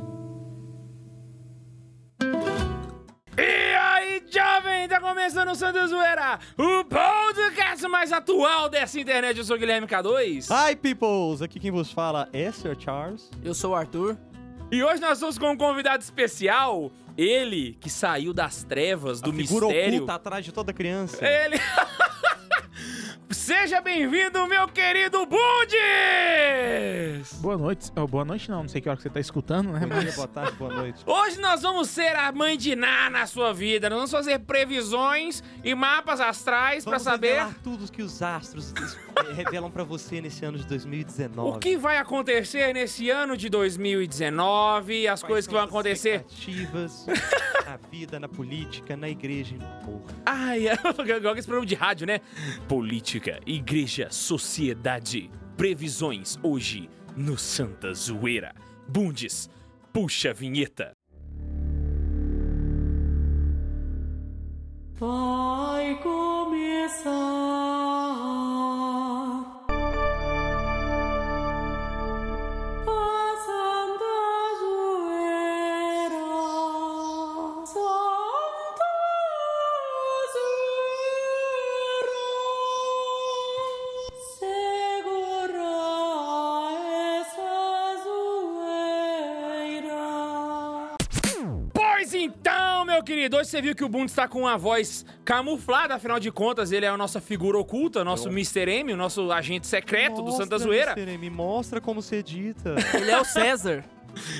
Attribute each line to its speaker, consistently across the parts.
Speaker 1: tá mais atual dessa internet, eu sou o Guilherme K2.
Speaker 2: Hi, peoples! Aqui quem vos fala é Sir Charles.
Speaker 3: Eu sou o Arthur.
Speaker 1: E hoje nós estamos com um convidado especial. Ele que saiu das trevas, do
Speaker 2: a figura
Speaker 1: mistério. É.
Speaker 2: oculta atrás de toda criança.
Speaker 1: Ele. Seja bem-vindo, meu querido Bundes!
Speaker 4: Boa noite. Oh, boa noite não, não sei que hora que você tá escutando, né?
Speaker 2: Bom dia,
Speaker 4: Mas...
Speaker 2: boa tarde, boa noite.
Speaker 1: Hoje nós vamos ser a mãe de Ná na sua vida. Nós vamos fazer previsões e mapas astrais pra
Speaker 2: Vamos
Speaker 1: saber
Speaker 2: revelar tudo o que os astros eh, revelam pra você nesse ano de 2019.
Speaker 1: o que vai acontecer nesse ano de 2019, as
Speaker 2: Quais
Speaker 1: coisas que
Speaker 2: são
Speaker 1: vão
Speaker 2: as
Speaker 1: acontecer.
Speaker 2: Expectativas na vida, na política, na igreja, e no povo.
Speaker 1: Ai, igual esse programa de rádio, né? Política, igreja, sociedade. Previsões hoje no Santa Zoeira. Bundes, puxa a vinheta.
Speaker 5: Vai começar. a Santa Zoeira, Santa Zoeira. Segura essa zoeira.
Speaker 1: Pois então, meu querido, hoje você viu que o Bundes está com uma voz camuflada, afinal de contas, ele é a nossa figura oculta, nosso Mr. M, o nosso agente secreto do É Santa
Speaker 2: Mostra,
Speaker 1: Zoeira.
Speaker 2: Mr. M, mostra como você edita.
Speaker 3: Ele é o César.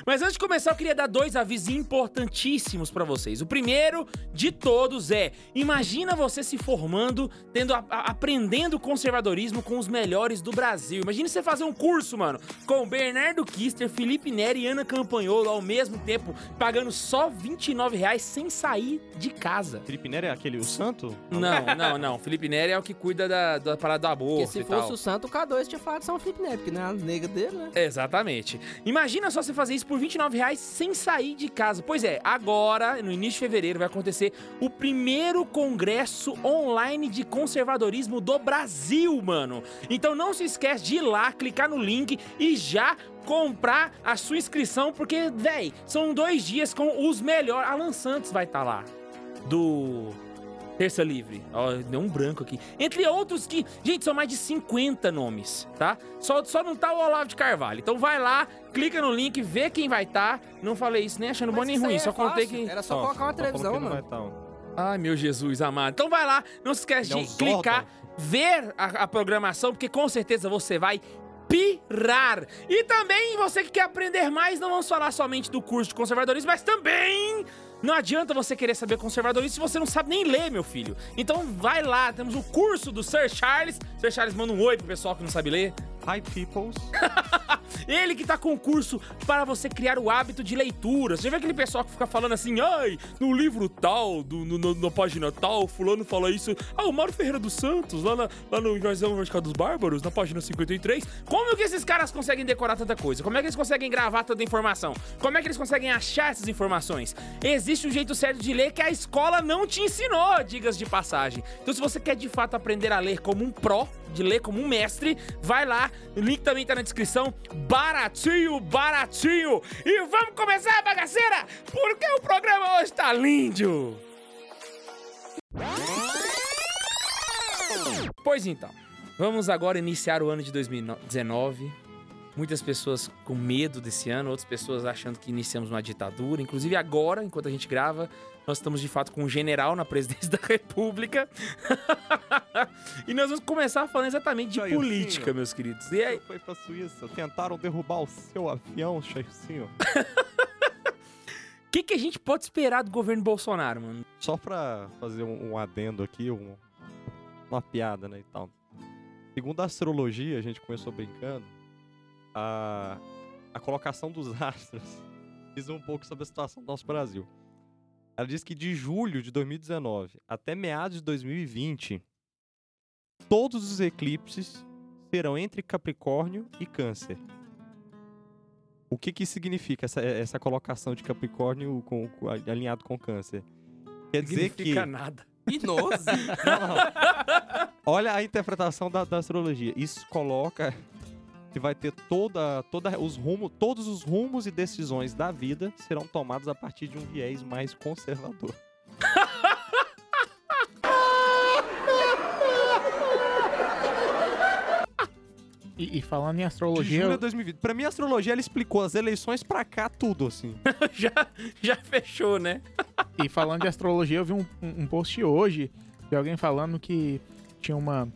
Speaker 1: Mas antes de começar, eu queria dar dois avisos importantíssimos pra vocês. O primeiro de todos é: imagina você se formando, tendo a- a- aprendendo conservadorismo com os melhores do Brasil. Imagina você fazer um curso, mano, com Bernardo Kister, Felipe Neri e Ana Campanholo ao mesmo tempo, pagando só R$ 29 reais sem sair de casa.
Speaker 2: Felipe Neri é aquele, o santo?
Speaker 1: Não, não, não. Felipe Neri é o que cuida da, da parada do
Speaker 3: Porque
Speaker 1: aborto
Speaker 3: se
Speaker 1: e tal.
Speaker 3: fosse o santo, o K2 tinha falado São Felipe Neto, porque não era as negras dele, né?
Speaker 1: Exatamente. Imagina só você fazer isso por R$ 29 reais sem sair de casa. Pois é, agora, no início de fevereiro, vai acontecer o primeiro congresso online de conservadorismo do Brasil, mano. Então não se esquece de ir lá, clicar no link e já comprar a sua inscrição, porque, véi, são dois dias com os melhores. Alan Santos vai estar lá. Do Terça Livre. Ó, deu um branco aqui. Entre outros que, gente, são mais de 50 nomes, tá? Só, só não tá o Olavo de Carvalho. Então vai lá, clica no link, vê quem vai tá. Não falei isso nem achando bom nem
Speaker 3: isso aí
Speaker 1: ruim,
Speaker 3: é
Speaker 1: só contei
Speaker 3: fácil,
Speaker 1: que.
Speaker 3: Era só colocar uma televisão, mano.
Speaker 2: é
Speaker 1: Ai, meu Jesus amado. Então vai lá, não se esquece
Speaker 2: Ele é
Speaker 1: de
Speaker 2: um
Speaker 1: clicar, ver a, a programação, porque com certeza você vai pirar. E também, você que quer aprender mais, não vamos falar somente do curso de conservadorismo, mas também... Não adianta você querer saber conservadorismo se você não sabe nem ler, meu filho. Então vai lá, temos o curso do Sir Charles. Sir Charles manda um oi pro pessoal que não sabe ler.
Speaker 2: Hi, peoples.
Speaker 1: Ele que tá com o curso para você criar o hábito de leitura. Você já viu aquele pessoal que fica falando assim, ai, no livro tal, do, no- no- na página tal, fulano fala isso. Ah, o Mário Ferreira dos Santos, lá, na, lá no Invasão Vertical dos Bárbaros, na página 53. Como que esses caras conseguem decorar tanta coisa? Como é que eles conseguem gravar tanta informação? Como é que eles conseguem achar essas informações? Existe um jeito certo de ler que a escola não te ensinou, digas de passagem. Então se você quer de fato aprender a ler como um pró, de ler como um mestre, vai lá, o link também tá na descrição, baratinho, baratinho. E vamos começar a bagaceira, porque o programa hoje tá lindo. Pois então, vamos agora iniciar o ano de 2019. Muitas pessoas com medo desse ano, outras pessoas achando que iniciamos uma ditadura. Inclusive agora, enquanto a gente grava, nós estamos de fato com um general na presidência da República. e nós vamos começar falando exatamente de
Speaker 2: Jairzinho.
Speaker 1: política, meus queridos. E aí,
Speaker 2: Foi pra Suíça, tentaram derrubar o seu avião, Chayocinho.
Speaker 1: o que, que a gente pode esperar do governo Bolsonaro, mano?
Speaker 2: Só pra fazer um, um adendo aqui, um- uma piada, né, e tal. Segundo a astrologia, a gente começou brincando, a, a colocação dos astros diz um pouco sobre a situação do nosso Brasil. Ela diz que de julho de 2019 até meados de 2020, todos os eclipses serão entre Capricórnio e Câncer. O que que significa essa, essa colocação de Capricórnio com- com- alinhado com Câncer? Quer dizer que
Speaker 1: Significa nada.
Speaker 3: Inoso.
Speaker 2: não, não. Olha a interpretação da, da astrologia. Isso coloca que vai ter toda, toda os rumos, todos os rumos e decisões da vida serão tomados a partir de um viés mais conservador.
Speaker 4: E, e falando em
Speaker 2: De
Speaker 4: astrologia,
Speaker 2: julho a
Speaker 4: eu-
Speaker 2: 2020. Pra mim, a astrologia, ela explicou as eleições pra cá, tudo, assim.
Speaker 1: já, já fechou, né?
Speaker 4: E falando de astrologia, eu vi um, um- um post hoje de alguém falando que tinha uma.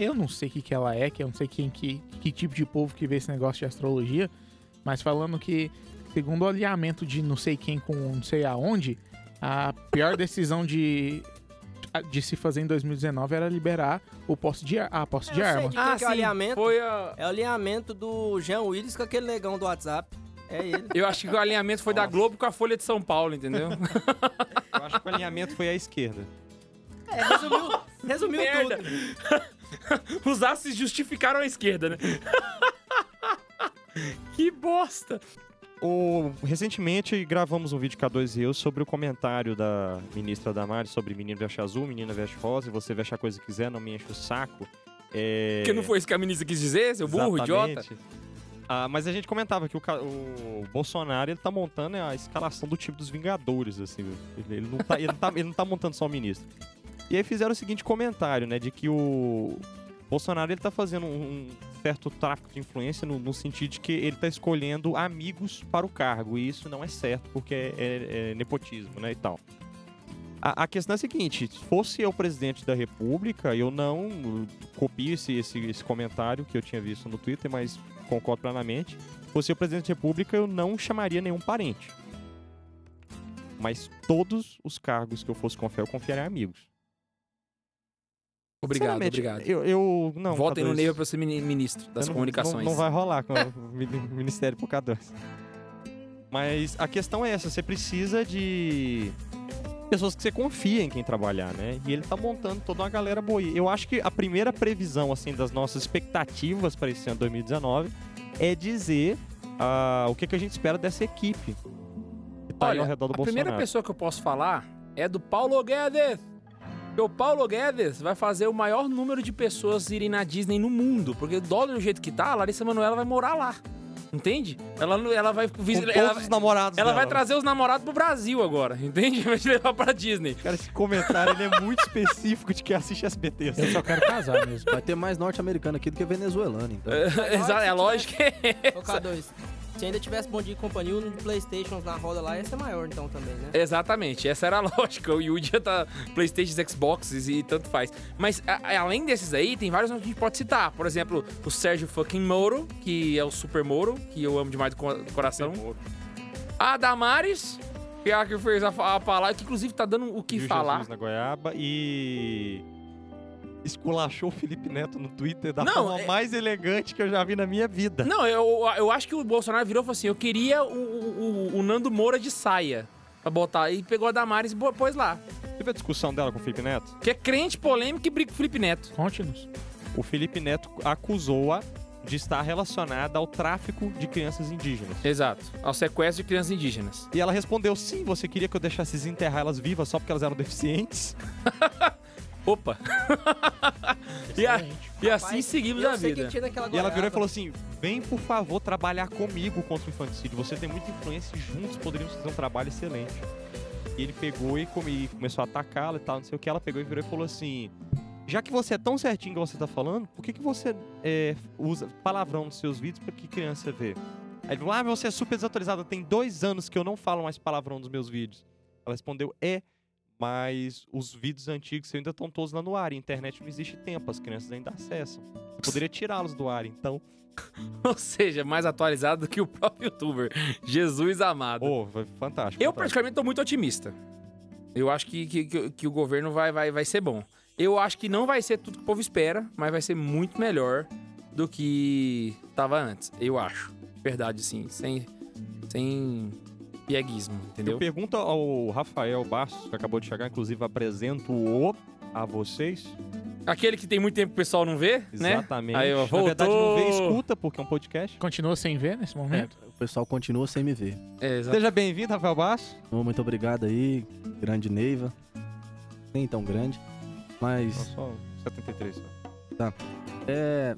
Speaker 4: Eu não sei o que, que ela é, que eu não sei quem que, que tipo de povo que vê esse negócio de astrologia, mas falando que, segundo o alinhamento de não sei quem com não sei aonde, a pior decisão de, de se fazer em 2019 era liberar o posse de, ar- a posse
Speaker 3: Eu
Speaker 4: de
Speaker 3: sei
Speaker 4: arma.
Speaker 3: de- que que é o alinhamento?
Speaker 1: Ah, Foi a...
Speaker 3: É o alinhamento do Jean Willis com aquele negão do WhatsApp. É ele.
Speaker 1: Eu acho que o alinhamento foi da
Speaker 2: Nossa.
Speaker 1: Globo com a Folha de São Paulo, entendeu?
Speaker 2: Eu acho que o alinhamento foi à esquerda.
Speaker 3: É, resumiu, resumiu
Speaker 1: Merda.
Speaker 3: tudo.
Speaker 1: Os asses justificaram a esquerda, né? que
Speaker 2: É.
Speaker 1: bosta!
Speaker 2: O- recentemente gravamos um vídeo com a 2 Rios sobre o comentário da ministra Damares sobre menino veste azul, menina veste rosa, e você veste a coisa que quiser, não me enche o saco. É...
Speaker 1: Porque não foi isso que a ministra quis dizer, seu burro, idiota?
Speaker 2: Exatamente. Ah, mas a gente comentava que o, ca- o Bolsonaro ele tá montando a escalação do time dos Vingadores, assim. viu? Ele, ele não tá, ele, não tá, ele não tá montando só o ministro. E aí fizeram o seguinte comentário, né? De que o Bolsonaro ele tá fazendo um um certo tráfico de influência no, no sentido de que ele tá escolhendo amigos para o cargo. E isso não é certo, porque é, é- é nepotismo, né? E tal. A, a questão é a seguinte: se fosse eu presidente da República, eu não copio esse, esse, esse comentário que eu tinha visto no Twitter, mas concordo plenamente. Se fosse eu presidente da República, eu não chamaria nenhum parente. Mas todos os cargos que eu fosse confiar, eu confiaria em amigos.
Speaker 1: Obrigado,
Speaker 2: Sinceramente,
Speaker 1: obrigado.
Speaker 2: Eu, eu não.
Speaker 1: Votem no
Speaker 2: K2,
Speaker 1: Neiva pra ser mini- ministro das
Speaker 2: não-
Speaker 1: comunicações.
Speaker 2: Não, não vai rolar com o mi- mi- Ministério por K2. Mas a questão é essa: você precisa de pessoas que você confia em quem trabalhar, né? E ele tá montando toda uma galera boa. aí. Eu acho que a primeira previsão, assim, das nossas expectativas para esse ano 2019 é dizer ah, o que, que a gente espera dessa equipe. Que tá aí
Speaker 1: Olha,
Speaker 2: ao redor do
Speaker 1: a
Speaker 2: Bolsonaro.
Speaker 1: primeira pessoa que eu posso falar é do Paulo Guedes. Porque o Paulo Guedes vai fazer o maior número de pessoas irem na Disney no mundo. Porque o dólar do jeito que tá, a Larissa Manoela vai morar lá. Entende? Ela, não- ela vai.
Speaker 2: Com
Speaker 1: visi-
Speaker 2: todos
Speaker 1: ela-
Speaker 2: os namorados
Speaker 1: ela vai
Speaker 2: dela.
Speaker 1: trazer os namorados pro Brasil agora, entende? Vai te levar pra Disney.
Speaker 2: Cara, esse comentário ele é muito específico de quem assiste SBT. assim.
Speaker 6: Eu só quero casar mesmo. Vai ter mais norte-americano aqui do que venezuelano, então.
Speaker 1: Exato, é lógico que
Speaker 3: Ô, K2. Se ainda tivesse Bom Dia e Companhia, o número de Playstations na roda lá ia ser maior então também, né?
Speaker 1: Exatamente, essa era a lógica. O Yuji tá Playstations, Xboxes e tanto faz. Mas a- a- além desses aí, tem vários nomes que a gente pode citar. Por exemplo, o Sérgio fucking Moro, que é o Super Moro, que eu amo demais do co- do coração.
Speaker 2: Então,
Speaker 1: A Damares, que é a que fez a, fa- a palavra, que inclusive tá dando o que
Speaker 2: Gil
Speaker 1: falar.
Speaker 2: Jesus na goiaba e esculachou o Felipe Neto no Twitter da
Speaker 1: Não,
Speaker 2: forma
Speaker 1: é-
Speaker 2: mais elegante que eu já vi na minha vida.
Speaker 1: Não, eu, eu acho que o Bolsonaro virou e falou assim: eu queria o, o- o- o Nando Moura de saia pra botar. E pegou a Damares e bo- pôs lá.
Speaker 2: Teve a discussão dela com o Felipe Neto?
Speaker 1: Que é crente polêmico e briga com o Felipe Neto.
Speaker 4: Conte-nos.
Speaker 2: O Felipe Neto acusou-a de estar relacionada ao tráfico de crianças indígenas.
Speaker 1: Exato. Ao sequestro de crianças indígenas.
Speaker 2: E ela respondeu: sim, você queria que eu deixasse desenterrar elas vivas só porque elas eram deficientes?
Speaker 1: Opa! e, a- e assim
Speaker 3: Rapaz,
Speaker 1: seguimos
Speaker 3: eu
Speaker 1: a
Speaker 3: sei
Speaker 1: vida.
Speaker 3: que tinha naquela
Speaker 2: E ela virou e
Speaker 3: goiaba.
Speaker 2: falou assim: vem por favor trabalhar comigo contra o infanticídio. Você tem muita influência e juntos poderíamos fazer um trabalho excelente. E ele pegou e come- e começou a atacá-la e tal, não sei o que. Ela pegou e virou e falou assim: já que você é tão certinho que você tá falando, por que, que você é, usa palavrão nos seus vídeos pra que criança vê? Aí ele falou: ah, mas você é super desatualizada, tem dois anos que eu não falo mais palavrão nos meus vídeos. Ela respondeu: é. Mas os vídeos antigos ainda estão todos lá no ar. e A internet não existe tempo, as crianças ainda acessam. Eu poderia tirá-los do ar, então.
Speaker 1: Ou seja, mais atualizado do que o próprio youtuber. Jesus amado.
Speaker 2: Ô, foi
Speaker 1: Eu
Speaker 2: fantástico. fantástico.
Speaker 1: praticamente tô muito otimista. Eu acho que, que, que- que o governo vai, vai, vai ser bom. Eu acho que não vai ser tudo que o povo espera, mas vai ser muito melhor do que tava antes. Eu acho. Verdade, sim. Sem. Sem. Pieguismo,
Speaker 2: Eu
Speaker 1: entendeu?
Speaker 2: pergunto ao Rafael Bastos, que acabou de chegar, inclusive apresento-o a vocês.
Speaker 1: Aquele que tem muito tempo que o pessoal não vê, né?
Speaker 2: Exatamente.
Speaker 1: Aí, ó,
Speaker 2: Na verdade, não vê,
Speaker 1: voltou.
Speaker 2: escuta, porque é um podcast.
Speaker 4: Continua sem ver nesse momento?
Speaker 6: O pessoal continua sem me ver.
Speaker 1: É, exatamente.
Speaker 2: Seja bem-vindo, Rafael Bastos.
Speaker 6: Então, muito obrigado aí, grande Neiva. Nem tão grande,
Speaker 2: Não,
Speaker 6: mas
Speaker 2: só um 73. só.
Speaker 6: é.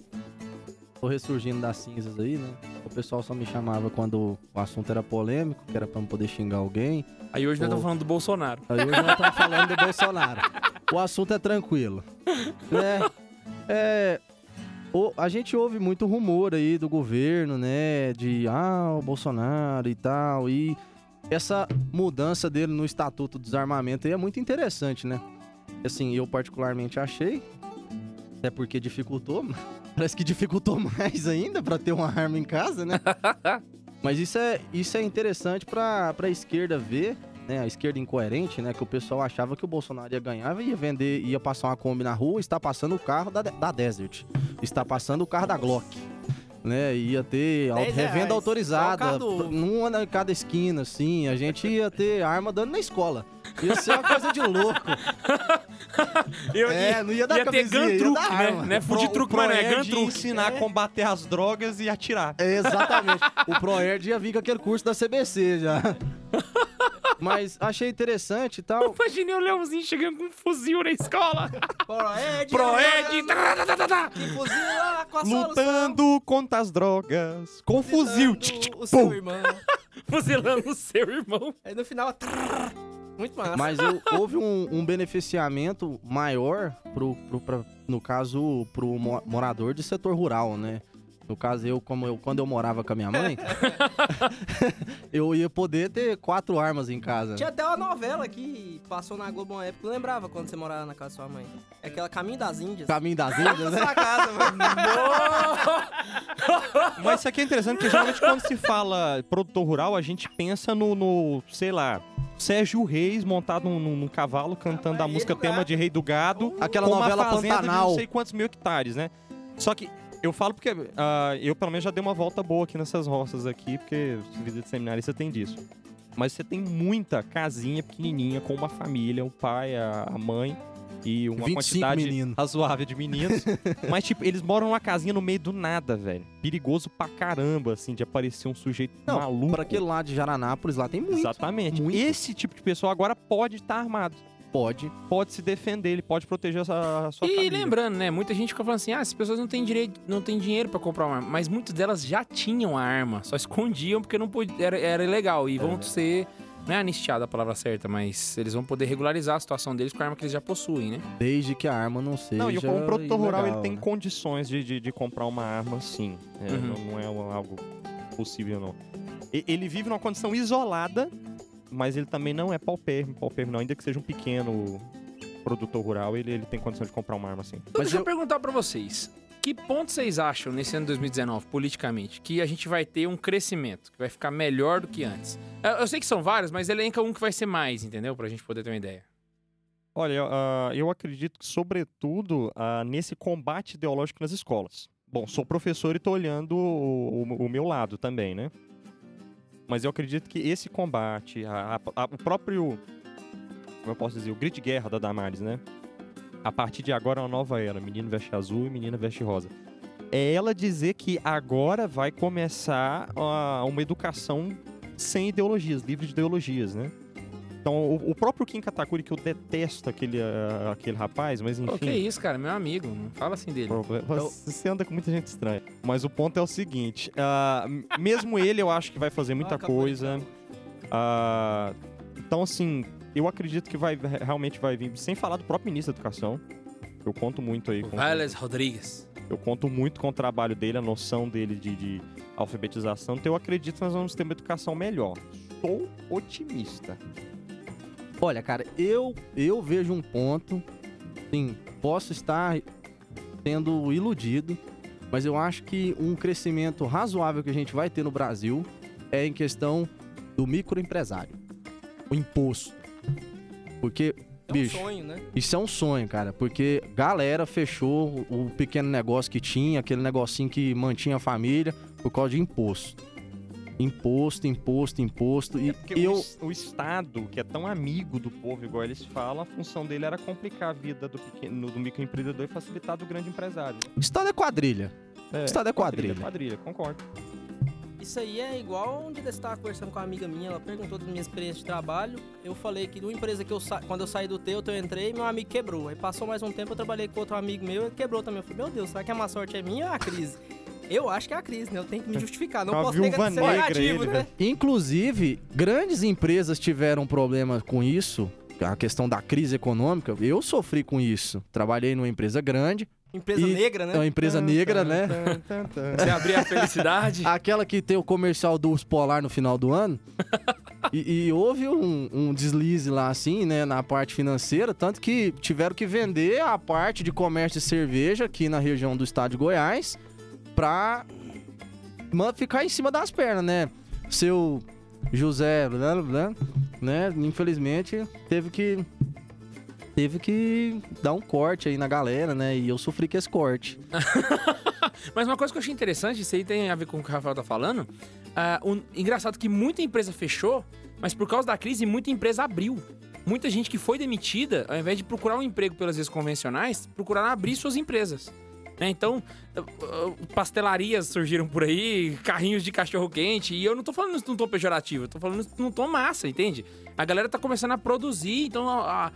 Speaker 6: Tô ressurgindo das cinzas aí, né? O pessoal só me chamava quando o assunto era polêmico, que era pra eu poder xingar alguém.
Speaker 1: Aí hoje nós
Speaker 6: Pô.
Speaker 1: estamos falando do Bolsonaro.
Speaker 6: Aí hoje nós estamos falando do Bolsonaro. O assunto é tranquilo. Né? É. o- a gente ouve muito rumor aí do governo, né? De ah, o Bolsonaro e tal. E essa mudança dele no Estatuto do Desarmamento aí é muito interessante, né? Assim, eu particularmente achei. Até porque dificultou. Parece que dificultou mais ainda pra ter uma arma em casa, né? Mas isso é, isso é interessante pra, pra esquerda ver, né? A esquerda incoerente, né? Que o pessoal achava que o Bolsonaro ia ganhar, ia vender, ia passar uma Kombi na rua, está passando o carro da, da Desert. Está passando o carro da Glock. Né, ia ter au-
Speaker 3: 10 reais.
Speaker 6: revenda autorizada
Speaker 3: Só o carro do-
Speaker 6: numa em cada esquina, assim. A gente ia ter arma dando na escola. Ia ser uma coisa de louco.
Speaker 1: Eu,
Speaker 6: É, não ia dar
Speaker 1: ia ter
Speaker 6: camisinha, ia
Speaker 1: Gun-Truck,
Speaker 6: dar
Speaker 1: né?
Speaker 6: arma.
Speaker 1: Não é food
Speaker 2: Pro-
Speaker 1: truck, mas não é
Speaker 2: Proerd
Speaker 1: Gun-Truck.
Speaker 2: ensinar a combater as drogas e atirar.
Speaker 6: É, exatamente. o Proerd ia vir com aquele curso da CBC já. Mas achei interessante e tal.
Speaker 1: Imaginei o Leãozinho chegando com um fuzil na escola.
Speaker 3: Proed!
Speaker 1: Proed! tá, tá, tá, tá, tá.
Speaker 3: Que fuzila lá com a solução
Speaker 2: Lutando contra as drogas. Com fuzil. Tch, tch,
Speaker 3: do- O
Speaker 2: pum.
Speaker 3: seu irmão.
Speaker 1: Fuzilando o seu irmão.
Speaker 3: Aí no final... trrr, Muito massa.
Speaker 6: Mas eu- houve um, um beneficiamento maior, pro, pro- pra- no caso, pro mo- morador de setor rural, né? No caso, eu, como eu, quando eu morava com a minha mãe, eu ia poder ter quatro armas em casa.
Speaker 3: Tinha até uma novela que passou na Globo uma época. Eu lembrava quando você morava na casa da sua mãe. É aquela Caminho das Índias.
Speaker 6: Caminho das Índias,
Speaker 3: Na
Speaker 6: né?
Speaker 3: sua casa, mano.
Speaker 2: Mas isso aqui é interessante, porque geralmente quando se fala produtor rural, a gente pensa no, no, sei lá, Sérgio Reis montado num, num- num cavalo cantando a
Speaker 3: Rei
Speaker 2: música
Speaker 3: do
Speaker 2: tema
Speaker 3: Gado.
Speaker 2: de Rei do Gado.
Speaker 6: tá. Uh, Aquela
Speaker 2: com uma
Speaker 6: novela
Speaker 2: fazenda de
Speaker 6: Pantanal.
Speaker 2: não sei quantos mil hectares, né? Só que eu falo porque ah, eu pelo menos já dei uma volta boa aqui nessas roças aqui, porque vida de seminarista tem disso. Mas você tem muita casinha pequenininha com uma família, o pai, a, a mãe e uma
Speaker 6: 25
Speaker 2: quantidade
Speaker 6: meninos.
Speaker 2: razoável de meninos. Mas, tipo, eles moram numa casinha no meio do nada, velho. Perigoso pra caramba, assim, de aparecer um sujeito
Speaker 6: Não,
Speaker 2: maluco.
Speaker 6: Pra aquele lado de Jaranápolis, lá tem muito.
Speaker 2: Exatamente.
Speaker 6: muito.
Speaker 2: Esse tipo de pessoa agora pode estar armado.
Speaker 6: Pode.
Speaker 2: Pode se defender, ele pode proteger a sua, a sua
Speaker 1: E
Speaker 2: família.
Speaker 1: lembrando, né? Muita gente fica falando assim: ah, essas pessoas não têm direito, não têm dinheiro pra comprar uma arma. Mas muitas delas já tinham a arma, só escondiam porque não podia, era, era ilegal. E vão ser. Não é anistiada a palavra certa, mas eles vão poder regularizar a situação deles com a arma que eles já possuem, né?
Speaker 6: Desde que a arma não seja.
Speaker 2: Não, e o um produtor rural ele
Speaker 6: ilegal,
Speaker 2: tem
Speaker 6: né?
Speaker 2: condições de, de, de comprar uma arma sim. É,
Speaker 1: Uhum.
Speaker 2: não, não é uma- algo possível, não. E- ele vive numa condição isolada, mas ele também não é pauperme, pauperme não. Ainda que seja um pequeno produtor rural, ele, ele tem condição de comprar uma arma sim.
Speaker 1: Então,
Speaker 6: Mas
Speaker 1: deixa eu...
Speaker 6: eu-
Speaker 1: perguntar pra vocês. Que ponto vocês acham nesse ano de 2019, politicamente, que a gente vai ter um crescimento, que vai ficar melhor do que antes? Eu, eu sei que são vários, mas elenca um que vai ser mais, entendeu? Pra gente poder ter uma ideia.
Speaker 2: Olha, ah, eu acredito que, sobretudo, ah, nesse combate ideológico nas escolas. Bom, sou professor e tô olhando o, o- o meu lado também, né? Mas eu acredito que esse combate, a- a- a- o próprio. Como eu posso dizer? O grid de guerra da Damares, né? A partir de agora é uma nova era: menino veste azul e menina veste rosa. É ela dizer que agora vai começar ah, uma educação sem ideologias, livre de ideologias, né? Então, o, o próprio Kim Katakuri, que eu detesto aquele, ah, aquele rapaz, mas enfim.
Speaker 1: Pô, que isso, cara, meu amigo, não fala assim dele.
Speaker 2: Problema- Você anda com muita gente estranha. Mas o ponto é o seguinte: ah, m- mesmo ele, eu acho que vai fazer muita
Speaker 3: Ah, acabou
Speaker 2: coisa. Ah, então, assim, eu acredito que vai realmente vai vir. Sem falar do próprio ministro da Educação. Eu conto muito aí
Speaker 1: O
Speaker 2: com.
Speaker 1: Vélez Rodrigues.
Speaker 2: Eu conto muito com o trabalho dele, a noção dele de, de alfabetização. Então, eu acredito que nós vamos ter uma educação melhor. Estou otimista.
Speaker 6: Olha, cara, eu, eu vejo um ponto. Sim, posso estar sendo iludido, mas eu acho que um crescimento razoável que a gente vai ter no Brasil é em questão do microempresário. O imposto. Porque,
Speaker 3: É um
Speaker 6: bicho,
Speaker 3: sonho, né?
Speaker 6: isso é um sonho, cara. Porque galera fechou o o pequeno negócio que tinha, aquele negocinho que mantinha a família, por causa de imposto. Imposto, imposto, imposto. E
Speaker 2: É porque o,
Speaker 6: eu.
Speaker 2: es- o Estado, que é tão amigo do povo, igual eles falam, a função dele era complicar a vida do, pequeno, do microempreendedor e facilitar a do grande empresário.
Speaker 6: Estado é quadrilha.
Speaker 2: É,
Speaker 6: Estado é quadrilha.
Speaker 2: Quadrilha, concordo.
Speaker 3: Isso aí é igual onde eu estava conversando com uma amiga minha, ela perguntou da minha experiência de trabalho. Eu falei que numa empresa que eu sa... quando eu saí do Teuto, eu entrei, meu amigo quebrou. Aí passou mais um tempo, eu trabalhei com outro amigo meu, ele quebrou também. Eu falei, meu Deus, será que a má sorte é minha ou é a crise? Eu acho que é a crise, né? Eu tenho que me justificar, não
Speaker 2: Uma
Speaker 3: posso
Speaker 2: viúva
Speaker 3: negar
Speaker 6: um
Speaker 3: ser
Speaker 2: negra
Speaker 3: negativo,
Speaker 2: ele,
Speaker 3: né?
Speaker 2: velho.
Speaker 6: Inclusive, grandes empresas tiveram problema com isso. a questão da crise econômica, eu sofri com isso. Trabalhei numa empresa grande,
Speaker 3: Empresa
Speaker 6: E-
Speaker 3: negra, né?
Speaker 6: é uma empresa negra, né?
Speaker 1: Você abrir a felicidade.
Speaker 6: Aquela que tem o comercial do urso polar no final do ano. e, e houve um, um deslize lá, assim, né, na parte financeira. Tanto que tiveram que vender a parte de comércio de cerveja aqui na região do estado de Goiás pra ma- ficar em cima das pernas, né? Seu José, blá, blá, blá, né, infelizmente, teve que. Teve que dar um corte aí na galera, né? E eu sofri com esse corte.
Speaker 1: Mas uma coisa que eu achei interessante, isso aí tem a ver com o que o Rafael tá falando. ah, um- engraçado que muita empresa fechou, mas por causa da crise, muita empresa abriu. Muita gente que foi demitida, ao invés de procurar um emprego pelas vias convencionais, procuraram abrir suas empresas. né? Então, ah, ah, pastelarias surgiram por aí, carrinhos de cachorro-quente, e eu não tô falando isso num tom pejorativo, eu tô falando isso num tom massa, entende? A galera tá começando a produzir, então a- a-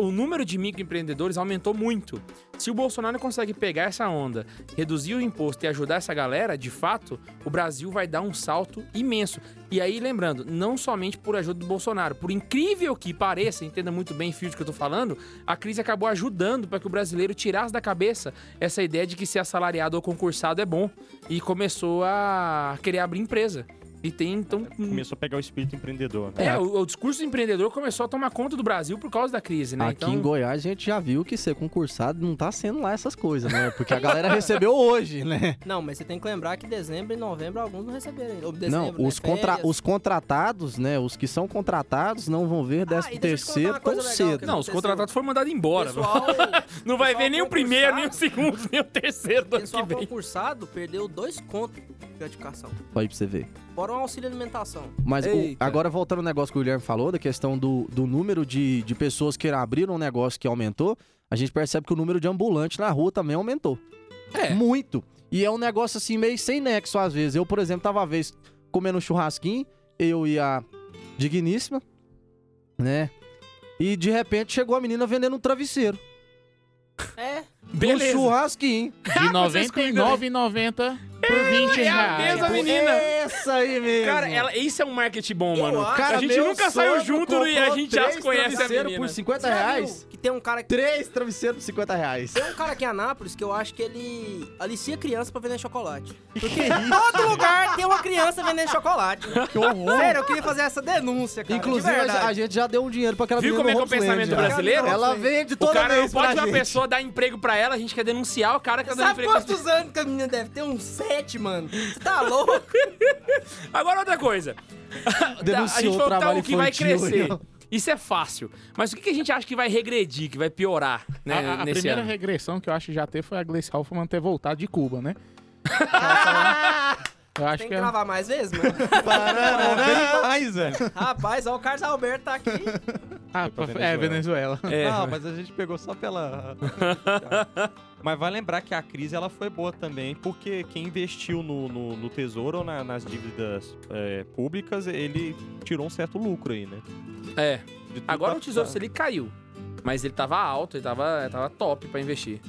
Speaker 1: o número de microempreendedores aumentou muito. Se o Bolsonaro consegue pegar essa onda, reduzir o imposto e ajudar essa galera, de fato, o Brasil vai dar um salto imenso. E aí, lembrando, não somente por ajuda do Bolsonaro. Por incrível que pareça, entenda muito bem, Fio, do que eu tô falando, a crise acabou ajudando para que o brasileiro tirasse da cabeça essa ideia de que ser assalariado ou concursado é bom. E começou a querer abrir empresa. E tem, então...
Speaker 2: Começou a pegar o espírito empreendedor, né?
Speaker 1: É, o, o discurso do empreendedor começou a tomar conta do Brasil por causa da crise, né?
Speaker 6: Aqui
Speaker 1: então...
Speaker 6: em Goiás a gente já viu que ser concursado não tá sendo lá essas coisas, né? Porque a galera recebeu hoje, né?
Speaker 3: Não, mas você tem que lembrar que dezembro e novembro alguns não receberam ainda. Ou
Speaker 6: Não,
Speaker 3: dezembro, né?
Speaker 6: os, contra,
Speaker 3: Férias.
Speaker 6: os contratados, né? Os que são contratados não vão ver 13
Speaker 3: Ah, e deixa eu te contar uma
Speaker 6: terceiro tão
Speaker 3: coisa legal,
Speaker 6: cedo.
Speaker 3: que
Speaker 1: Não, os contratados foram mandados embora.
Speaker 3: Pessoal,
Speaker 1: Não vai
Speaker 3: Pessoal
Speaker 1: ver nem o
Speaker 3: concursado.
Speaker 1: primeiro, nem o segundo, nem o terceiro do ano que
Speaker 3: pessoal
Speaker 1: vem.
Speaker 3: concursado perdeu dois contos de gratificação.
Speaker 6: Olha aí pra você ver.
Speaker 3: Fora o um auxílio alimentação.
Speaker 6: Mas o-
Speaker 1: Eita.
Speaker 6: agora voltando ao negócio que o Guilherme falou, da questão do, do número de, de pessoas que abriram um negócio que aumentou, a gente percebe que o número de ambulante na rua também aumentou.
Speaker 1: É.
Speaker 6: Muito. E é um negócio assim meio sem nexo às vezes. Eu, por exemplo, tava uma vez comendo um churrasquinho, eu e a digníssima, né? E de repente chegou a menina vendendo um travesseiro.
Speaker 3: É,
Speaker 1: Beleza. Ah,
Speaker 6: Um churrasquinho.
Speaker 1: Tá,
Speaker 4: De 99,90 por 20
Speaker 1: é a
Speaker 4: reais.
Speaker 1: mesma menina.
Speaker 6: Essa aí mesmo.
Speaker 1: Cara, ela, isso é um marketing bom,
Speaker 3: Eu
Speaker 1: mano.
Speaker 3: acho.
Speaker 1: a gente
Speaker 6: meu
Speaker 1: nunca saiu
Speaker 6: sogro
Speaker 1: junto e a
Speaker 6: comprou
Speaker 1: gente já
Speaker 6: três
Speaker 1: se conhece a
Speaker 6: travesseiros
Speaker 1: menina.
Speaker 6: por 50
Speaker 3: você já
Speaker 6: reais.
Speaker 3: viu Que tem um cara que.
Speaker 6: Três travesseiros por 50 reais.
Speaker 3: Tem um cara aqui em Anápolis que eu acho que ele alicia criança pra vender chocolate.
Speaker 6: Que isso? Tá
Speaker 3: Todo lugar tem uma criança vendendo chocolate. Que horror. Sério, eu queria fazer essa denúncia, cara.
Speaker 6: Inclusive,
Speaker 3: de
Speaker 6: a
Speaker 3: verdade.
Speaker 6: a gente já deu um dinheiro pra aquela
Speaker 1: Viu
Speaker 6: menina
Speaker 1: como é
Speaker 6: no
Speaker 1: que é o
Speaker 6: Hopeland,
Speaker 1: pensamento
Speaker 6: já.
Speaker 1: brasileiro?
Speaker 6: Ela vende
Speaker 1: O
Speaker 6: toda
Speaker 1: cara não
Speaker 6: vez pra
Speaker 1: pode uma
Speaker 6: gente.
Speaker 1: pessoa dar emprego pra ela, a gente quer denunciar o cara que tá dando
Speaker 3: Sabe
Speaker 1: emprego pra
Speaker 3: quantos anos que a menina deve ter? Uns sete, mano. Você tá louco?
Speaker 1: Agora outra coisa.
Speaker 6: Denunciou
Speaker 1: a gente falou
Speaker 6: o
Speaker 1: que tá
Speaker 6: trabalho
Speaker 1: o que vai
Speaker 6: infantil,
Speaker 1: crescer.
Speaker 6: não.
Speaker 1: Isso é fácil. Mas o que que a gente acha que vai regredir, que vai piorar, né,
Speaker 4: A- a, a
Speaker 1: nesse
Speaker 4: primeira
Speaker 1: ano?
Speaker 4: regressão que eu acho que já teve foi a Gleice Hoffmann ter voltado de Cuba, né? eu acho
Speaker 3: Tem
Speaker 4: que
Speaker 3: que
Speaker 4: é-
Speaker 3: gravar mais vezes, mano.
Speaker 2: Mas, velho.
Speaker 3: Rapaz, ó, o Carlos Alberto tá aqui.
Speaker 4: Ah,
Speaker 2: pra
Speaker 4: é Venezuela.
Speaker 1: É,
Speaker 2: Não, mas a gente pegou só pela. mas vai lembrar que a crise ela foi boa também, porque quem investiu no, no, no tesouro ou na- nas dívidas é, públicas, ele tirou um certo lucro aí, né?
Speaker 1: é.
Speaker 2: De tudo
Speaker 1: Agora
Speaker 2: tá-
Speaker 1: o Tesouro
Speaker 2: tá-
Speaker 1: Selic caiu. Mas ele tava alto, ele tava, tava top pra investir.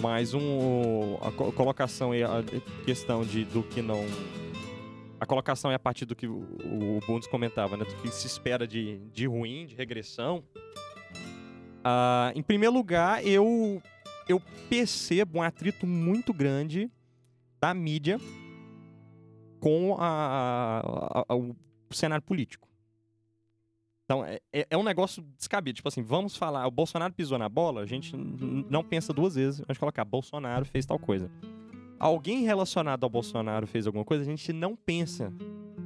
Speaker 2: mais um a co- colocação e a questão de do que não a colocação é a partir do que o, o Bundes comentava, né? Do que se espera de, de ruim, de regressão. Ah, em primeiro lugar, eu eu percebo um atrito muito grande da mídia com a, a- a- o cenário político. Então, é, é- é um negócio descabido. Tipo assim, vamos falar, o Bolsonaro pisou na bola, a gente n- n- não pensa duas vezes. A gente colocar, Bolsonaro fez tal coisa. Alguém relacionado ao Bolsonaro fez alguma coisa, a gente não pensa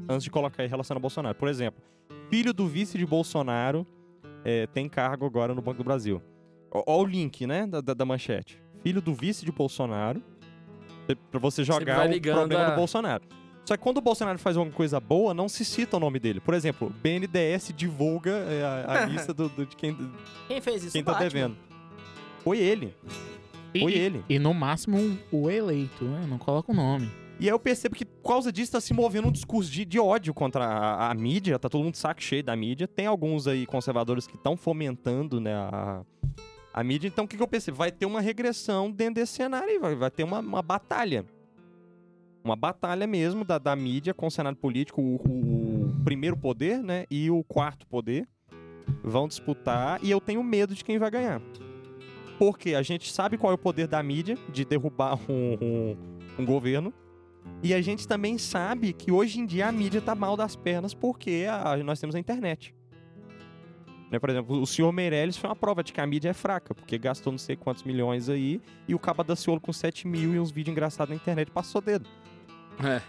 Speaker 2: antes de colocar em relação ao Bolsonaro. Por exemplo, filho do vice de Bolsonaro é, tem cargo agora no Banco do Brasil. Olha o link, né, da, da- da manchete. Filho do vice de Bolsonaro, é, pra você jogar
Speaker 1: vai
Speaker 2: o
Speaker 1: ligando
Speaker 2: problema
Speaker 1: a-
Speaker 2: do Bolsonaro. Só que quando o Bolsonaro faz alguma coisa boa, não se cita o nome dele. Por exemplo, BNDES divulga é, a, a lista do- do- de quem,
Speaker 3: Quem fez isso?
Speaker 2: quem tá
Speaker 3: Batman.
Speaker 2: devendo. Foi ele. Foi
Speaker 4: E-
Speaker 2: ele.
Speaker 4: E no máximo um- o eleito, né? Não coloca o nome.
Speaker 2: E aí eu percebo que por causa disso tá se movendo um discurso de, de ódio contra a, a mídia, tá todo mundo de saco cheio da mídia. Tem alguns aí conservadores que estão fomentando, né, a, a mídia. Então o que, que eu percebo? Vai ter uma regressão dentro desse cenário aí, vai, vai ter uma, uma batalha. Uma batalha mesmo da, da mídia com o cenário político, o, o- o primeiro poder, né, e o quarto poder. vão disputar e eu tenho medo de quem vai ganhar. Porque a gente sabe qual é o poder da mídia de derrubar um, um- um governo. E a gente também sabe que hoje em dia a mídia tá mal das pernas porque a- nós temos a internet. Né, por exemplo, o senhor Meirelles foi uma prova de que a mídia é fraca, porque gastou não sei quantos milhões aí e o Caba da Ciolo com 7 mil e uns vídeos engraçados na internet passou dedo.
Speaker 1: É.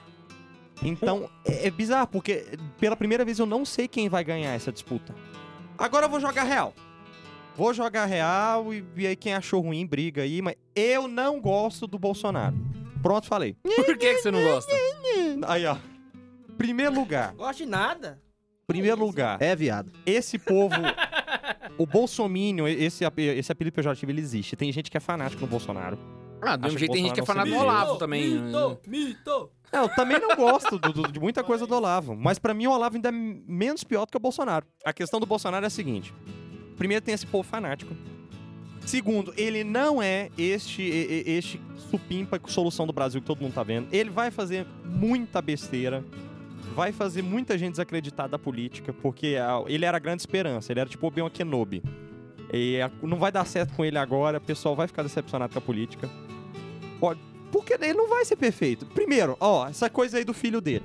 Speaker 2: Então, é é bizarro, porque pela primeira vez eu não sei quem vai ganhar essa disputa. Agora eu vou jogar real. Vou jogar real e, e aí quem achou ruim briga aí, mas eu não gosto do Bolsonaro. Pronto, falei. Hum,
Speaker 1: Por que, que você não gosta?
Speaker 2: Aí, ó. Primeiro lugar.
Speaker 3: Gosto de nada.
Speaker 2: Primeiro lugar.
Speaker 6: É, viado.
Speaker 2: Esse povo. o Bolsominion, esse, ap- esse apelido pejorativo, ele existe. Tem gente que é fanático no Bolsonaro.
Speaker 1: Ah, do mesmo
Speaker 2: Acho que
Speaker 1: jeito tem gente que é
Speaker 2: Bolsonaro
Speaker 1: fanático
Speaker 2: não
Speaker 1: do
Speaker 2: seria.
Speaker 1: Olavo também. né?
Speaker 3: Mito, mito.
Speaker 2: Não, É, eu também não gosto do- do- de muita coisa do Olavo. Mas pra mim o Olavo ainda é menos pior do que o Bolsonaro. A questão do Bolsonaro é a seguinte: primeiro, tem esse povo fanático. Segundo, ele não é este, e- e- este supimpa com solução do Brasil que todo mundo tá vendo. Ele vai fazer muita besteira. Vai fazer muita gente desacreditar da política, porque a- ele era a grande esperança. Ele era tipo o Obi-Wan Kenobi. E a- não vai dar certo com ele agora, o pessoal vai ficar decepcionado com a política. Pode- Porque ele não vai ser perfeito. Primeiro, ó, essa coisa aí do filho dele.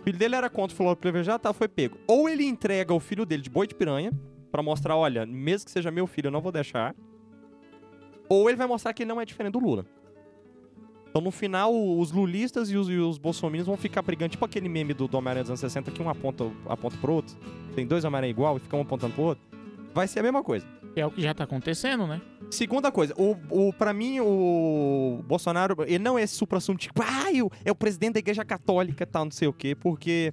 Speaker 2: O filho dele era contra o Floro Privilegiado, tá, foi pego. Ou ele entrega o filho dele de boi de piranha, pra mostrar, olha, mesmo que seja meu filho, eu não vou deixar. Ou ele vai mostrar que ele não é diferente do Lula. Então, no final, o- os lulistas e os, e os bolsominions vão ficar brigando, tipo aquele meme do, do Homem-Aranha dos anos 60, que um aponta, aponta pro outro. Tem dois Homem-Aranha igual e fica um apontando pro outro. Vai ser a mesma coisa.
Speaker 4: É o que já tá acontecendo, né?
Speaker 2: Segunda coisa, o, o, pra mim, o Bolsonaro, ele não é esse supra-sumo, tipo, ah, eu, é o presidente da igreja católica e tal, não sei o quê, porque...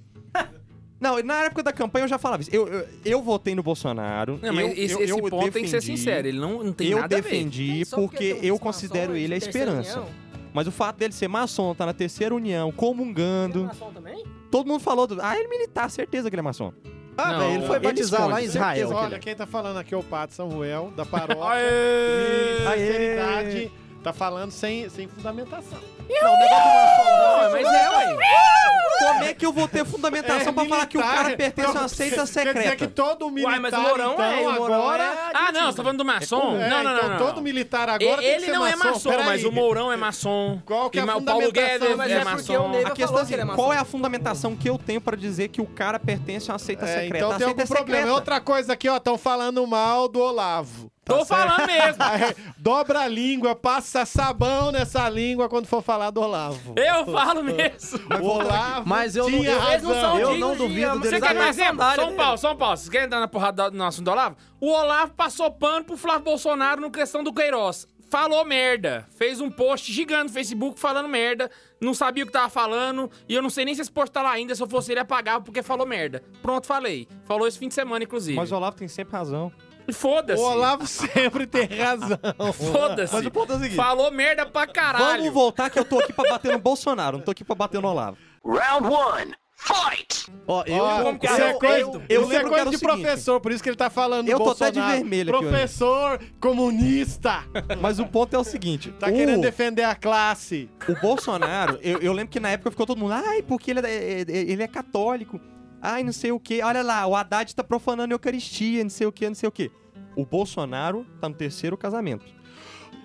Speaker 2: Não, na época da campanha eu já falava isso. Eu, eu, eu votei no Bolsonaro.
Speaker 1: Não, mas
Speaker 2: eu-
Speaker 1: esse,
Speaker 2: eu-
Speaker 1: esse
Speaker 2: eu
Speaker 1: ponto tem que ser
Speaker 2: defendi,
Speaker 1: sincero. Ele não, não tem
Speaker 2: eu
Speaker 1: nada
Speaker 2: defendi
Speaker 3: Só
Speaker 2: porque,
Speaker 3: tem
Speaker 2: eu
Speaker 3: umas
Speaker 2: considero
Speaker 3: maçãs
Speaker 2: ele a
Speaker 3: um de terceira
Speaker 2: esperança.
Speaker 3: união.
Speaker 2: Mas o fato dele ser maçom, tá na terceira união,
Speaker 3: Tem
Speaker 2: comungando.
Speaker 3: maçã também?
Speaker 2: Todo mundo falou, do, ah, ele é militar, certeza que ele é maçom.
Speaker 6: Ah,
Speaker 1: Não,
Speaker 6: velho, ele foi
Speaker 1: ele
Speaker 6: batizar
Speaker 2: esconde,
Speaker 6: lá em Israel.
Speaker 2: certeza.
Speaker 7: Olha, quem tá falando aqui é o Pato Samuel, da
Speaker 1: a ver.
Speaker 7: paróquia.
Speaker 1: Aê!
Speaker 7: E
Speaker 2: Aê!
Speaker 7: Sinceridade, tá falando sem, sem fundamentação.
Speaker 2: Não, o negócio do maçom.
Speaker 1: Não, mas é, ué.
Speaker 2: Como é que eu vou ter fundamentação pra falar que o
Speaker 7: um É militar,
Speaker 2: cara pertence a
Speaker 7: não,
Speaker 2: uma seita
Speaker 7: Quer dizer que
Speaker 2: secreta?
Speaker 7: todo militar,
Speaker 1: Uai, mas o Mourão
Speaker 7: então,
Speaker 1: é, o Mourão
Speaker 7: agora...
Speaker 1: é Ah, não, você tá falando do maçom?
Speaker 7: É,
Speaker 1: não, não,
Speaker 7: então
Speaker 1: não, não.
Speaker 7: todo militar agora tem que
Speaker 1: ele
Speaker 7: ser
Speaker 1: não é maçom,
Speaker 7: Peraí.
Speaker 1: mas o Mourão é maçom.
Speaker 7: Qual que
Speaker 1: E
Speaker 7: é a
Speaker 1: ma- o Paulo
Speaker 7: fundamentação?
Speaker 1: Guedes
Speaker 3: Mas
Speaker 1: é
Speaker 3: é porque o
Speaker 1: maçom.
Speaker 3: Neiva
Speaker 2: A questão é
Speaker 3: falou que
Speaker 2: assim,
Speaker 3: ele é maçom.
Speaker 2: qual é a fundamentação que eu tenho pra dizer que o cara pertence a uma seita
Speaker 7: É,
Speaker 2: secreta?
Speaker 7: então
Speaker 2: a
Speaker 7: tem
Speaker 2: seita
Speaker 7: algum
Speaker 2: é
Speaker 7: problema.
Speaker 2: secreta.
Speaker 7: Outra coisa aqui, ó, estão falando mal do Olavo.
Speaker 1: Tô falando mesmo.
Speaker 7: Dobra a língua, passa sabão nessa língua quando for falar do Olavo.
Speaker 1: Eu falo mesmo.
Speaker 7: O Olavo
Speaker 6: Mas eu não-
Speaker 7: tinha
Speaker 6: eu-
Speaker 3: Eles não
Speaker 7: razão.
Speaker 3: são
Speaker 6: Eu
Speaker 3: dignos
Speaker 6: não
Speaker 3: de
Speaker 6: duvido
Speaker 3: amar-
Speaker 6: dele
Speaker 1: Você
Speaker 6: Eles
Speaker 1: quer
Speaker 6: também
Speaker 1: mais exemplo?
Speaker 3: sandália
Speaker 1: São
Speaker 3: dele.
Speaker 1: Paulo, São Paulo. Vocês querem entrar na porrada do, no assunto do Olavo? O Olavo passou pano pro Flávio Bolsonaro no questão do Queiroz. Falou merda. Fez um post gigante no Facebook falando merda. Não sabia o que tava falando. E eu não sei nem se esse post tá lá ainda. Se eu fosse ele, apagava porque falou merda. Pronto, falei. Falou esse fim de semana, inclusive.
Speaker 2: Mas o Olavo tem sempre razão.
Speaker 1: E Foda-se.
Speaker 7: O Olavo sempre tem razão.
Speaker 1: Foda-se.
Speaker 2: Mas o ponto é o seguinte.
Speaker 1: Falou merda pra caralho.
Speaker 2: Vamos voltar que eu tô aqui pra bater no Bolsonaro, não tô aqui pra bater no Olavo.
Speaker 6: Ó, eu,
Speaker 7: Ó,
Speaker 6: eu,
Speaker 7: isso é coisa,
Speaker 2: eu lembro
Speaker 7: isso é
Speaker 2: que era
Speaker 7: coisa
Speaker 2: o
Speaker 7: de
Speaker 2: seguinte.
Speaker 7: professor, por isso que ele tá falando
Speaker 2: Eu
Speaker 7: do
Speaker 2: tô até
Speaker 7: Bolsonaro.
Speaker 2: de vermelho aqui hoje.
Speaker 7: Professor comunista.
Speaker 2: Mas o ponto é o seguinte.
Speaker 7: Tá
Speaker 2: o-
Speaker 7: querendo defender a classe.
Speaker 2: O Bolsonaro, eu, eu lembro que na época ficou todo mundo, ai, porque ele é, é- é- ele é católico, ai, não sei o quê, olha lá, o Haddad tá profanando a Eucaristia, não sei o quê, não sei o quê. O Bolsonaro tá no terceiro casamento.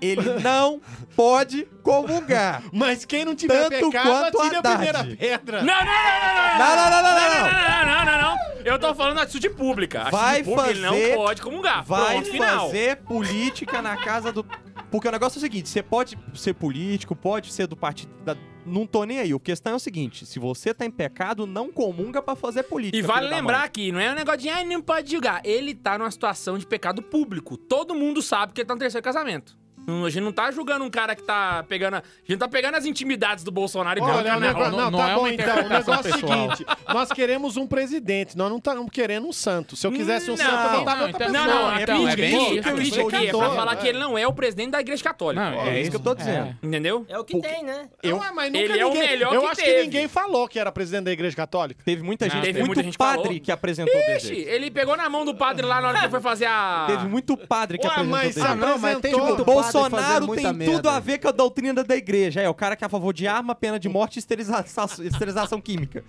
Speaker 2: Ele não pode comungar.
Speaker 7: Mas quem não tiver
Speaker 2: Tanto
Speaker 7: pecado,
Speaker 2: quanto
Speaker 7: atire a
Speaker 2: Haddad.
Speaker 7: primeira pedra.
Speaker 1: Não, não, não, não, não,
Speaker 2: Não, não, não, não, não, não.
Speaker 1: não, não, não, não, não. Eu tô falando atitude pública. Atitude
Speaker 2: Vai
Speaker 1: pública, ele
Speaker 2: fazer-
Speaker 1: não pode comungar.
Speaker 2: Vai
Speaker 1: Pronto, final.
Speaker 2: fazer política na casa do... Porque o negócio é o seguinte, você pode ser político, pode ser do partido... da- Não tô nem aí. O questão é o seguinte, se você tá em pecado, não comunga pra fazer política.
Speaker 1: E vale
Speaker 2: filho da mãe.
Speaker 1: lembrar aqui, não é um negócio de, ai, não pode julgar. Ele tá numa situação de pecado público. Todo mundo sabe que ele tá no terceiro casamento. Não- A gente não tá julgando um cara que tá pegando. A, a gente tá pegando as intimidades do Bolsonaro e né?
Speaker 7: Olha,
Speaker 1: colocando
Speaker 7: o
Speaker 2: né?
Speaker 1: na
Speaker 7: negócio,
Speaker 1: roda.
Speaker 4: não-
Speaker 7: não,
Speaker 4: não
Speaker 7: tá
Speaker 4: é
Speaker 7: bom
Speaker 4: uma
Speaker 7: então. O negócio é o
Speaker 4: interpretação
Speaker 7: seguinte: nós queremos um presidente, nós não estamos querendo um santo. Se eu quisesse um
Speaker 1: Não,
Speaker 7: santo, eu votava
Speaker 4: não,
Speaker 7: em outra
Speaker 4: então-
Speaker 7: pessoa.
Speaker 1: Não, não, a
Speaker 4: Então, é
Speaker 1: crítica
Speaker 4: bem
Speaker 1: aqui-
Speaker 4: isso,
Speaker 1: a crítica
Speaker 7: isso é
Speaker 1: aqui é pra
Speaker 7: pecador,
Speaker 1: falar
Speaker 7: é.
Speaker 1: que ele não é o presidente da Igreja Católica.
Speaker 4: Não,
Speaker 2: é isso que eu tô dizendo.
Speaker 1: Entendeu?
Speaker 3: É o que
Speaker 2: Porque-
Speaker 3: tem, né?
Speaker 7: Eu, Ué, mas nunca
Speaker 1: Ele é o
Speaker 7: ninguém-
Speaker 1: melhor
Speaker 7: Eu
Speaker 1: que
Speaker 7: acho
Speaker 1: teve.
Speaker 7: que ninguém falou que era presidente da igreja católica.
Speaker 2: Teve muita
Speaker 1: Não,
Speaker 2: gente,
Speaker 1: teve
Speaker 2: teve muito
Speaker 1: muita gente que
Speaker 2: padre
Speaker 1: falou.
Speaker 2: que apresentou o
Speaker 1: Ixi,
Speaker 2: desejo.
Speaker 1: ele pegou na mão do padre lá na hora que ele foi fazer a.
Speaker 2: Teve muito padre que
Speaker 7: Ué,
Speaker 2: apresentou
Speaker 7: mas
Speaker 2: o desejo.
Speaker 7: Ah, não, mas tem
Speaker 2: Tipo,
Speaker 7: muito
Speaker 2: o Bolsonaro tem tudo a ver com a doutrina da igreja. É, o cara que é a favor de arma, pena de morte e esterilização, esterilização química.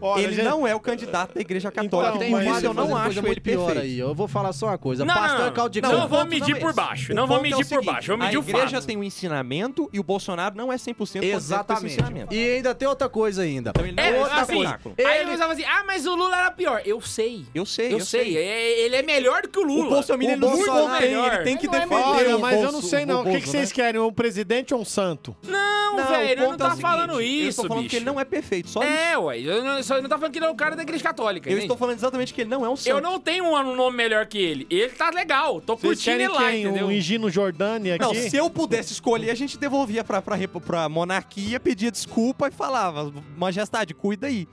Speaker 7: Olha,
Speaker 2: ele
Speaker 7: gente,
Speaker 2: não é o candidato da igreja católica.
Speaker 7: Então,
Speaker 2: Então,
Speaker 7: Tem
Speaker 2: por
Speaker 7: mas
Speaker 2: isso eu
Speaker 7: ele
Speaker 2: não
Speaker 7: fazendo
Speaker 2: acho ele
Speaker 6: pior
Speaker 2: perfeito.
Speaker 6: aí. Eu vou falar só uma coisa.
Speaker 1: Não,
Speaker 6: Pastor
Speaker 1: não, não.
Speaker 6: Caldo de
Speaker 1: não
Speaker 6: Cana.
Speaker 1: vou medir por baixo. Não
Speaker 2: O
Speaker 1: vou
Speaker 2: ponto é o
Speaker 1: medir por
Speaker 2: seguinte,
Speaker 1: baixo. Vou
Speaker 2: a
Speaker 1: medir o
Speaker 2: igreja
Speaker 1: fato.
Speaker 2: tem um ensinamento e o Bolsonaro não é 100% contente com esse
Speaker 6: Exatamente.
Speaker 2: ensinamento.
Speaker 6: E ainda tem outra coisa ainda.
Speaker 2: Então ele não
Speaker 1: É,
Speaker 2: é outra
Speaker 1: assim,
Speaker 2: coisa.
Speaker 1: Aí
Speaker 6: Ele-
Speaker 1: eu pensava assim, ah, mas o Lula era pior. Eu sei.
Speaker 2: Eu sei,
Speaker 1: Eu, sei. É- Ele é melhor do que o Lula.
Speaker 2: O Bolsonaro é
Speaker 6: O
Speaker 2: ele não se
Speaker 6: Bolsonaro-
Speaker 2: contém, né? ele tem que
Speaker 1: Ele não é
Speaker 2: defender.
Speaker 7: Olha,
Speaker 2: o
Speaker 7: mas eu não
Speaker 2: Bolso-
Speaker 7: sei não. O que, que
Speaker 2: Bolso,
Speaker 7: vocês
Speaker 2: né?
Speaker 7: querem? Um presidente ou um santo?
Speaker 1: Não,
Speaker 2: Não, o
Speaker 1: velho, ele
Speaker 2: ponto
Speaker 1: não
Speaker 2: é o
Speaker 1: tá
Speaker 2: seguinte,
Speaker 1: falando isso,
Speaker 2: Eu tô falando
Speaker 1: bicho.
Speaker 2: que ele não é perfeito, só isso.
Speaker 1: É, ué. Eu não, só, eu não tá falando que ele é o cara da igreja católica,
Speaker 2: Eu
Speaker 1: entende?
Speaker 2: estou falando exatamente que ele não é um santo.
Speaker 1: Eu não tenho um um nome melhor que ele. Ele tá legal. Tô
Speaker 7: Vocês
Speaker 1: curtindo
Speaker 7: querem
Speaker 1: ele lá,
Speaker 7: quem?
Speaker 1: entendeu?
Speaker 7: Um Higino Jordani aqui?
Speaker 2: Não, se eu pudesse escolher, a gente devolvia pra, pra, rep- pra monarquia, pedia desculpa e falava, majestade, cuida aí.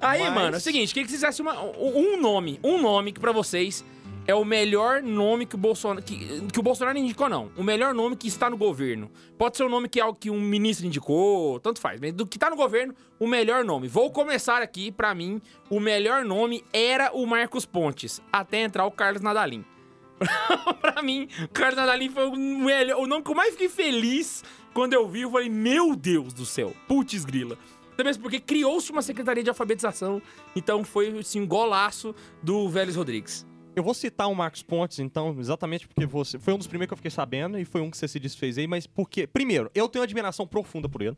Speaker 1: Aí,
Speaker 2: Mas-
Speaker 1: mano, é o seguinte, queria que vocês fizessem uma- um um nome, um nome que pra vocês é o melhor nome que o Bolsonaro que, que o Bolsonaro indicou não, o melhor nome que está no governo. Pode ser o nome que é o que um ministro indicou, tanto faz, mas do que tá no governo, o melhor nome. Vou começar aqui, pra mim, o melhor nome era o Marcos Pontes, até entrar o Carlos Nadalim. pra mim, o Carlos Nadalim foi o melhor, o nome que eu mais fiquei feliz quando eu vi, eu falei, meu Deus do céu, putz grila. Até mesmo porque criou-se uma secretaria de alfabetização, então foi assim, um golaço do Vélez Rodrigues.
Speaker 2: Eu vou citar o Marcos Pontes, então, exatamente porque você. Foi um dos primeiros que eu fiquei sabendo e foi um que você se desfez aí, mas porque. Primeiro, eu tenho admiração profunda por ele.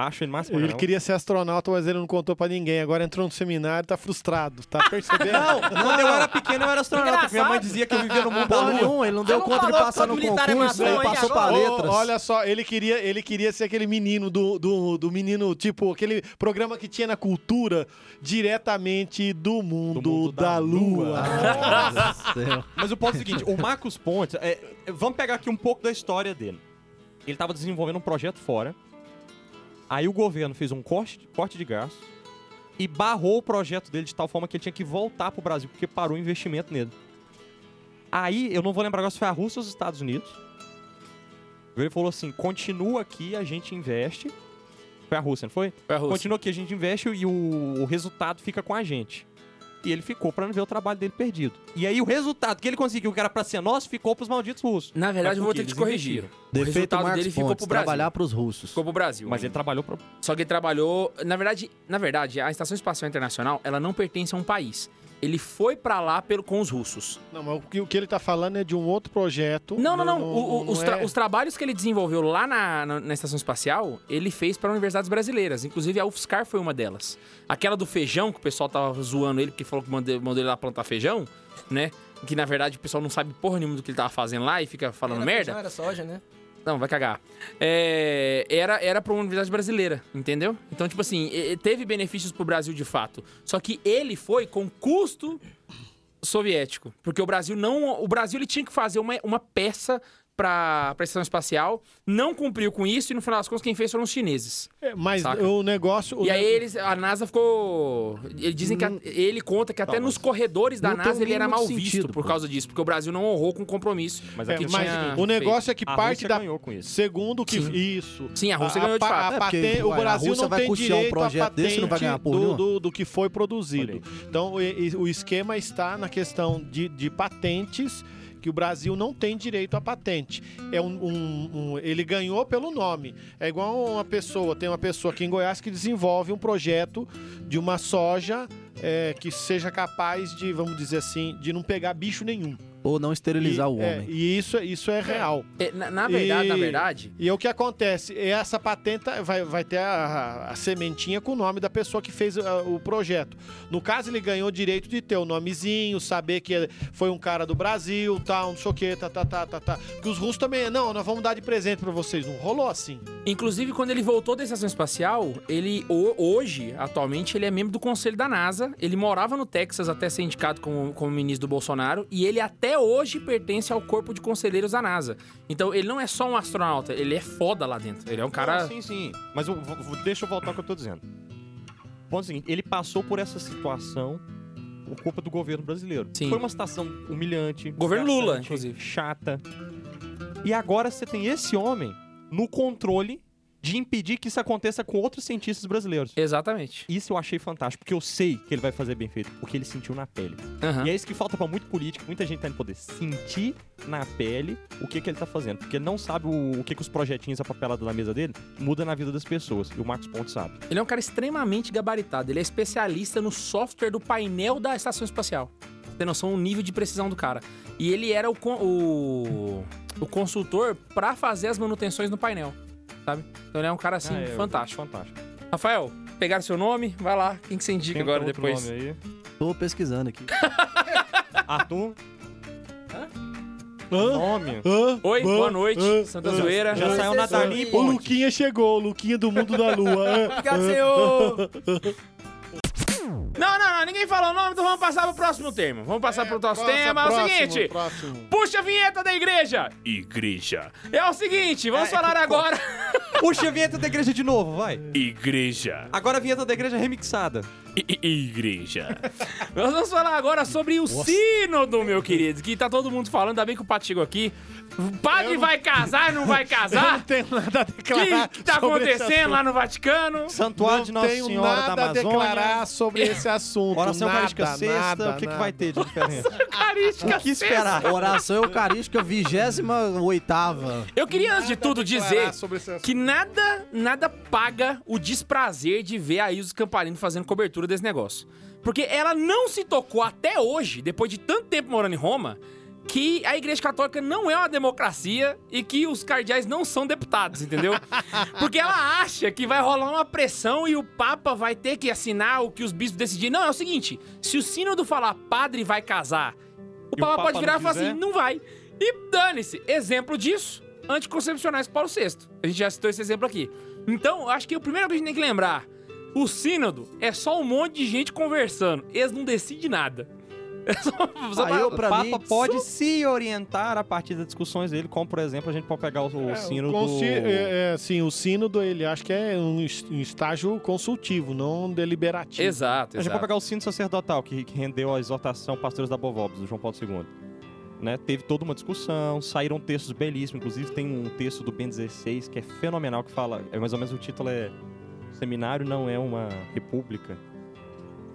Speaker 2: Acho ele mais
Speaker 7: Ele queria ser astronauta, mas ele não contou pra ninguém. Agora entrou no seminário, tá frustrado. Tá percebendo?
Speaker 2: Não, quando eu era pequeno eu era astronauta. porque Minha mãe
Speaker 1: Engraçado.
Speaker 2: dizia que eu vivia no mundo
Speaker 7: Tá
Speaker 2: da
Speaker 6: Porra
Speaker 2: lua.
Speaker 6: nenhuma, ele não deu
Speaker 3: não
Speaker 6: conta de
Speaker 3: falou que
Speaker 6: passar
Speaker 3: todo
Speaker 6: no
Speaker 3: militar é
Speaker 6: concurso,
Speaker 3: maçom, hein,
Speaker 6: ele passou
Speaker 2: Tá
Speaker 6: pra
Speaker 3: agora?
Speaker 7: Ô,
Speaker 6: letras.
Speaker 7: olha só, ele queria, ele queria ser aquele menino do, do, do menino, tipo, aquele programa que tinha na cultura diretamente do mundo,
Speaker 2: mundo
Speaker 7: da,
Speaker 2: da
Speaker 7: lua.
Speaker 6: Nossa do céu.
Speaker 2: Mas o ponto é o seguinte: o Marcos Pontes. é, é, vamos pegar aqui um pouco da história dele. Ele tava desenvolvendo um projeto fora. Aí o governo fez um corte, corte de gastos e barrou o projeto dele de tal forma que ele tinha que voltar pro Brasil, porque parou o investimento nele. Aí, eu não vou lembrar agora se foi a Rússia ou os Estados Unidos. Ele falou assim: continua aqui, a gente investe. Foi a Rússia, não foi?
Speaker 1: Foi a Rússia.
Speaker 2: Continua aqui, a gente investe e o, o resultado fica com a gente. E ele ficou pra não ver o trabalho dele perdido. E aí o resultado que ele conseguiu, que era pra ser nosso, ficou pros malditos russos.
Speaker 1: Na verdade,
Speaker 2: Mas
Speaker 1: eu
Speaker 2: por
Speaker 1: vou
Speaker 2: quê?
Speaker 1: ter que te
Speaker 2: Eles
Speaker 1: corrigir.
Speaker 2: investiram.
Speaker 1: O
Speaker 6: Defeito
Speaker 1: resultado
Speaker 6: Marcos
Speaker 1: dele ficou
Speaker 6: Pontes,
Speaker 1: pro Brasil.
Speaker 6: trabalhar pros russos.
Speaker 1: Ficou pro Brasil.
Speaker 2: Mas ele trabalhou pra...
Speaker 1: Só que ele trabalhou. Na verdade, na verdade, a Estação Espacial Internacional ela não pertence a um país. Ele foi pra lá pelo, com os russos.
Speaker 7: Não, mas o que, o que ele tá falando é de um outro projeto.
Speaker 1: Não, não, não. O- o- os,
Speaker 7: é-
Speaker 1: tra- os trabalhos que ele desenvolveu lá na, na- na Estação Espacial, ele fez para universidades brasileiras. Inclusive, a UFSCar foi uma delas. Aquela do feijão, que o pessoal tava zoando ele, porque falou que mandou, mandou ele lá plantar feijão, né? Que, na verdade, o pessoal não sabe porra nenhuma do que ele tava fazendo lá e fica falando
Speaker 3: Era
Speaker 1: merda.
Speaker 3: feijão, Era soja, né?
Speaker 1: Não, vai cagar. É, era, era pra uma universidade brasileira, entendeu? Então, tipo assim, e- e teve benefícios pro Brasil de fato. Só que ele foi com custo soviético. Porque o Brasil não. O Brasil ele tinha que fazer uma, uma peça pra, pra estação espacial, não cumpriu com isso, e no final das contas, quem fez foram os chineses.
Speaker 7: é, Mas
Speaker 1: Saca.
Speaker 7: o negócio. o
Speaker 1: E aí
Speaker 7: ne-
Speaker 1: eles, a NASA ficou. Eles dizem que a- ele conta que até
Speaker 2: Tá,
Speaker 1: nos
Speaker 2: mas
Speaker 1: corredores da
Speaker 6: não tem o
Speaker 1: NASA ele era
Speaker 6: mínimo
Speaker 1: mal
Speaker 6: de
Speaker 1: visto
Speaker 6: sentido,
Speaker 1: por
Speaker 6: pô.
Speaker 1: causa disso, porque o Brasil não honrou com o compromisso.
Speaker 2: Mas
Speaker 7: É,
Speaker 2: aqui
Speaker 7: mas
Speaker 2: tinha...
Speaker 7: o negócio é que
Speaker 2: A
Speaker 7: parte
Speaker 2: Rússia
Speaker 7: da.
Speaker 2: ganhou com isso.
Speaker 7: Segundo que.
Speaker 1: Sim.
Speaker 7: Isso.
Speaker 1: Sim, a Rússia
Speaker 7: A-
Speaker 1: ganhou de
Speaker 7: pa-
Speaker 1: fato.
Speaker 7: a
Speaker 6: É, porque,
Speaker 7: patente- o
Speaker 6: uai, a
Speaker 7: Brasil
Speaker 6: Rússia
Speaker 7: não
Speaker 6: vai
Speaker 7: tem
Speaker 6: custear um
Speaker 7: direito à
Speaker 6: projeto
Speaker 7: patente
Speaker 6: desse e não vai ganhar porra
Speaker 7: do,
Speaker 6: nenhuma?
Speaker 7: do, do que foi produzido.
Speaker 2: Olha
Speaker 7: Então, e- e- o esquema está na questão de, de patentes, que o Brasil não tem direito à patente. É um, um- um- ele ganhou pelo nome. É igual uma pessoa, tem uma pessoa aqui em Goiás que desenvolve um projeto de uma soja é, que seja capaz de, vamos dizer assim, de não pegar bicho nenhum.
Speaker 6: Ou não esterilizar
Speaker 7: e,
Speaker 6: o
Speaker 7: é,
Speaker 6: homem.
Speaker 7: e isso, isso é real.
Speaker 1: É, na- na verdade, na
Speaker 7: E-
Speaker 1: verdade.
Speaker 7: E é o que acontece? É Essa patenta vai, vai ter a, a sementinha com o nome da pessoa que fez ah, o projeto. No caso, ele ganhou o direito de ter o nomezinho, saber que ele foi um cara do Brasil, tal, não sei o quê, tá, tá, tá, tá, tá. Porque os russos também, não, nós vamos dar de presente pra vocês. Não rolou assim.
Speaker 1: Inclusive, quando ele voltou da estação espacial, ele ho- hoje, atualmente, ele é membro do conselho da NASA. Ele morava no Texas até ser indicado como, como ministro do Bolsonaro. E ele até hoje pertence ao corpo de conselheiros da NASA. Então, ele não é só um astronauta, ele é foda lá dentro. Ele é um cara.
Speaker 2: Não, sim, sim. Mas eu vou- vou- deixa eu voltar ao que eu tô dizendo. O Ponto é o seguinte, ele passou por essa situação por culpa do governo brasileiro.
Speaker 1: Sim.
Speaker 2: Foi uma situação humilhante.
Speaker 1: Governo Lula,
Speaker 2: desgastante,
Speaker 1: inclusive.
Speaker 2: Chata. E agora você tem esse homem no controle de impedir que isso aconteça com outros cientistas brasileiros.
Speaker 1: Exatamente.
Speaker 2: Isso eu achei fantástico, porque eu sei que ele vai fazer bem feito, porque ele sentiu na pele.
Speaker 1: Aham.
Speaker 2: E é isso que falta pra muito político, muita gente tá no poder. Sentir na pele o que, que ele tá fazendo. Porque não sabe o, o que, que os projetinhos, a papelada da mesa dele, muda na vida das pessoas. E o Marcos Pontes sabe.
Speaker 1: Ele é um cara extremamente gabaritado. Ele é especialista no software do painel da estação espacial. Você tem noção do nível de precisão do cara. E ele era o, con- o, o consultor pra fazer as manutenções no painel, sabe? Então ele é um cara, assim,
Speaker 2: Ah, é, eu-
Speaker 1: fantástico.
Speaker 2: Fantástico.
Speaker 1: Rafael, pegaram seu nome? Vai lá. Quem que você indica
Speaker 2: Tenta
Speaker 1: agora,
Speaker 2: outro
Speaker 1: depois?
Speaker 2: nome aí.
Speaker 6: Tô pesquisando aqui.
Speaker 2: Arthur,
Speaker 7: Hã?
Speaker 2: nome.
Speaker 7: Hã?
Speaker 1: Oi,
Speaker 7: Hã?
Speaker 1: boa noite.
Speaker 7: Hã?
Speaker 1: Santa
Speaker 7: Hã?
Speaker 1: Zoeira.
Speaker 2: Já saiu na Dali
Speaker 7: O
Speaker 2: Ponte.
Speaker 7: Luquinha chegou, o Luquinha do mundo da lua. Hã?
Speaker 3: Obrigado, senhor!
Speaker 1: Não, não, não. Ninguém falou o nome, então vamos passar pro próximo tema. Vamos passar pro nosso
Speaker 7: Próximo,
Speaker 1: tema. é o
Speaker 7: próximo,
Speaker 1: seguinte.
Speaker 7: próximo.
Speaker 1: Puxa a vinheta da igreja! Igreja. É o seguinte, vamos falar agora.
Speaker 2: Puxa a vinheta da igreja de novo, vai.
Speaker 1: Igreja.
Speaker 2: Agora a vinheta da igreja remixada.
Speaker 1: I- i- igreja. Nós vamos falar agora sobre o sínodo, meu querido, que tá todo mundo falando, ainda bem que o Pato chegou aqui. O padre vai casar, não vai
Speaker 7: Eu não
Speaker 1: casar?
Speaker 7: tenho nada a
Speaker 1: O que,
Speaker 7: declarar.
Speaker 1: que tá
Speaker 7: sobre esse
Speaker 1: acontecendo lá no Vaticano?
Speaker 2: Santuário de
Speaker 7: Não
Speaker 2: Nossa
Speaker 7: tenho
Speaker 2: Senhora da
Speaker 7: nada a
Speaker 2: Amazônia.
Speaker 7: declarar sobre esse assunto.
Speaker 2: Oração
Speaker 7: nada,
Speaker 2: Eucarística Sexta,
Speaker 7: nada,
Speaker 2: o que, que
Speaker 7: nada.
Speaker 2: vai ter de diferente?
Speaker 1: Eucarística
Speaker 7: Ah,
Speaker 2: O que esperar?
Speaker 6: Oração Eucarística 28ª.
Speaker 1: Eu queria, antes de
Speaker 7: Nada a
Speaker 1: tudo,
Speaker 7: declarar
Speaker 1: dizer
Speaker 7: sobre esse assunto.
Speaker 1: que nada, nada paga o desprazer de ver a Ilse Camparino fazendo cobertura desse negócio. Porque ela não se tocou até hoje, depois de tanto tempo morando em Roma, que a Igreja Católica não é uma democracia e que os cardeais não são deputados, entendeu? Porque ela acha que vai rolar uma pressão e o Papa vai ter que assinar o que os bispos decidirem. Não, é o seguinte, se o sínodo falar padre vai casar, o
Speaker 2: E o
Speaker 1: Papa,
Speaker 2: Papa
Speaker 1: pode
Speaker 2: não
Speaker 1: virar e falar
Speaker 2: quiser?
Speaker 1: assim, não vai. E dane-se. Exemplo disso, anticoncepcionais Paulo VI. A gente já citou esse exemplo aqui. Então, eu acho que o primeiro que a gente tem que lembrar, o sínodo é só um monte de gente conversando. Eles não decidem nada. É só, só
Speaker 6: Aí Ah, eu,
Speaker 2: o
Speaker 6: pra
Speaker 2: Papa
Speaker 6: mim,
Speaker 2: pode se orientar a partir das discussões dele, como por exemplo, a gente pode pegar o, o
Speaker 7: É,
Speaker 2: sino
Speaker 7: consi-
Speaker 2: do.
Speaker 7: é, é, sim, o sínodo, ele acho que é um es- um estágio consultivo, não deliberativo.
Speaker 1: Exato,
Speaker 2: a gente pode
Speaker 1: exato.
Speaker 2: pegar o sino sacerdotal, que, que rendeu a exortação Pastores da Bovobis, do João Paulo II. Né? Teve toda uma discussão, saíram textos belíssimos, inclusive tem um texto do Ben XVI que é fenomenal, que fala, é mais ou menos o título é Seminário não é uma república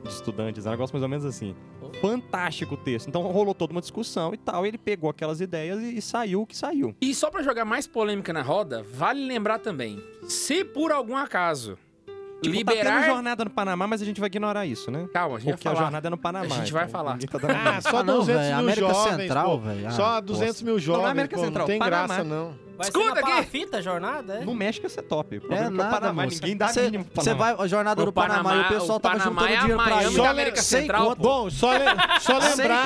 Speaker 2: de estudantes, é um negócio mais ou menos assim. Fantástico o texto. Então rolou toda uma discussão e tal, ele pegou aquelas ideias e- e saiu o que saiu.
Speaker 1: E só pra jogar mais polêmica na roda, vale lembrar também, se por algum acaso
Speaker 2: Tipo, Tá
Speaker 1: liberar...
Speaker 2: tendo jornada no Panamá, mas a gente vai ignorar isso, né?
Speaker 1: Calma, a gente vai
Speaker 2: Porque a
Speaker 1: falar.
Speaker 2: jornada é no Panamá.
Speaker 1: A gente vai falar.
Speaker 2: ninguém Tá dando...
Speaker 7: Ah, só
Speaker 6: Ah, não,
Speaker 7: 200
Speaker 6: velho,
Speaker 7: mil
Speaker 6: América
Speaker 7: jovens,
Speaker 6: Central,
Speaker 7: pô.
Speaker 6: velho. Ah,
Speaker 7: Só
Speaker 6: nossa.
Speaker 7: 200 mil jovens,
Speaker 2: Não,
Speaker 7: não,
Speaker 2: na América Central,
Speaker 7: não tem
Speaker 2: Panamá.
Speaker 7: graça, não.
Speaker 3: Vai
Speaker 1: Escuta
Speaker 3: ser na
Speaker 1: aqui.
Speaker 3: Palafita, a jornada, é?
Speaker 2: No México ia ser top. O problema
Speaker 6: É
Speaker 2: é que o
Speaker 6: nada,
Speaker 2: Panamá,
Speaker 6: moço.
Speaker 2: ninguém dá
Speaker 6: Cê-
Speaker 2: mínimo pro
Speaker 6: Você
Speaker 2: Panamá.
Speaker 6: vai a jornada
Speaker 1: O
Speaker 6: do Panamá,
Speaker 1: Panamá-
Speaker 6: e o pessoal
Speaker 1: o
Speaker 6: tava
Speaker 1: Panamá é
Speaker 6: juntando
Speaker 1: a
Speaker 6: dinheiro pra
Speaker 1: Miami
Speaker 6: ir.
Speaker 1: da
Speaker 7: Só
Speaker 1: América
Speaker 6: sem
Speaker 1: Central,
Speaker 6: conta.
Speaker 1: pô.
Speaker 7: Bom, só, le- só lembrar...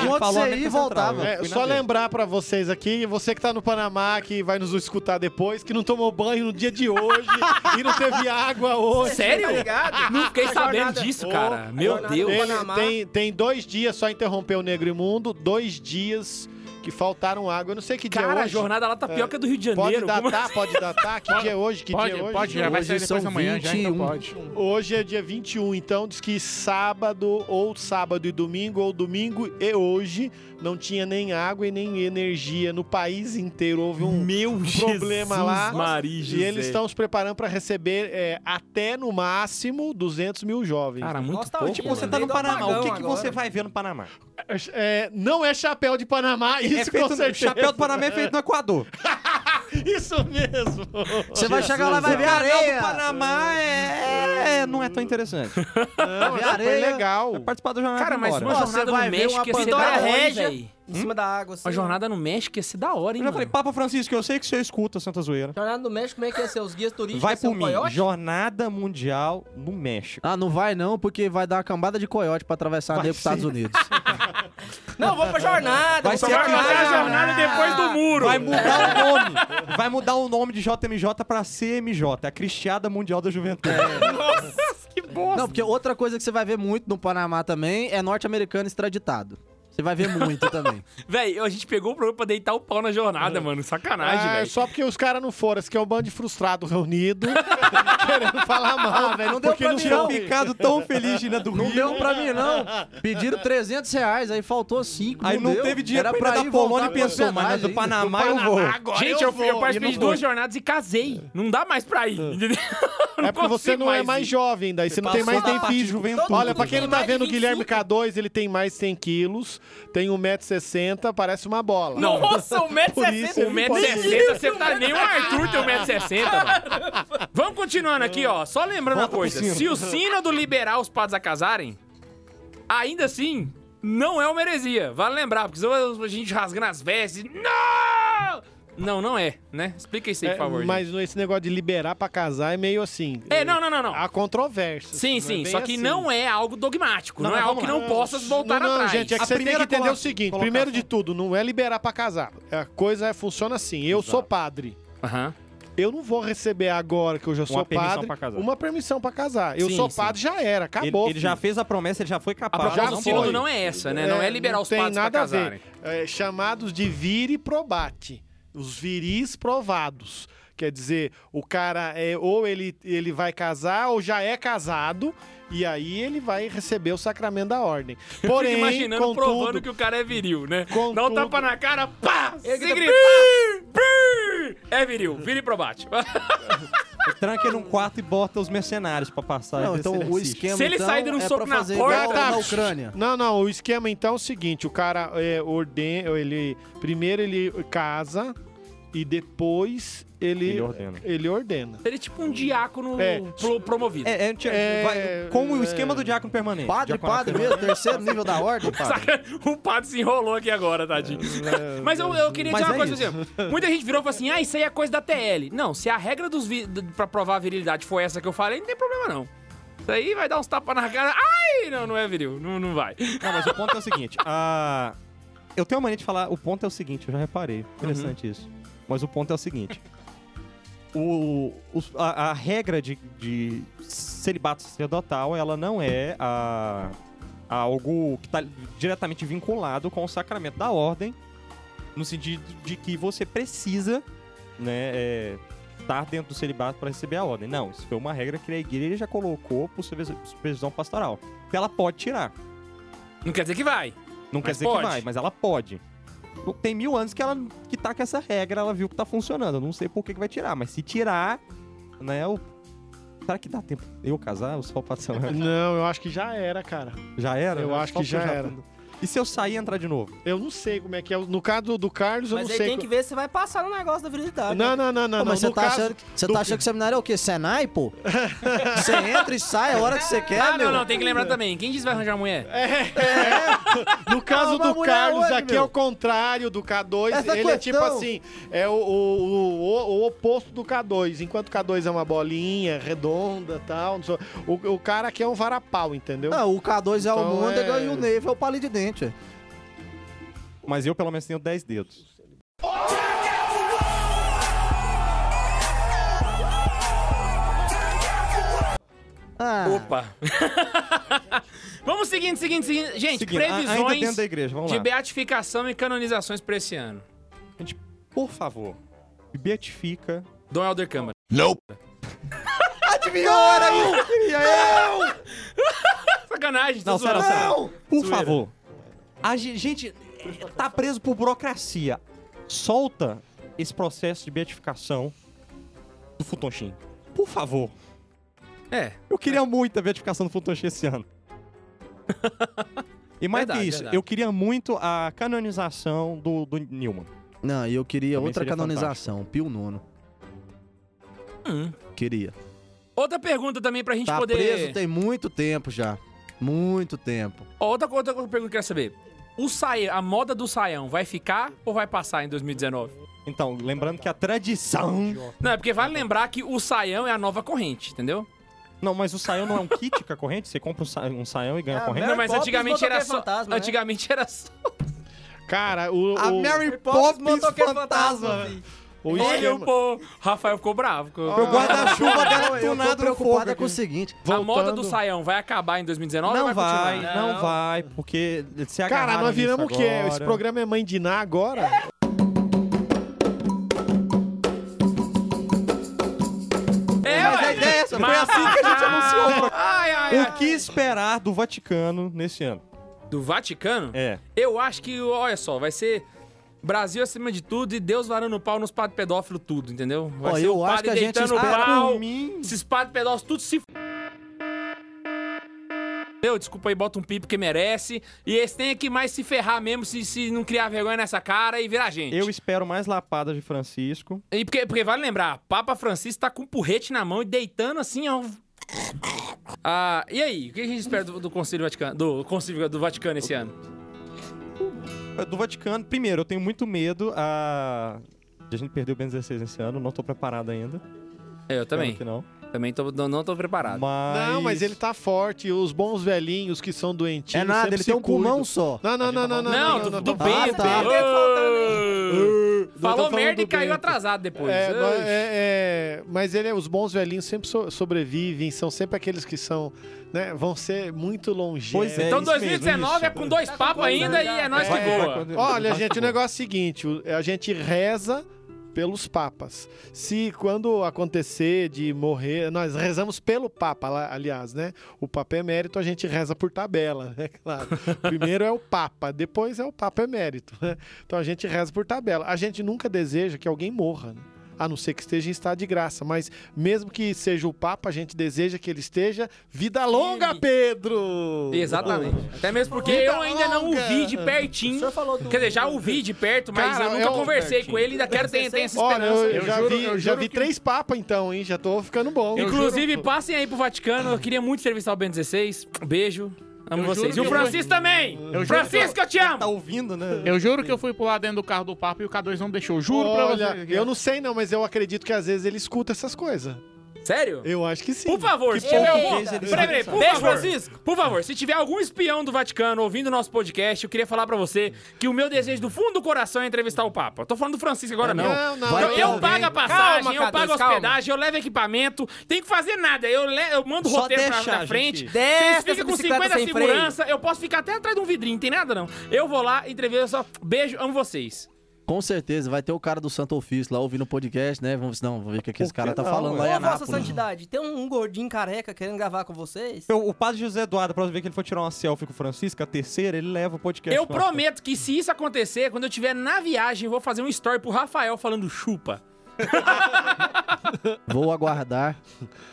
Speaker 6: Sem conta,
Speaker 2: Falou
Speaker 6: você
Speaker 2: América
Speaker 6: ia e
Speaker 2: Central,
Speaker 6: voltava.
Speaker 2: velho.
Speaker 7: É,
Speaker 2: Fui na
Speaker 7: só
Speaker 2: dele.
Speaker 7: lembrar pra vocês aqui, você que tá no Panamá, que vai nos escutar depois, que não tomou banho no dia de hoje e não teve água hoje.
Speaker 2: tá
Speaker 3: tá
Speaker 1: Sério?
Speaker 3: Obrigado.
Speaker 1: Não Ah, fiquei
Speaker 3: A
Speaker 1: sabendo
Speaker 3: jornada-
Speaker 1: disso,
Speaker 7: Ô,
Speaker 1: cara. Meu
Speaker 3: jornada-
Speaker 1: Deus.
Speaker 7: Ele
Speaker 3: Panamá.
Speaker 7: tem, tem dois dias, só interromper o Negro Imundo, dois dias que faltaram água. Eu não sei que dia é
Speaker 1: Cara, a
Speaker 7: hoje.
Speaker 1: jornada lá tá pior que a do Rio de
Speaker 7: Pode
Speaker 1: Janeiro. Como-
Speaker 7: datar, pode datar. Que dia é hoje? Que
Speaker 4: pode,
Speaker 7: dia é hoje?
Speaker 4: pode, já vai
Speaker 6: Hoje
Speaker 4: sair
Speaker 6: são
Speaker 4: depois da manhã, já então
Speaker 6: 21.
Speaker 4: pode.
Speaker 7: Hoje é dia 21, então diz que sábado, ou sábado e domingo, ou domingo e hoje, não tinha nem água e nem energia no país inteiro. Houve um
Speaker 1: Meu
Speaker 7: problema lá.
Speaker 1: Maria,
Speaker 7: E eles estão se preparando para receber é, até no máximo 200 mil jovens.
Speaker 1: Cara, muito
Speaker 3: Nossa, tá
Speaker 1: pouco.
Speaker 3: ótimo,
Speaker 2: Tipo, você
Speaker 3: Mano,
Speaker 2: tá no
Speaker 3: deu
Speaker 2: Panamá. O que, que
Speaker 3: apagão
Speaker 2: você
Speaker 3: agora.
Speaker 2: vai ver no Panamá?
Speaker 7: É, não é chapéu de Panamá, isso
Speaker 2: é
Speaker 7: com
Speaker 2: feito no...
Speaker 7: certeza.
Speaker 2: Chapéu do Panamá é feito no Equador.
Speaker 7: Isso mesmo.
Speaker 6: Você vai chegar lá e vai ver
Speaker 2: Chapéu do
Speaker 6: areia.
Speaker 2: Panamá é... é, Não é tão interessante.
Speaker 7: Não,
Speaker 6: Ver
Speaker 7: não, foi
Speaker 6: areia.
Speaker 7: legal.
Speaker 2: Participar da jornada
Speaker 1: Tipo, Cara,
Speaker 2: vai
Speaker 1: mas
Speaker 2: embora.
Speaker 1: uma
Speaker 6: Você
Speaker 1: jornada
Speaker 6: vai
Speaker 1: no
Speaker 6: ver
Speaker 1: México
Speaker 6: uma
Speaker 1: ia ser da
Speaker 3: Vitória
Speaker 1: hora, hein,
Speaker 3: Régia,
Speaker 1: véi?
Speaker 3: em cima da água, assim.
Speaker 1: Uma jornada no México ia ser da hora, hein,
Speaker 2: Eu já
Speaker 1: mano?
Speaker 2: falei, Papa Francisco, eu sei que você escuta Santa Zoeira.
Speaker 3: Jornada do México, como é que ia ser? Os guias turísticos
Speaker 2: Vai
Speaker 3: ia
Speaker 1: é
Speaker 3: ser
Speaker 2: por
Speaker 3: um
Speaker 2: mim.
Speaker 3: coiote?
Speaker 2: Jornada Mundial no México.
Speaker 6: Ah, não vai não, porque vai dar uma cambada de coiote pra atravessar
Speaker 2: Vai
Speaker 6: ali pros Estados
Speaker 2: ser.
Speaker 6: Unidos.
Speaker 3: Não, vamos pra jornada.
Speaker 2: Vai
Speaker 3: vamos pra
Speaker 2: ser
Speaker 1: Vai fazer a
Speaker 2: Ah,
Speaker 1: jornada depois do muro.
Speaker 2: Vai mudar o nome. Vai mudar o nome de JMJ pra CMJ. É a Cristiada Mundial da Juventude.
Speaker 1: É. Nossa, que bosta.
Speaker 6: Não, porque outra coisa que você vai ver muito no Panamá também é norte-americano extraditado. Você vai ver muito também.
Speaker 1: Véi, a gente pegou o programa pra deitar o pau na jornada, mano. Sacanagem,
Speaker 7: Ah,
Speaker 1: velho.
Speaker 7: só porque os caras não foram, esse que é um bando de frustrado reunido, querendo falar mal, velho.
Speaker 6: não deu
Speaker 7: porque
Speaker 6: pra
Speaker 7: não
Speaker 6: mim, não.
Speaker 7: foi.
Speaker 2: Ficado tão feliz de ir na do
Speaker 6: Não
Speaker 2: Rio.
Speaker 6: deu pra mim, não. Pediram 300 reais, aí faltou 5.
Speaker 2: Aí não
Speaker 6: deu.
Speaker 2: teve dinheiro pra
Speaker 6: Era
Speaker 2: ir
Speaker 6: pra
Speaker 2: da
Speaker 6: ir
Speaker 2: Polônia e
Speaker 6: voltar pro
Speaker 2: pensou, mas na
Speaker 6: hospedagem
Speaker 2: do
Speaker 6: ainda.
Speaker 2: Panamá eu vou.
Speaker 1: Gente, eu, fui- eu participei
Speaker 2: E
Speaker 1: de
Speaker 2: não
Speaker 1: duas
Speaker 2: foi.
Speaker 1: jornadas e casei. Não dá mais pra ir. entendeu? Eu
Speaker 7: É porque você
Speaker 1: consigo
Speaker 7: não é mais
Speaker 1: ir.
Speaker 7: jovem, daí você não tem
Speaker 2: passou
Speaker 7: mais
Speaker 2: da
Speaker 7: nem
Speaker 2: parte de
Speaker 7: físico.
Speaker 2: juventude.
Speaker 7: Olha, pra quem não
Speaker 1: é
Speaker 7: tá
Speaker 3: Tem mais
Speaker 7: vendo, o
Speaker 3: de
Speaker 7: Guilherme
Speaker 3: 25.
Speaker 7: K2, ele tem mais 100 quilos, tem 1,60m, parece uma bola.
Speaker 1: Não, um
Speaker 3: Nossa, o metro
Speaker 7: Por isso,
Speaker 1: O 1,60m, você tá nem o Arthur tem 1,60m, mano. Vamos continuando aqui, ó. Só lembrando uma coisa:
Speaker 2: sino.
Speaker 1: se o sino do liberar os padres a casarem, ainda assim, não é uma heresia. Vale lembrar, porque senão a gente rasgando as vestes. Não! Não, não é, né? Explica isso aí,
Speaker 7: É,
Speaker 1: por favor.
Speaker 7: mas esse negócio de liberar pra casar é meio assim.
Speaker 1: É, não, não, não, não.
Speaker 7: Há controvérsia.
Speaker 1: Sim, sim, só
Speaker 7: assim.
Speaker 1: que não é algo dogmático. Não,
Speaker 2: Não,
Speaker 1: é
Speaker 2: não,
Speaker 1: algo que
Speaker 2: vamos
Speaker 1: não possa voltar
Speaker 7: não, não,
Speaker 1: atrás.
Speaker 7: gente, é que
Speaker 2: A
Speaker 7: você tem que
Speaker 2: primeira
Speaker 7: entender
Speaker 2: colo-
Speaker 7: o seguinte.
Speaker 2: colocação.
Speaker 7: Primeiro
Speaker 1: assim.
Speaker 7: de tudo, não é liberar pra casar. A coisa é- funciona assim. Eu sou padre.
Speaker 1: Aham.
Speaker 7: Eu não vou receber agora que eu já sou
Speaker 2: permissão
Speaker 7: padre
Speaker 2: pra casar.
Speaker 7: uma permissão pra casar. Eu
Speaker 1: Sim,
Speaker 7: sou
Speaker 1: sim.
Speaker 7: padre, já era,
Speaker 2: Ele,
Speaker 7: acabou.
Speaker 2: ele já fez a promessa, ele já foi
Speaker 1: A
Speaker 2: capaz.
Speaker 1: proposta
Speaker 7: já
Speaker 1: do
Speaker 7: foi.
Speaker 1: sínodo não é essa, né? Não é liberar
Speaker 7: não
Speaker 1: os
Speaker 7: tem
Speaker 1: padres pra
Speaker 7: nada a ver.
Speaker 1: casarem.
Speaker 7: É, chamados de viri probate. Os viris provados. Quer dizer, o cara é ou ele, ele vai casar ou já é casado e aí ele vai receber o sacramento da ordem. Porém,
Speaker 1: Fico imaginando
Speaker 7: contudo,
Speaker 1: provando que o cara é viril, né? Dá um
Speaker 7: Contudo-
Speaker 1: tapa na cara, pá!
Speaker 3: Ele
Speaker 1: se
Speaker 3: grita,
Speaker 1: grita, É viril, vire pro bate.
Speaker 2: Tranca ele num quarto e bota os mercenários pra passar.
Speaker 6: Não,
Speaker 2: e ver
Speaker 6: então
Speaker 2: se ele
Speaker 6: o
Speaker 2: assiste.
Speaker 6: esquema
Speaker 1: Se ele
Speaker 6: então,
Speaker 1: sair dando um
Speaker 6: é
Speaker 1: soco
Speaker 6: pra
Speaker 1: na
Speaker 6: fazer
Speaker 1: porta-
Speaker 6: igual na Ucrânia.
Speaker 7: Não, não, o esquema então é o seguinte, o cara é, ordena, ele primeiro ele casa e depois ele
Speaker 2: Ele ordena.
Speaker 7: Ele ordena.
Speaker 1: Ele é tipo um diácono
Speaker 7: É.
Speaker 1: pro- promovido.
Speaker 2: É, é, tia-
Speaker 7: É,
Speaker 2: vai- como
Speaker 7: é.
Speaker 2: o esquema do diácono permanente.
Speaker 6: Padre,
Speaker 2: Diácono
Speaker 6: padre
Speaker 2: permanente.
Speaker 6: mesmo, terceiro nível da ordem, padre.
Speaker 1: Saca? O padre se enrolou aqui agora, tadinho. Mas eu, eu queria
Speaker 2: É, Mas
Speaker 1: dizer uma
Speaker 2: é
Speaker 1: coisa,
Speaker 2: isso.
Speaker 1: assim. Muita gente virou e falou assim: ah, isso aí é coisa da TL. Não, se a regra dos vi- d- pra provar a virilidade foi essa que eu falei, não tem problema não. Isso aí vai dar uns tapas na cara. Ai, não, não é viril. Não, não vai.
Speaker 2: Não, mas o ponto é o seguinte. a- Eu tenho a mania de falar, o ponto é o seguinte, eu já reparei. Interessante isso. Mas o ponto é o seguinte. O, os- a, a regra de, de celibato sacerdotal, ela não é a, a algo que está diretamente vinculado com o sacramento da ordem, no sentido de que você precisa né, é, estar dentro do celibato para receber a ordem. Não, isso foi uma regra que a igreja colocou por supervis- supervisão pastoral. Que ela pode tirar.
Speaker 1: Não quer dizer que vai.
Speaker 2: Não
Speaker 1: Mas
Speaker 2: quer dizer
Speaker 1: pode.
Speaker 2: que vai, mas ela pode. Tem mil anos que ela que tá com essa regra, ela viu que tá funcionando. Eu não sei por que, que vai tirar, mas se tirar, né, o. Será que dá tempo de eu casar? Eu só passar.
Speaker 7: Não, eu acho que já era, cara.
Speaker 2: Já era?
Speaker 7: Eu
Speaker 2: né?
Speaker 7: acho
Speaker 2: Só
Speaker 7: que
Speaker 2: porque eu
Speaker 7: já era.
Speaker 2: E se eu sair e entrar de novo?
Speaker 7: Eu não sei como é que é. No caso do- do Carlos, eu
Speaker 3: Mas
Speaker 7: não
Speaker 3: aí
Speaker 7: sei.
Speaker 3: tem
Speaker 7: co-
Speaker 3: que ver se vai passar no negócio da virilidade.
Speaker 7: Não, não, não, não.
Speaker 6: Pô,
Speaker 7: não.
Speaker 6: mas você
Speaker 7: No
Speaker 6: tá,
Speaker 7: caso-
Speaker 6: achando, que- você tá achando que o seminário é o quê? Senai, pô? Você entra e sai é a hora que você
Speaker 2: É,
Speaker 6: quer,
Speaker 1: ah,
Speaker 6: meu.
Speaker 1: não, não, tem que lembrar também. Quem diz vai arranjar mulher?
Speaker 7: É. No caso
Speaker 6: uma
Speaker 7: do
Speaker 6: mulher
Speaker 7: Carlos,
Speaker 6: hoje,
Speaker 7: aqui é
Speaker 6: meu.
Speaker 7: o contrário do K2.
Speaker 6: Essa
Speaker 7: ele é
Speaker 6: questão-
Speaker 7: tipo assim, é o, o- o- o- o oposto do K2. Enquanto o K2 é uma bolinha redonda tal, não sei, o, o cara aqui é um varapau, entendeu?
Speaker 6: Ah, o K2 é o
Speaker 7: Então
Speaker 6: Môndega
Speaker 7: é-
Speaker 6: e o Neve é o palito de dente. ué.
Speaker 2: Mas eu pelo menos tenho 10 dedos.
Speaker 6: Ah,
Speaker 1: Opa! Vamos seguindo, seguindo, seguindo. Gente,
Speaker 2: Seguindo, a- ainda
Speaker 1: previsões
Speaker 2: dentro da igreja, vamos
Speaker 1: de
Speaker 2: lá.
Speaker 1: beatificação e canonizações pra esse ano.
Speaker 2: Gente, por favor, me beatifica.
Speaker 1: Dom Helder Câmara. Nope! Adivinhou, era eu! Sacanagem, tô
Speaker 2: Não, sério,
Speaker 1: zoando.
Speaker 2: sério. Por favor. A ge- gente tá preso por burocracia. Solta esse processo de beatificação do Futonchin. Por favor.
Speaker 1: É,
Speaker 2: Eu queria muito a beatificação do Futonchin esse ano. E mais do que
Speaker 1: Verdade,
Speaker 2: isso,
Speaker 1: verdade.
Speaker 2: eu queria muito a canonização do, do Newman.
Speaker 6: Não, e eu queria
Speaker 2: Também
Speaker 6: outra
Speaker 2: seria
Speaker 6: canonização, Pio Nono.
Speaker 1: Hum.
Speaker 6: Queria.
Speaker 1: outra pergunta também pra gente
Speaker 6: Tá
Speaker 1: poder...
Speaker 6: preso tem muito tempo já. Muito tempo.
Speaker 1: Ó, Outra, outra pergunta que eu quero saber. O sai... A moda do saião vai ficar ou vai passar em 2019?
Speaker 2: Então, lembrando que a tradição.
Speaker 1: Não, é porque vale lembrar que o saião é a nova corrente, entendeu?
Speaker 2: Não, mas o saião não é um kit com a corrente? Você compra um sa- um saião e ganha
Speaker 3: É,
Speaker 2: a corrente?
Speaker 3: Mary
Speaker 1: Não, mas
Speaker 3: Poppins,
Speaker 1: antigamente era só...
Speaker 3: motoqueiro fantasma, né?
Speaker 1: Antigamente era só...
Speaker 7: Cara, o.
Speaker 2: A
Speaker 7: o-
Speaker 2: Mary
Speaker 3: Poppins,
Speaker 2: Poppins
Speaker 3: motoqueiro
Speaker 1: é
Speaker 2: fantasma.
Speaker 3: fantasma,
Speaker 2: velho.
Speaker 7: O
Speaker 6: um
Speaker 1: Olha o
Speaker 7: esquema.
Speaker 1: pô. Rafael ficou bravo. ficou-
Speaker 7: Ó,
Speaker 2: O guarda-chuva dela
Speaker 6: Eu tô
Speaker 2: tunado no fogo.
Speaker 6: preocupado é com o
Speaker 2: aqui.
Speaker 6: seguinte.
Speaker 1: A moda do saião vai acabar em 2019
Speaker 2: Não
Speaker 1: ou vai,
Speaker 2: vai,
Speaker 1: continuar?
Speaker 2: não
Speaker 3: Não.
Speaker 2: vai, porque eles se agarraram
Speaker 7: Cara, nós
Speaker 2: nisso
Speaker 7: viramos o quê? Esse
Speaker 2: agora.
Speaker 7: programa é Mãe de Ná agora?
Speaker 1: É,
Speaker 2: Mas a
Speaker 1: ué.
Speaker 2: ideia é essa, foi
Speaker 1: Mas-
Speaker 2: assim que a gente anunciou. o
Speaker 1: Ai, ai,
Speaker 2: programa.
Speaker 1: ai.
Speaker 2: O que esperar do Vaticano nesse ano?
Speaker 1: Do Vaticano?
Speaker 2: É.
Speaker 1: Eu acho que, olha só, vai ser Brasil acima de tudo e Deus varando o pau nos padres pedófilos tudo, entendeu? Vai
Speaker 6: Ó,
Speaker 1: ser
Speaker 6: eu
Speaker 1: o
Speaker 6: acho
Speaker 1: padre
Speaker 6: que a gente
Speaker 1: deitando o
Speaker 6: espera
Speaker 1: pau,
Speaker 6: por
Speaker 1: esses padres pedófilos tudo se... f- Entendeu? Desculpa aí, bota um pipo que merece. E eles têm que mais se ferrar mesmo se, se não criar vergonha nessa cara e virar gente.
Speaker 2: Eu espero mais lapada de Francisco.
Speaker 1: E porque, porque vale lembrar, Papa Francisco tá com um porrete na mão e deitando assim, ó. Ah, e aí, o que a gente espera do, do Conselho Vaticano, do Conselho do Vaticano esse ano?
Speaker 2: É, Do Vaticano, primeiro, eu tenho muito medo a... de a gente perder o Ben 16 esse ano. Não tô preparado ainda.
Speaker 1: Eu também,
Speaker 2: Espero que não.
Speaker 1: também tô- não, não tô preparado.
Speaker 6: Ah,
Speaker 2: Mas...
Speaker 7: Não, mas ele tá forte. Os bons velhinhos que são doentios.
Speaker 6: É nada,
Speaker 7: sempre
Speaker 6: ele
Speaker 7: se
Speaker 6: tem um
Speaker 7: cuidam.
Speaker 6: pulmão só.
Speaker 7: Não, não, não, não, não.
Speaker 1: Não,
Speaker 7: não,
Speaker 1: do,
Speaker 7: não, Ah,
Speaker 1: do
Speaker 7: não.
Speaker 1: Bento.
Speaker 6: tá.
Speaker 1: Ô! Falou
Speaker 7: falando
Speaker 1: merda e
Speaker 7: do
Speaker 1: caiu
Speaker 7: Bento.
Speaker 1: atrasado depois.
Speaker 7: É,
Speaker 1: Ai.
Speaker 7: mas, é, é, mas ele é- os bons velhinhos sempre so- sobrevivem, são sempre aqueles que são, né, vão ser muito longevos.
Speaker 2: Pois é,
Speaker 1: então
Speaker 2: isso mesmo,
Speaker 1: 2019 é
Speaker 2: isso.
Speaker 1: com dois papos
Speaker 3: Tá coisa
Speaker 1: ainda e
Speaker 3: já.
Speaker 1: é nós que
Speaker 7: tá
Speaker 2: Vai- vai-
Speaker 1: voa.
Speaker 2: vai-
Speaker 7: Olha, gente, o
Speaker 2: vai-
Speaker 7: negócio é o seguinte: o- a gente reza pelos papas. Se quando acontecer de morrer, nós rezamos pelo papa, lá- aliás, né? O papa emérito a gente reza por tabela, né? Claro. Primeiro é o papa, depois é o papa emérito. né? Então a gente reza por tabela. A gente nunca deseja que alguém morra, né? A não ser que esteja em estado de graça, mas mesmo que seja o Papa, a gente deseja que ele esteja vida longa,
Speaker 1: Ele-
Speaker 7: Pedro!
Speaker 1: Exatamente. Até mesmo porque
Speaker 7: Vida
Speaker 1: eu ainda não o vi de
Speaker 7: longa.
Speaker 1: pertinho. Quer dizer, já o vi de perto, mas
Speaker 7: Cara,
Speaker 1: eu nunca
Speaker 7: é um
Speaker 1: conversei
Speaker 2: pertinho.
Speaker 1: com ele, ainda quero ter, ter essa
Speaker 7: Olha,
Speaker 1: esperança.
Speaker 7: eu,
Speaker 4: Eu
Speaker 7: já
Speaker 4: juro-
Speaker 7: vi,
Speaker 4: eu
Speaker 7: já
Speaker 4: juro
Speaker 7: vi
Speaker 4: que-
Speaker 7: três papas então, hein? Já tô ficando bom.
Speaker 1: Inclusive, passem aí pro Vaticano. Eu queria muito entrevistar o Ben 16. Beijo. Amo
Speaker 4: Eu juro
Speaker 1: vocês. E
Speaker 4: que
Speaker 1: o
Speaker 4: eu-
Speaker 1: Francisco também.
Speaker 4: juro que eu-
Speaker 1: Francisco, eu te amo.
Speaker 2: Tá ouvindo, né?
Speaker 4: Eu juro que eu fui pular dentro do carro do papo e o K2 não deixou. Juro
Speaker 7: Olha,
Speaker 4: pra você.
Speaker 7: eu não sei não, mas eu acredito que às vezes ele escuta essas coisas.
Speaker 1: Sério?
Speaker 7: Eu acho que sim.
Speaker 1: Por favor, se
Speaker 2: pouco
Speaker 1: tiver algum...
Speaker 2: fez ele
Speaker 1: Peraí, peraí,
Speaker 2: sabe.
Speaker 1: por
Speaker 3: Beijo,
Speaker 1: favor.
Speaker 3: Francisco.
Speaker 1: Por favor, se tiver algum espião do Vaticano ouvindo nosso podcast, eu queria falar pra você que o meu desejo do fundo do coração é entrevistar o Papa. Eu tô falando do Francisco
Speaker 6: É
Speaker 1: agora, não. um
Speaker 7: Não, não.
Speaker 6: Vai
Speaker 1: Eu,
Speaker 6: ter um
Speaker 1: eu
Speaker 6: alguém.
Speaker 1: pago a passagem,
Speaker 3: Calma,
Speaker 1: eu
Speaker 3: K2,
Speaker 1: pago a
Speaker 3: calma.
Speaker 1: hospedagem, eu levo equipamento, tem que fazer nada. Eu, le- eu mando o
Speaker 2: Só
Speaker 1: roteiro pra-
Speaker 2: deixar,
Speaker 1: pra frente.
Speaker 2: gente.
Speaker 1: Vocês
Speaker 3: Desce
Speaker 1: ficam
Speaker 3: dessa
Speaker 1: com
Speaker 3: bicicleta
Speaker 1: 50
Speaker 3: sem freio.
Speaker 1: segurança, eu posso ficar até atrás de um vidrinho, tem nada não. Eu vou lá, entrevista só. Beijo, amo vocês.
Speaker 6: Com certeza, vai ter o cara do Santo Ofício lá ouvindo o podcast, né? Vamos, não, vamos ver o que, que esse
Speaker 2: Por
Speaker 6: cara
Speaker 2: que
Speaker 6: tá
Speaker 2: não,
Speaker 6: falando
Speaker 2: ué?
Speaker 6: lá em
Speaker 3: Ô, Vossa
Speaker 6: Anápolis.
Speaker 3: Santidade, tem um gordinho careca querendo gravar com vocês?
Speaker 2: Eu- O padre José Eduardo, pra ver que ele for tirar uma selfie com o Francisco, a terceira, ele leva o podcast.
Speaker 1: Eu
Speaker 2: nosso.
Speaker 1: prometo que se isso acontecer, quando eu estiver na viagem, eu vou fazer um story pro Rafael falando chupa.
Speaker 6: Vou aguardar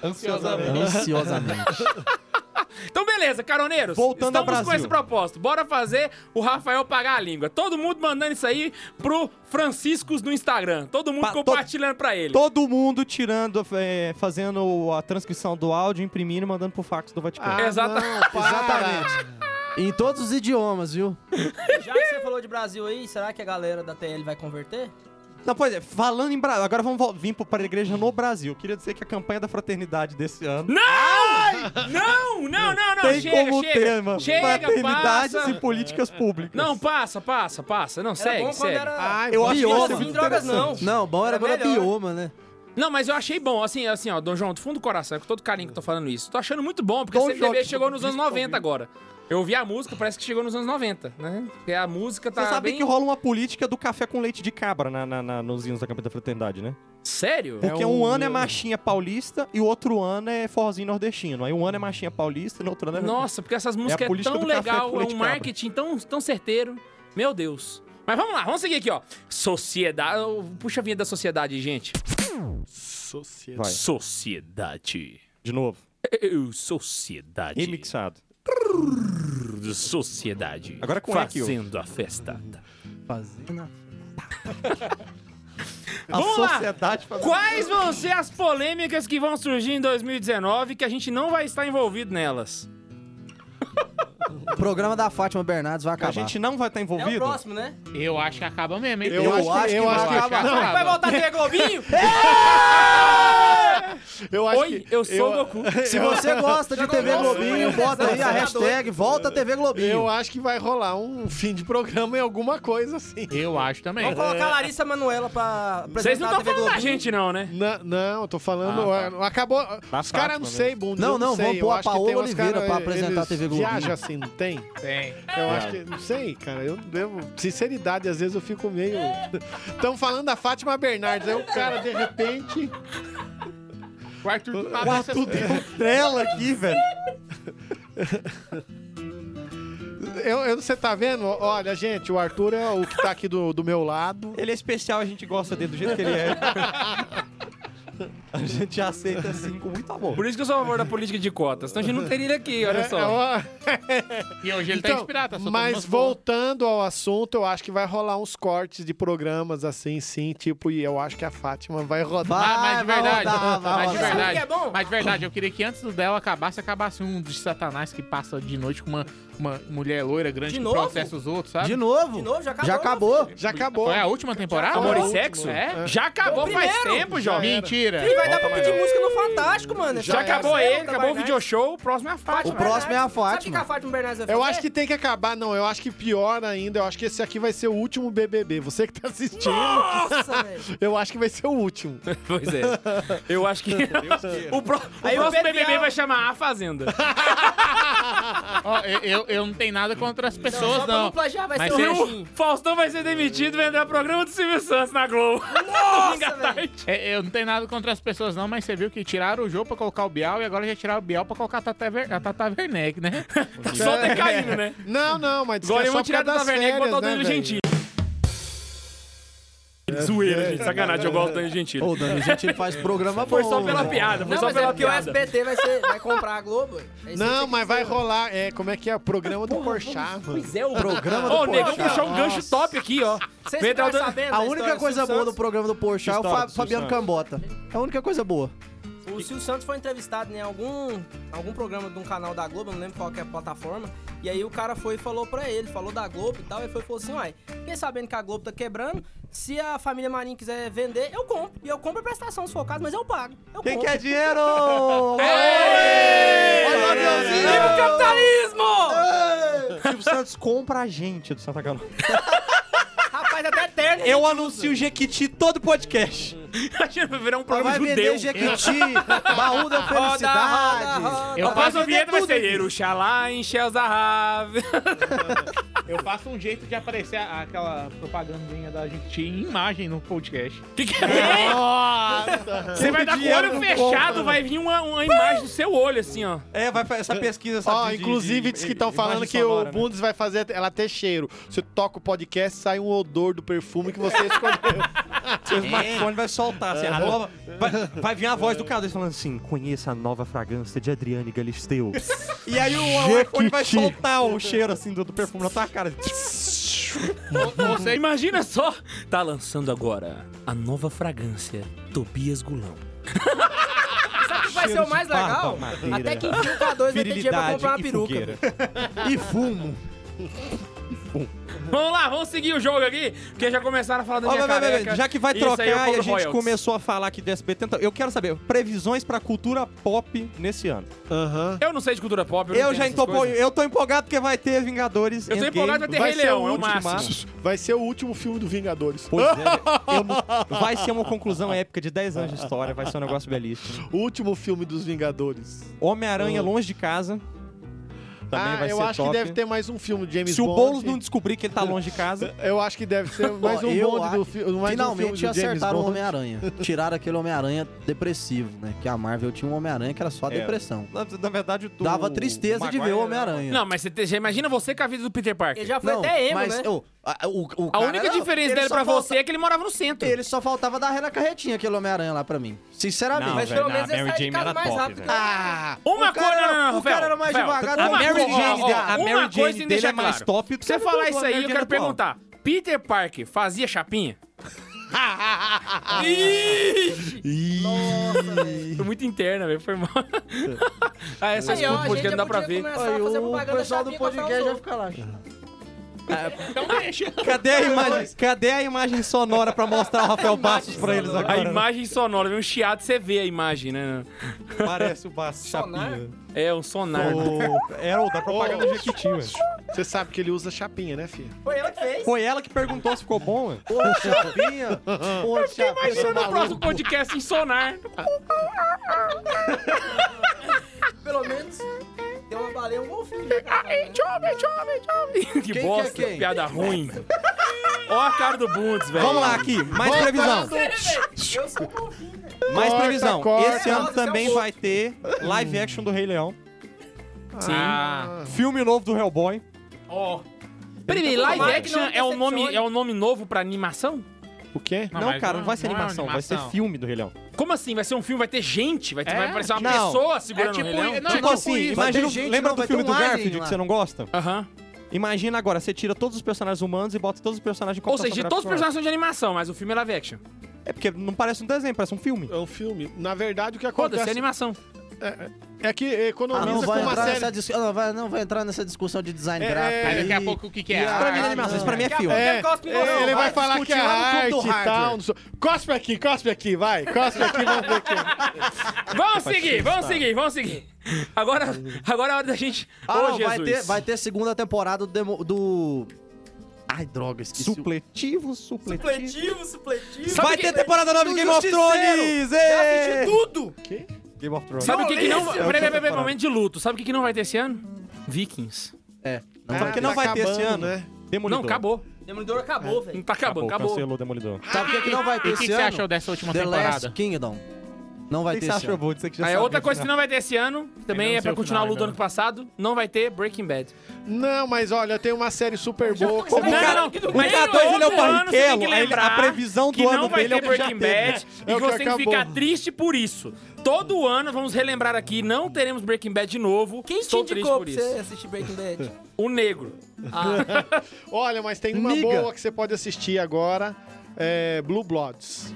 Speaker 2: Ansiosamente.
Speaker 6: ansiosamente.
Speaker 1: Então, beleza, caroneiros.
Speaker 2: Voltando ao
Speaker 1: estamos com
Speaker 2: Brasil.
Speaker 1: esse propósito. Bora fazer o Rafael pagar a língua. Todo mundo mandando isso aí pro Franciscos no Instagram. Todo mundo
Speaker 2: Pa- to-
Speaker 1: compartilhando pra ele.
Speaker 2: Todo mundo tirando, é, fazendo a transcrição do áudio, imprimindo e mandando pro fax do Vaticano.
Speaker 7: Ah,
Speaker 1: Exata-
Speaker 7: não, para.
Speaker 6: Exatamente. em todos os idiomas, viu?
Speaker 3: Já que você falou de Brasil aí, será que a galera da TL vai converter?
Speaker 2: Não, pois é, falando em Brasil, agora vamos vol- vir pro- pra igreja no Brasil. Queria dizer que a campanha da fraternidade desse ano
Speaker 1: Não! Não, não, não, não.
Speaker 2: tem
Speaker 1: chega,
Speaker 2: como
Speaker 1: chega.
Speaker 2: tema
Speaker 1: Chega,
Speaker 2: fraternidades
Speaker 1: passa.
Speaker 2: e políticas públicas.
Speaker 1: Não, passa, passa, passa. Não,
Speaker 3: Era
Speaker 1: segue,
Speaker 3: bom
Speaker 1: segue.
Speaker 3: quando era...
Speaker 7: Ai,
Speaker 2: Eu
Speaker 7: vou-
Speaker 2: acho que
Speaker 3: Bioma.
Speaker 2: isso é muito
Speaker 3: Sem drogas, não.
Speaker 2: interessante.
Speaker 6: Não, bom era
Speaker 3: Era
Speaker 6: agora
Speaker 3: melhor.
Speaker 6: bioma, né?
Speaker 1: Não, mas eu achei bom, assim, assim, ó, Dom João, do fundo do coração, é com todo carinho que eu tô falando isso. Tô achando muito bom, porque
Speaker 2: Dom
Speaker 1: o CPB
Speaker 2: João,
Speaker 1: chegou nos anos
Speaker 2: principalmente.
Speaker 1: 90 agora. Eu ouvi a música, parece que chegou nos anos 90, né? Porque a música tá
Speaker 2: Você sabe
Speaker 1: bem...
Speaker 2: que rola uma política do café com leite de cabra na, na, na- nos hinos da campanha da fraternidade, né?
Speaker 1: Sério?
Speaker 2: Porque
Speaker 7: É
Speaker 2: um
Speaker 7: um-
Speaker 2: ano é machinha paulista e o outro ano é forrozinho nordestino. Aí um ano é machinha paulista e no outro ano é...
Speaker 1: Nossa, porque essas
Speaker 2: É
Speaker 1: músicas
Speaker 2: a
Speaker 1: é,
Speaker 2: política né?
Speaker 1: tão
Speaker 2: do café
Speaker 1: legal,
Speaker 2: com
Speaker 1: é
Speaker 2: leite
Speaker 1: um
Speaker 2: cabra.
Speaker 1: marketing tão, tão certeiro. Meu Deus. Mas vamos lá, vamos seguir aqui, ó. Sociedade. Puxa a vinheta da sociedade, gente.
Speaker 7: Sociedade.
Speaker 2: Vai,
Speaker 1: Sociedade.
Speaker 2: de novo.
Speaker 1: Eu, sociedade.
Speaker 2: E mixado.
Speaker 1: Sociedade.
Speaker 2: Agora com eco.
Speaker 1: Fazendo a festa.
Speaker 6: Fazendo.
Speaker 2: A
Speaker 1: Vamos lá.
Speaker 2: sociedade... Lá.
Speaker 1: Quais vão ser as polêmicas que vão surgir em 2019 que a gente não vai estar envolvido nelas?
Speaker 6: O programa da Fátima Bernardes vai
Speaker 2: A
Speaker 1: Tá
Speaker 6: acabar.
Speaker 2: gente não vai estar
Speaker 3: É o
Speaker 2: envolvido?
Speaker 3: próximo, né?
Speaker 4: Eu acho que acaba mesmo, hein?
Speaker 7: Eu, acho que, eu acho que
Speaker 4: acaba.
Speaker 7: não,
Speaker 3: Vai voltar a TV Globinho?
Speaker 7: Eu acho
Speaker 1: Oi,
Speaker 7: É que
Speaker 1: eu sou o Goku.
Speaker 6: Se você gosta de TV Globinho, bota aí a hashtag Volta TV
Speaker 7: Eu
Speaker 6: Globinho.
Speaker 7: acho que vai rolar um fim de programa em alguma coisa assim.
Speaker 4: Eu acho também.
Speaker 3: Vamos colocar a Larissa Manuela pra apresentar
Speaker 1: É. Vocês não
Speaker 3: a
Speaker 1: estão
Speaker 3: TV
Speaker 1: falando da
Speaker 3: Globinho.
Speaker 1: gente, não, né?
Speaker 7: Na- não, eu tô falando.
Speaker 8: Ah,
Speaker 7: ah, Acabou. os
Speaker 8: prático,
Speaker 7: caras não
Speaker 8: né?
Speaker 7: sei, bunda.
Speaker 6: Não,
Speaker 7: eu
Speaker 6: não,
Speaker 7: sei.
Speaker 6: vamos
Speaker 7: eu
Speaker 6: pôr a
Speaker 7: acho que
Speaker 6: Paola
Speaker 7: tem uns
Speaker 6: Oliveira
Speaker 7: cara-
Speaker 6: pra apresentar
Speaker 7: eles
Speaker 6: a TV Globinho.
Speaker 7: Viaja assim, não tem?
Speaker 4: Tem.
Speaker 7: Eu acho que. Não sei, cara. Eu devo. Sinceridade, às vezes eu fico meio. Estão falando da Fátima Bernardes. Aí o cara, de repente.
Speaker 4: O Arthur do nada
Speaker 8: Tá tudo trela aqui, velho.
Speaker 7: Eu, eu- você tá vendo? Olha, gente, o Arthur é o que tá aqui do, do meu lado.
Speaker 8: Ele é especial, a gente gosta dele do jeito que ele é. A gente aceita assim com muito amor.
Speaker 1: Por isso que eu sou a favor da política de cotas. Senão a gente não teria ele aqui, olha
Speaker 7: É,
Speaker 1: só.
Speaker 7: ó,
Speaker 4: E hoje ele tá
Speaker 7: Então,
Speaker 4: inspirado, tá soltando
Speaker 7: Mas
Speaker 4: umas bolas.
Speaker 7: voltando ao assunto, eu acho que vai rolar uns cortes de programas assim, sim, tipo, e eu acho que a Fátima vai rodar.
Speaker 4: Ah, mas de
Speaker 6: Vai, vai
Speaker 4: verdade.
Speaker 6: rodar, vai
Speaker 4: mas de
Speaker 6: rodar.
Speaker 4: verdade.
Speaker 3: Sabe o que é bom?
Speaker 4: Mas de verdade, eu queria que antes do dela acabasse, acabasse um de Satanás que passa de noite com uma, uma mulher loira grande
Speaker 3: De
Speaker 4: que
Speaker 3: novo?
Speaker 4: processa os outros, sabe?
Speaker 6: De novo?
Speaker 3: De novo, já acabou.
Speaker 6: Já acabou.
Speaker 7: Já acabou.
Speaker 4: Foi a última temporada?
Speaker 1: Ah, Amor e
Speaker 4: Não.
Speaker 1: sexo?
Speaker 4: É?
Speaker 1: Já acabou
Speaker 3: Foi o
Speaker 1: faz
Speaker 3: primeiro.
Speaker 1: tempo,
Speaker 7: Já
Speaker 1: jovem.
Speaker 7: era.
Speaker 4: Mentira.
Speaker 3: Ih, vai dar pra pedir música no Fantástico, mano.
Speaker 1: Já acabou
Speaker 3: era.
Speaker 1: ele, acabou o video show, o próximo é a
Speaker 3: Fátima
Speaker 1: Fátima.
Speaker 6: O próximo é a
Speaker 3: Bernardes. Sabe o que
Speaker 6: Fátima.
Speaker 3: que a Fátima Bernardes vai
Speaker 7: Eu
Speaker 3: fazer?
Speaker 7: acho que tem que acabar, não. Eu acho que pior ainda. Eu acho que esse aqui vai ser o último BBB. Você que tá
Speaker 3: "É,
Speaker 7: assistindo,
Speaker 3: Nossa, velho.
Speaker 7: eu acho que vai ser o último.
Speaker 1: Pois é. Eu acho que. o pró- o
Speaker 3: Aí o
Speaker 1: próximo
Speaker 3: Pedro
Speaker 1: BBB
Speaker 3: Bial-
Speaker 1: vai chamar A Fazenda.
Speaker 4: Ó, eu, eu- eu não tenho nada contra as
Speaker 3: Não, só
Speaker 4: pessoas,
Speaker 3: pra não
Speaker 4: não.
Speaker 3: plagiar, vai
Speaker 4: Mas
Speaker 3: ser assim. o
Speaker 4: eu-
Speaker 1: O
Speaker 3: Regin.
Speaker 1: Faustão vai ser demitido e vai entrar programa do Silvio Santos na Globo. Domingo à
Speaker 3: velho.
Speaker 1: tarde.
Speaker 4: É, eu não tenho nada contra as pessoas, não, mas você viu que tiraram o jogo pra colocar o Bial e agora já tiraram o Bial pra colocar a Tata, Ver- a Tata Werneck, né?
Speaker 1: Só decaindo, né?
Speaker 7: Não, não, mas diz que
Speaker 1: Agora
Speaker 7: é
Speaker 1: eu
Speaker 7: só
Speaker 1: vou
Speaker 7: por
Speaker 1: tirar
Speaker 7: causa
Speaker 1: do
Speaker 7: das
Speaker 1: Taverneck e
Speaker 7: férias,
Speaker 1: botar o
Speaker 7: né,
Speaker 1: Danilo
Speaker 7: velho? É,
Speaker 1: Gentili. Zoeira, gente. Sacanagem, eu gosto do Danilo Gentili.
Speaker 6: Ô, Dani, gente, ele faz programa bom.
Speaker 1: Foi só pela
Speaker 6: né?
Speaker 1: piada, foi
Speaker 3: Não,
Speaker 1: só
Speaker 3: mas é
Speaker 1: pela
Speaker 3: porque o
Speaker 1: piada.
Speaker 3: SBT vai, ser, vai comprar a Globo. É isso
Speaker 7: Não,
Speaker 3: que
Speaker 7: mas vai
Speaker 3: tem que ser,
Speaker 7: rolar. É, como é que é? Programa do Porchat, mano.
Speaker 1: Pois é, o
Speaker 6: Programa do
Speaker 1: Ô, negão
Speaker 6: Porchat.
Speaker 1: puxou um gancho top aqui, ó.
Speaker 3: Vocês
Speaker 1: Vem entrar
Speaker 3: ficaram
Speaker 1: o Dan-
Speaker 3: sabendo
Speaker 6: A
Speaker 3: da
Speaker 6: única
Speaker 3: história
Speaker 6: coisa
Speaker 3: do Silvio
Speaker 6: boa do programa do Porchat é o
Speaker 8: História
Speaker 6: Fa-
Speaker 8: do Silvio
Speaker 6: Fabiano
Speaker 8: Santos.
Speaker 6: Cambota. É a única coisa boa.
Speaker 3: O Silvio Santos foi entrevistado em algum, algum programa de um canal da Globo, não lembro qual que é a plataforma. E aí o cara foi e falou pra ele, falou da Globo e tal, e foi e falou assim, uai, fiquei sabendo que a Globo tá quebrando, se a família Marinho quiser vender, eu compro. E eu compro a prestação, se for o caso, mas eu pago. Eu
Speaker 6: Quem
Speaker 3: compro.
Speaker 6: quer dinheiro?
Speaker 1: Ei!
Speaker 3: Viva
Speaker 6: É.
Speaker 3: o capitalismo!
Speaker 6: Ei!
Speaker 8: Silvio Santos compra a gente do Santa Catarina.
Speaker 3: Rapaz, até eterno.
Speaker 8: Eu anuncio o Jequiti todo podcast.
Speaker 1: A gente vai virar um
Speaker 6: Vai
Speaker 1: programa judeu.
Speaker 6: vender Jequiti, baú da felicidade.
Speaker 4: Eu
Speaker 1: Mas
Speaker 4: faço,
Speaker 1: a vinheta vai ser Yerushalá em Shelzahab.
Speaker 4: eu faço um jeito de aparecer a- aquela propagandinha da gente em imagem no podcast.
Speaker 1: Que que é? Você vai dar com o olho fechado, vai
Speaker 8: né?
Speaker 1: vir uma, uma imagem do seu olho, assim, ó.
Speaker 8: É, vai fazer essa pesquisa, sabe?
Speaker 7: Ó,
Speaker 8: de- de-
Speaker 7: inclusive
Speaker 8: de-
Speaker 7: diz que estão
Speaker 8: imagem
Speaker 7: falando que
Speaker 8: sonora,
Speaker 7: o
Speaker 8: né?
Speaker 7: Bundes vai fazer ela ter cheiro. Você toca o podcast, sai um odor do perfume que você escolheu.
Speaker 8: Seu smartphone vai soltar, assim, a nova... Vai, vai vir a voz do Cadu falando assim, conheça a nova fragrância de Adriane Galisteu. e aí o iPhone vai soltar o cheiro, assim, do, do perfume na tua cara.
Speaker 1: Você É, imagina só. Tá lançando agora a nova fragrância Tobias Gulão.
Speaker 3: Sabe o que vai ser o mais
Speaker 8: Cheiro de barba,
Speaker 3: legal?
Speaker 8: madeira.
Speaker 3: Até que enfim o K2 vai ter dinheiro pra comprar uma
Speaker 8: Virilidade e
Speaker 3: peruca.
Speaker 8: fogueira.
Speaker 6: E fumo.
Speaker 1: Vamos lá, vamos seguir o jogo aqui, porque já começaram a falar da
Speaker 8: Ó,
Speaker 1: minha
Speaker 8: vai, vai, vai,
Speaker 1: careca.
Speaker 8: Já que vai
Speaker 1: Isso aí é o
Speaker 8: trocar e a
Speaker 1: Cobra
Speaker 8: gente
Speaker 1: Royalties.
Speaker 8: começou a falar aqui do SBT, então eu quero saber, previsões pra cultura pop nesse ano.
Speaker 7: Aham.
Speaker 1: Eu não sei de cultura pop, eu,
Speaker 8: Eu,
Speaker 1: não entendo
Speaker 8: já
Speaker 1: essas
Speaker 8: tô,
Speaker 1: coisas.
Speaker 8: eu tô empolgado porque vai ter Vingadores
Speaker 1: Eu tô
Speaker 8: Endgame.
Speaker 1: empolgado, vai ter
Speaker 7: Vai
Speaker 1: Rei
Speaker 7: ser
Speaker 1: Leão,
Speaker 7: o
Speaker 1: é o
Speaker 7: último,
Speaker 1: máximo.
Speaker 7: Vai ser o último filme do Vingadores.
Speaker 8: Pois
Speaker 2: né?
Speaker 8: é, eu não- vai ser uma conclusão épica de 10 anos de história, vai ser um negócio belíssimo.
Speaker 7: O último filme dos Vingadores.
Speaker 8: Homem-Aranha Longe de Casa. Também
Speaker 7: ah,
Speaker 8: vai
Speaker 7: eu
Speaker 8: ser
Speaker 7: acho
Speaker 8: top.
Speaker 7: que deve ter mais um filme de James
Speaker 8: Se o
Speaker 7: Bond.
Speaker 8: Boulos não descobrir que ele tá longe de casa,
Speaker 7: Eu acho que deve ser mais
Speaker 6: Ó,
Speaker 7: um
Speaker 6: eu
Speaker 7: Bond
Speaker 6: acho-
Speaker 7: do fi... mais um filme
Speaker 6: Finalmente
Speaker 7: do James
Speaker 6: acertaram o
Speaker 7: Bond.
Speaker 6: Homem-Aranha. Tiraram aquele Homem-Aranha depressivo, né? Que a Marvel tinha um Homem-Aranha que era só
Speaker 8: É.
Speaker 6: depressão.
Speaker 8: na, na verdade o
Speaker 6: Dava tristeza de ver o Homem-Aranha.
Speaker 1: Não, mas você te- já imagina você com a vida do Peter
Speaker 3: Ele
Speaker 8: é
Speaker 1: Parker.
Speaker 3: já foi até emo,
Speaker 6: mas,
Speaker 3: né?
Speaker 6: ô, a- o- o
Speaker 1: A
Speaker 6: cara
Speaker 1: única
Speaker 6: era-
Speaker 1: diferença
Speaker 6: ele
Speaker 1: dele
Speaker 6: só
Speaker 1: pra
Speaker 6: falta-
Speaker 1: você é que ele morava no centro.
Speaker 6: Ele só faltava dar ré na carretinha, aquele Homem-Aranha lá pra mim. Sinceramente.
Speaker 3: Mas
Speaker 8: velho,
Speaker 3: pelo menos
Speaker 8: não,
Speaker 3: ele
Speaker 8: né? Mary
Speaker 3: sai de
Speaker 8: Jane
Speaker 3: casa
Speaker 8: era
Speaker 3: mais
Speaker 8: top, né?
Speaker 3: rápido.
Speaker 8: velho.
Speaker 3: que eu.
Speaker 6: Ah!
Speaker 1: Uma
Speaker 6: o cara
Speaker 1: coisa,
Speaker 6: era-
Speaker 1: não, não, não,
Speaker 6: O cara era mais
Speaker 1: Rafael,
Speaker 6: devagar.
Speaker 1: Rafael,
Speaker 6: não,
Speaker 8: A Mary
Speaker 1: Uma
Speaker 6: não,
Speaker 8: Jane,
Speaker 1: coisa-
Speaker 8: dele-
Speaker 6: ó,
Speaker 8: a
Speaker 1: uma
Speaker 8: Mary Jane
Speaker 1: coisa tem que
Speaker 8: dele
Speaker 1: deixar
Speaker 8: é mais
Speaker 1: claro.
Speaker 8: top do
Speaker 1: Você
Speaker 8: que a
Speaker 1: falar
Speaker 8: Mary
Speaker 1: isso aí, eu
Speaker 8: Jane
Speaker 1: quero
Speaker 8: atual.
Speaker 1: perguntar. Peter Parker fazia chapinha? Ih,
Speaker 3: Nossa, velho.
Speaker 1: Foi muito interna, velho. Foi mal. ah, essa é
Speaker 3: Aí, ó,
Speaker 1: só escuta o
Speaker 3: a gente
Speaker 1: podcast,
Speaker 3: já
Speaker 1: não dá pra
Speaker 3: podia
Speaker 1: ver.
Speaker 3: começar a
Speaker 6: Aí
Speaker 3: fazer
Speaker 6: o
Speaker 3: propaganda
Speaker 6: pessoal
Speaker 3: da
Speaker 6: do
Speaker 3: Bia pra falar
Speaker 6: podcast
Speaker 3: os
Speaker 6: vai
Speaker 3: outros.
Speaker 6: ficar lá.
Speaker 3: um
Speaker 4: Então deixa.
Speaker 2: Cadê a imagem, cadê a imagem sonora pra mostrar o Rafael Bastos pra eles
Speaker 1: A
Speaker 2: agora?
Speaker 1: imagem sonora, vem um chiado, você vê a imagem, né?
Speaker 2: Parece o Bastos Chapinha.
Speaker 1: É um sonar.
Speaker 2: O... Era o da propaganda de Jequiti, ué.
Speaker 7: Você sabe que ele usa chapinha, né, filho?
Speaker 3: Foi ela que fez.
Speaker 2: Foi ela que perguntou se ficou bom, ué.
Speaker 6: Ô, chapinha! Ô, chapinha!
Speaker 1: Imagina o é próximo podcast em sonar.
Speaker 3: Pelo menos deu uma baleia um golfinho.
Speaker 1: Chove, chove, chove. Que
Speaker 6: Quem
Speaker 1: bosta,
Speaker 6: que é quem?
Speaker 1: piada ruim. Ó a cara do Bundes, velho.
Speaker 2: Vamos lá aqui, mais
Speaker 7: É um
Speaker 2: previsão.
Speaker 3: Eu sou um golfinho. velho.
Speaker 2: Mais
Speaker 4: Corta,
Speaker 2: previsão.
Speaker 4: corta.
Speaker 2: Esse ano
Speaker 3: Nossa, é
Speaker 2: também
Speaker 3: um
Speaker 2: vai ter live action do Rei Leão.
Speaker 1: Sim.
Speaker 7: Ah.
Speaker 2: Filme novo do Hellboy.
Speaker 1: Ó. Peraí, live
Speaker 3: Tomara que
Speaker 1: action
Speaker 3: não
Speaker 1: é um, nome,
Speaker 3: decepcione.
Speaker 1: é um nome novo pra animação?
Speaker 7: O quê?
Speaker 2: Não, cara, não, vai ser
Speaker 1: é
Speaker 2: animação, vai ser filme do Rei Leão.
Speaker 1: Como assim? Vai ser um filme, vai ter gente? Vai, ter, vai aparecer uma
Speaker 2: Não.
Speaker 1: pessoa segurando um o Rei Leão?
Speaker 4: não, é
Speaker 2: tipo
Speaker 4: tipo
Speaker 2: assim,
Speaker 4: isso.
Speaker 6: Vai ter
Speaker 2: imagina,
Speaker 6: gente,
Speaker 2: lembra
Speaker 6: não,
Speaker 2: do
Speaker 6: vai
Speaker 2: filme
Speaker 6: ter
Speaker 2: do
Speaker 6: um alien
Speaker 2: Garfield
Speaker 6: lá.
Speaker 2: que você não gosta?
Speaker 1: Aham.
Speaker 2: Imagina agora, você tira todos os personagens humanos e bota todos os personagens
Speaker 1: Ou seja, todos os
Speaker 2: computação gráfica.
Speaker 1: personagens são de animação, mas o filme é live action.
Speaker 2: É porque não parece um desenho, parece um filme.
Speaker 1: Ah,
Speaker 7: É um filme. Na verdade, o que
Speaker 1: Foda-se, é
Speaker 7: acontece
Speaker 1: animação.
Speaker 7: é, é que
Speaker 6: Ah,
Speaker 7: economiza
Speaker 6: não, vai
Speaker 7: com uma
Speaker 6: entrar
Speaker 7: série.
Speaker 6: nessa dis- ah, não, vai, não vai entrar nessa discussão de design
Speaker 7: É,
Speaker 6: gráfico.
Speaker 7: é,
Speaker 4: Aí
Speaker 6: aí.
Speaker 4: daqui a pouco o que, que é?
Speaker 6: Ah,
Speaker 2: Isso pra mim não é
Speaker 6: não.
Speaker 2: animação, isso pra mim é
Speaker 3: Daqui a
Speaker 2: filme.
Speaker 3: pouco
Speaker 7: É,
Speaker 3: ele cospe no
Speaker 7: ele
Speaker 3: Rafael
Speaker 7: vai
Speaker 3: Bastos.
Speaker 7: falar que é
Speaker 6: discutir lá no
Speaker 7: arte
Speaker 6: Clube do
Speaker 7: e tal.
Speaker 6: Hardware.
Speaker 7: não sei- Cospe aqui, cospe aqui, vai. Cospe aqui, vamos ver aqui.
Speaker 1: Vamos seguir, vamos seguir, vamos seguir. Agora, agora é a hora da gente.
Speaker 6: Ah,
Speaker 1: Ô,
Speaker 6: não,
Speaker 1: Jesus.
Speaker 6: vai ter, vai ter segunda temporada do, demo- do- Ai, droga, esqueci. o-
Speaker 2: Supletivo, supletivo.
Speaker 3: Supletivo, supletivo.
Speaker 2: Vai ter temporada nova de Game of Thrones!
Speaker 3: Eu
Speaker 2: ê!
Speaker 3: assisti tudo.
Speaker 2: Game of Thrones.
Speaker 1: Sabe o que, que não.
Speaker 2: Violência!
Speaker 1: Peraí, peraí, peraí, momento de luto. Sabe o que, que não vai ter esse ano? Vikings.
Speaker 6: É, não
Speaker 7: Ah,
Speaker 6: vai
Speaker 2: que
Speaker 6: ter.
Speaker 2: não vai ter esse
Speaker 7: acabando,
Speaker 2: ano?
Speaker 7: né?
Speaker 2: Demolidor.
Speaker 1: Não, acabou.
Speaker 3: Demolidor acabou,
Speaker 1: Não
Speaker 3: velho.
Speaker 1: tá acabando, acabou.
Speaker 2: Cancelou Demolidor.
Speaker 6: Sabe o que, que não vai ter
Speaker 4: E o
Speaker 6: esse
Speaker 4: que, que você
Speaker 6: ano?
Speaker 4: achou dessa última
Speaker 6: The
Speaker 4: temporada?
Speaker 6: Last Kingdom. Não
Speaker 2: O
Speaker 6: vai
Speaker 2: que
Speaker 6: ter
Speaker 2: você
Speaker 6: esse
Speaker 2: achou,
Speaker 6: ano.
Speaker 2: Bud? Você que já
Speaker 1: assim, Aí é
Speaker 2: sabe né?
Speaker 1: outra
Speaker 2: o
Speaker 1: coisa que
Speaker 2: final.
Speaker 1: não vai ter esse ano,
Speaker 4: Eu
Speaker 1: também
Speaker 4: não
Speaker 1: é
Speaker 4: sei
Speaker 1: pra
Speaker 4: o
Speaker 1: continuar a
Speaker 4: final
Speaker 1: luta do
Speaker 4: ainda,
Speaker 1: ano passado, não vai ter Breaking Bad.
Speaker 7: Não, mas olha, tem uma série super boa que você
Speaker 1: Não,
Speaker 7: vai-
Speaker 1: é não, não.
Speaker 2: O K2 ele é o
Speaker 1: Todo ano você tem que
Speaker 2: Barrichello, aí ele- a
Speaker 1: lembrar
Speaker 2: previsão
Speaker 1: que
Speaker 2: do ano
Speaker 1: não vai
Speaker 2: dele é
Speaker 1: ter
Speaker 2: o que já
Speaker 1: Breaking Bad
Speaker 2: teve.
Speaker 1: e
Speaker 7: É o
Speaker 1: que
Speaker 7: que
Speaker 1: você tem que
Speaker 7: acabou.
Speaker 1: ficar triste por isso. Todo ano, vamos relembrar aqui, não teremos Breaking Bad de novo.
Speaker 3: Quem te
Speaker 1: Estou triste
Speaker 3: indicou
Speaker 1: por
Speaker 3: pra
Speaker 1: isso.
Speaker 3: você assistir Breaking Bad?
Speaker 1: O negro.
Speaker 7: Olha, mas tem uma
Speaker 6: Niga.
Speaker 7: boa que você pode assistir agora. É Blue Bloods.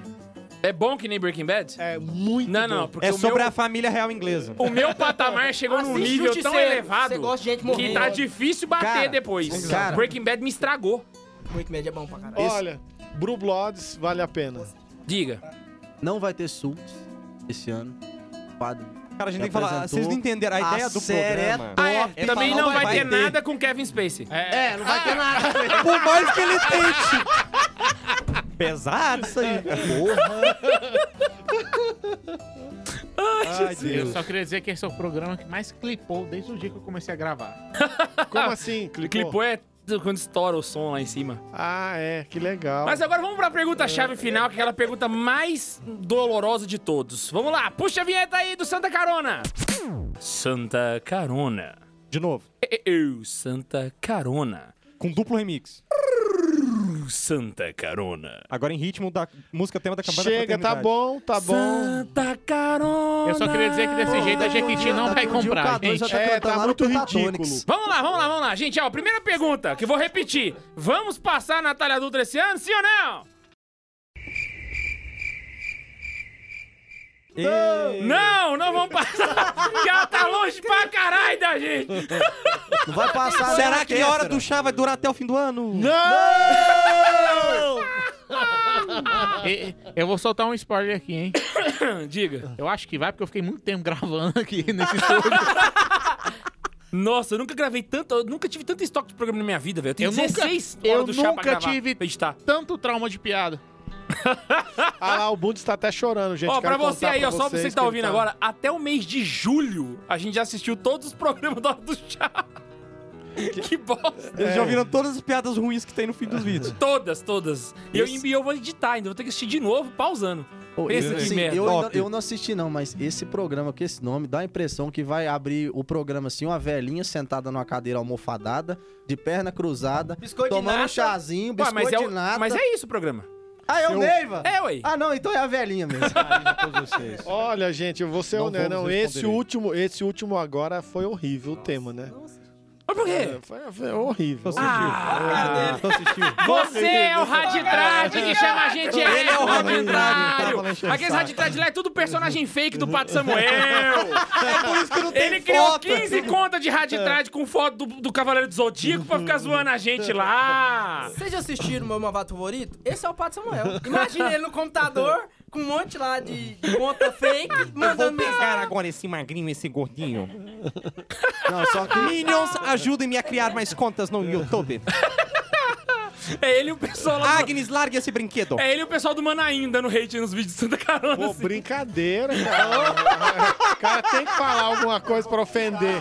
Speaker 1: É bom que nem Breaking Bad?
Speaker 7: É muito
Speaker 1: Não,
Speaker 7: bom.
Speaker 1: não, porque
Speaker 2: É
Speaker 1: o
Speaker 2: sobre
Speaker 1: meu...
Speaker 2: a família real inglesa.
Speaker 1: O meu patamar chegou num
Speaker 3: Assiste
Speaker 1: nível
Speaker 3: Justiceiro.
Speaker 1: tão elevado
Speaker 3: Você gosta de gente
Speaker 1: que
Speaker 3: morrendo.
Speaker 1: tá difícil bater
Speaker 6: Cara,
Speaker 1: depois.
Speaker 6: cara.
Speaker 1: Breaking Bad me estragou.
Speaker 3: Breaking Bad é bom pra caralho.
Speaker 7: Olha, Blue Bloods vale a pena.
Speaker 1: Diga.
Speaker 6: Não vai ter Sults esse ano. Padre.
Speaker 2: Cara, a gente
Speaker 6: Já
Speaker 2: tem que falar,
Speaker 6: apresentou
Speaker 2: "Ah, vocês não entenderam a
Speaker 6: a
Speaker 2: ideia do
Speaker 6: série é
Speaker 2: programa.
Speaker 6: top.
Speaker 1: Ah, é,
Speaker 6: É,
Speaker 1: também
Speaker 6: falar,
Speaker 1: não vai,
Speaker 6: vai
Speaker 1: ter,
Speaker 6: ter.
Speaker 1: nada com Kevin Spacey.
Speaker 6: É, não
Speaker 4: Ah!
Speaker 6: vai ter nada.
Speaker 2: Ah, Por mais que ele tente. Pesado isso aí. Ai,
Speaker 4: Eu
Speaker 2: Deus.
Speaker 4: só queria dizer que esse é o programa que mais clipou desde o dia que eu comecei a gravar.
Speaker 7: Como assim?
Speaker 1: O Clipou é quando estoura o som lá em cima.
Speaker 7: Ah, é, que legal.
Speaker 1: Mas agora vamos pra pergunta-chave final, que é aquela pergunta mais dolorosa de todos. Vamos lá, puxa a vinheta aí do Santa Carona. Santa Carona.
Speaker 2: De novo,
Speaker 1: E- Eu, Santa Carona.
Speaker 2: com duplo remix.
Speaker 1: Eu, Santa Carona.
Speaker 2: Agora em ritmo da música tema da campanha da
Speaker 7: Chega, tá
Speaker 2: fraternidade.
Speaker 7: bom, tá bom.
Speaker 1: Santa Carona.
Speaker 4: Eu só queria dizer que desse jeito a Jequiti não vai comprar,
Speaker 6: O K2 já
Speaker 4: gente.
Speaker 6: tá
Speaker 7: É, tá
Speaker 6: cantando lá no
Speaker 7: muito
Speaker 6: Pentatonix.
Speaker 7: ridículo.
Speaker 1: Vamos lá, vamos lá, vamos lá. Gente, ó, primeira pergunta, que eu vou repetir. Vamos passar a Natália Dutra esse ano, sim ou não?
Speaker 2: Ei,
Speaker 1: Não, não vamos passar, que ela tá longe pra caralho da gente.
Speaker 6: Não vai passar.
Speaker 2: Será
Speaker 6: não,
Speaker 2: que a hora do chá vai durar até o fim do ano?
Speaker 4: E- Eu vou soltar um spoiler aqui, hein?
Speaker 1: Diga.
Speaker 4: Eu acho que vai, porque eu fiquei muito tempo gravando aqui nesse estúdio.
Speaker 1: Nossa, eu nunca gravei tanto, eu nunca tive tanto estoque de programa na minha vida, velho. Eu tenho
Speaker 4: Eu nunca-
Speaker 1: 16
Speaker 4: eu
Speaker 1: horas do chá
Speaker 4: nunca
Speaker 1: pra gravar,
Speaker 4: tive-
Speaker 1: pra editar.
Speaker 4: Tanto trauma de piada.
Speaker 7: Ah lá, o Bundes tá até chorando, gente.
Speaker 1: Ó,
Speaker 7: Quero
Speaker 1: pra você
Speaker 7: contar
Speaker 1: aí, ó, só pra você
Speaker 7: vocês
Speaker 1: que tá ouvindo
Speaker 7: ele
Speaker 1: agora, até o mês de julho a gente já assistiu todos os programas da Hora do Chá. Que bosta.
Speaker 2: Eles já ouviram todas as piadas ruins que tem no fim dos
Speaker 1: É.
Speaker 2: vídeos.
Speaker 1: Todas, todas. E eu, e eu vou editar ainda, vou ter que assistir de novo, pausando.
Speaker 6: Pô,
Speaker 1: Pensa que
Speaker 6: esse,
Speaker 1: merda.
Speaker 6: eu, ainda-
Speaker 2: Top.
Speaker 6: eu não assisti, não, mas esse programa com esse nome dá a impressão que vai abrir o programa assim, uma velhinha sentada numa cadeira almofadada, de perna cruzada,
Speaker 3: Biscoito de
Speaker 6: tomando um
Speaker 3: nata.
Speaker 6: chazinho,
Speaker 1: Ué,
Speaker 6: biscoito
Speaker 1: mas, é,
Speaker 6: de
Speaker 1: o-
Speaker 6: nata.
Speaker 1: mas é isso o programa.
Speaker 6: Ah, é o Neiva?
Speaker 1: É, ué.
Speaker 6: Ah, não, então é a velhinha mesmo.
Speaker 7: tá- Olha, gente, eu vou ser
Speaker 2: Não
Speaker 7: honesto. né?
Speaker 2: vamos
Speaker 7: Não,
Speaker 2: responder
Speaker 7: esse
Speaker 2: ele.
Speaker 7: último, esse último agora foi horrível o tema, né?
Speaker 1: Mas por quê?
Speaker 7: É, foi, foi horrível.
Speaker 1: Ah,
Speaker 2: então
Speaker 9: Só assistiu.
Speaker 1: você é o raditrade que chama a gente
Speaker 2: Ele é o raditrade,
Speaker 1: raditrado.
Speaker 2: tava lá enchendo
Speaker 1: Aqueles
Speaker 2: o saco.
Speaker 1: raditrade lá é tudo personagem fake do Pato Samuel.
Speaker 2: É por isso que não tem
Speaker 1: Ele criou
Speaker 2: foto.
Speaker 1: 15 contas de raditrade com foto do, do Cavaleiro do Zodíaco pra ficar zoando a gente lá.
Speaker 3: Vocês já assistiram o meu novato favorito? Esse é o Pato Samuel. Imagina ele no computador, com um monte lá de, de conta fake, mandando mensagem.
Speaker 2: agora esse magrinho, esse gordinho.
Speaker 6: Não, só que.
Speaker 2: Minions, ajudem-me a criar mais contas no YouTube.
Speaker 1: É ele e o pessoal lá. do-
Speaker 2: Agnes, largue esse brinquedo.
Speaker 1: É ele e o pessoal do Manaína no hate nos vídeos de Santa Carona.
Speaker 7: Pô,
Speaker 1: assim.
Speaker 7: brincadeira, cara. o cara tem que falar alguma coisa pra ofender.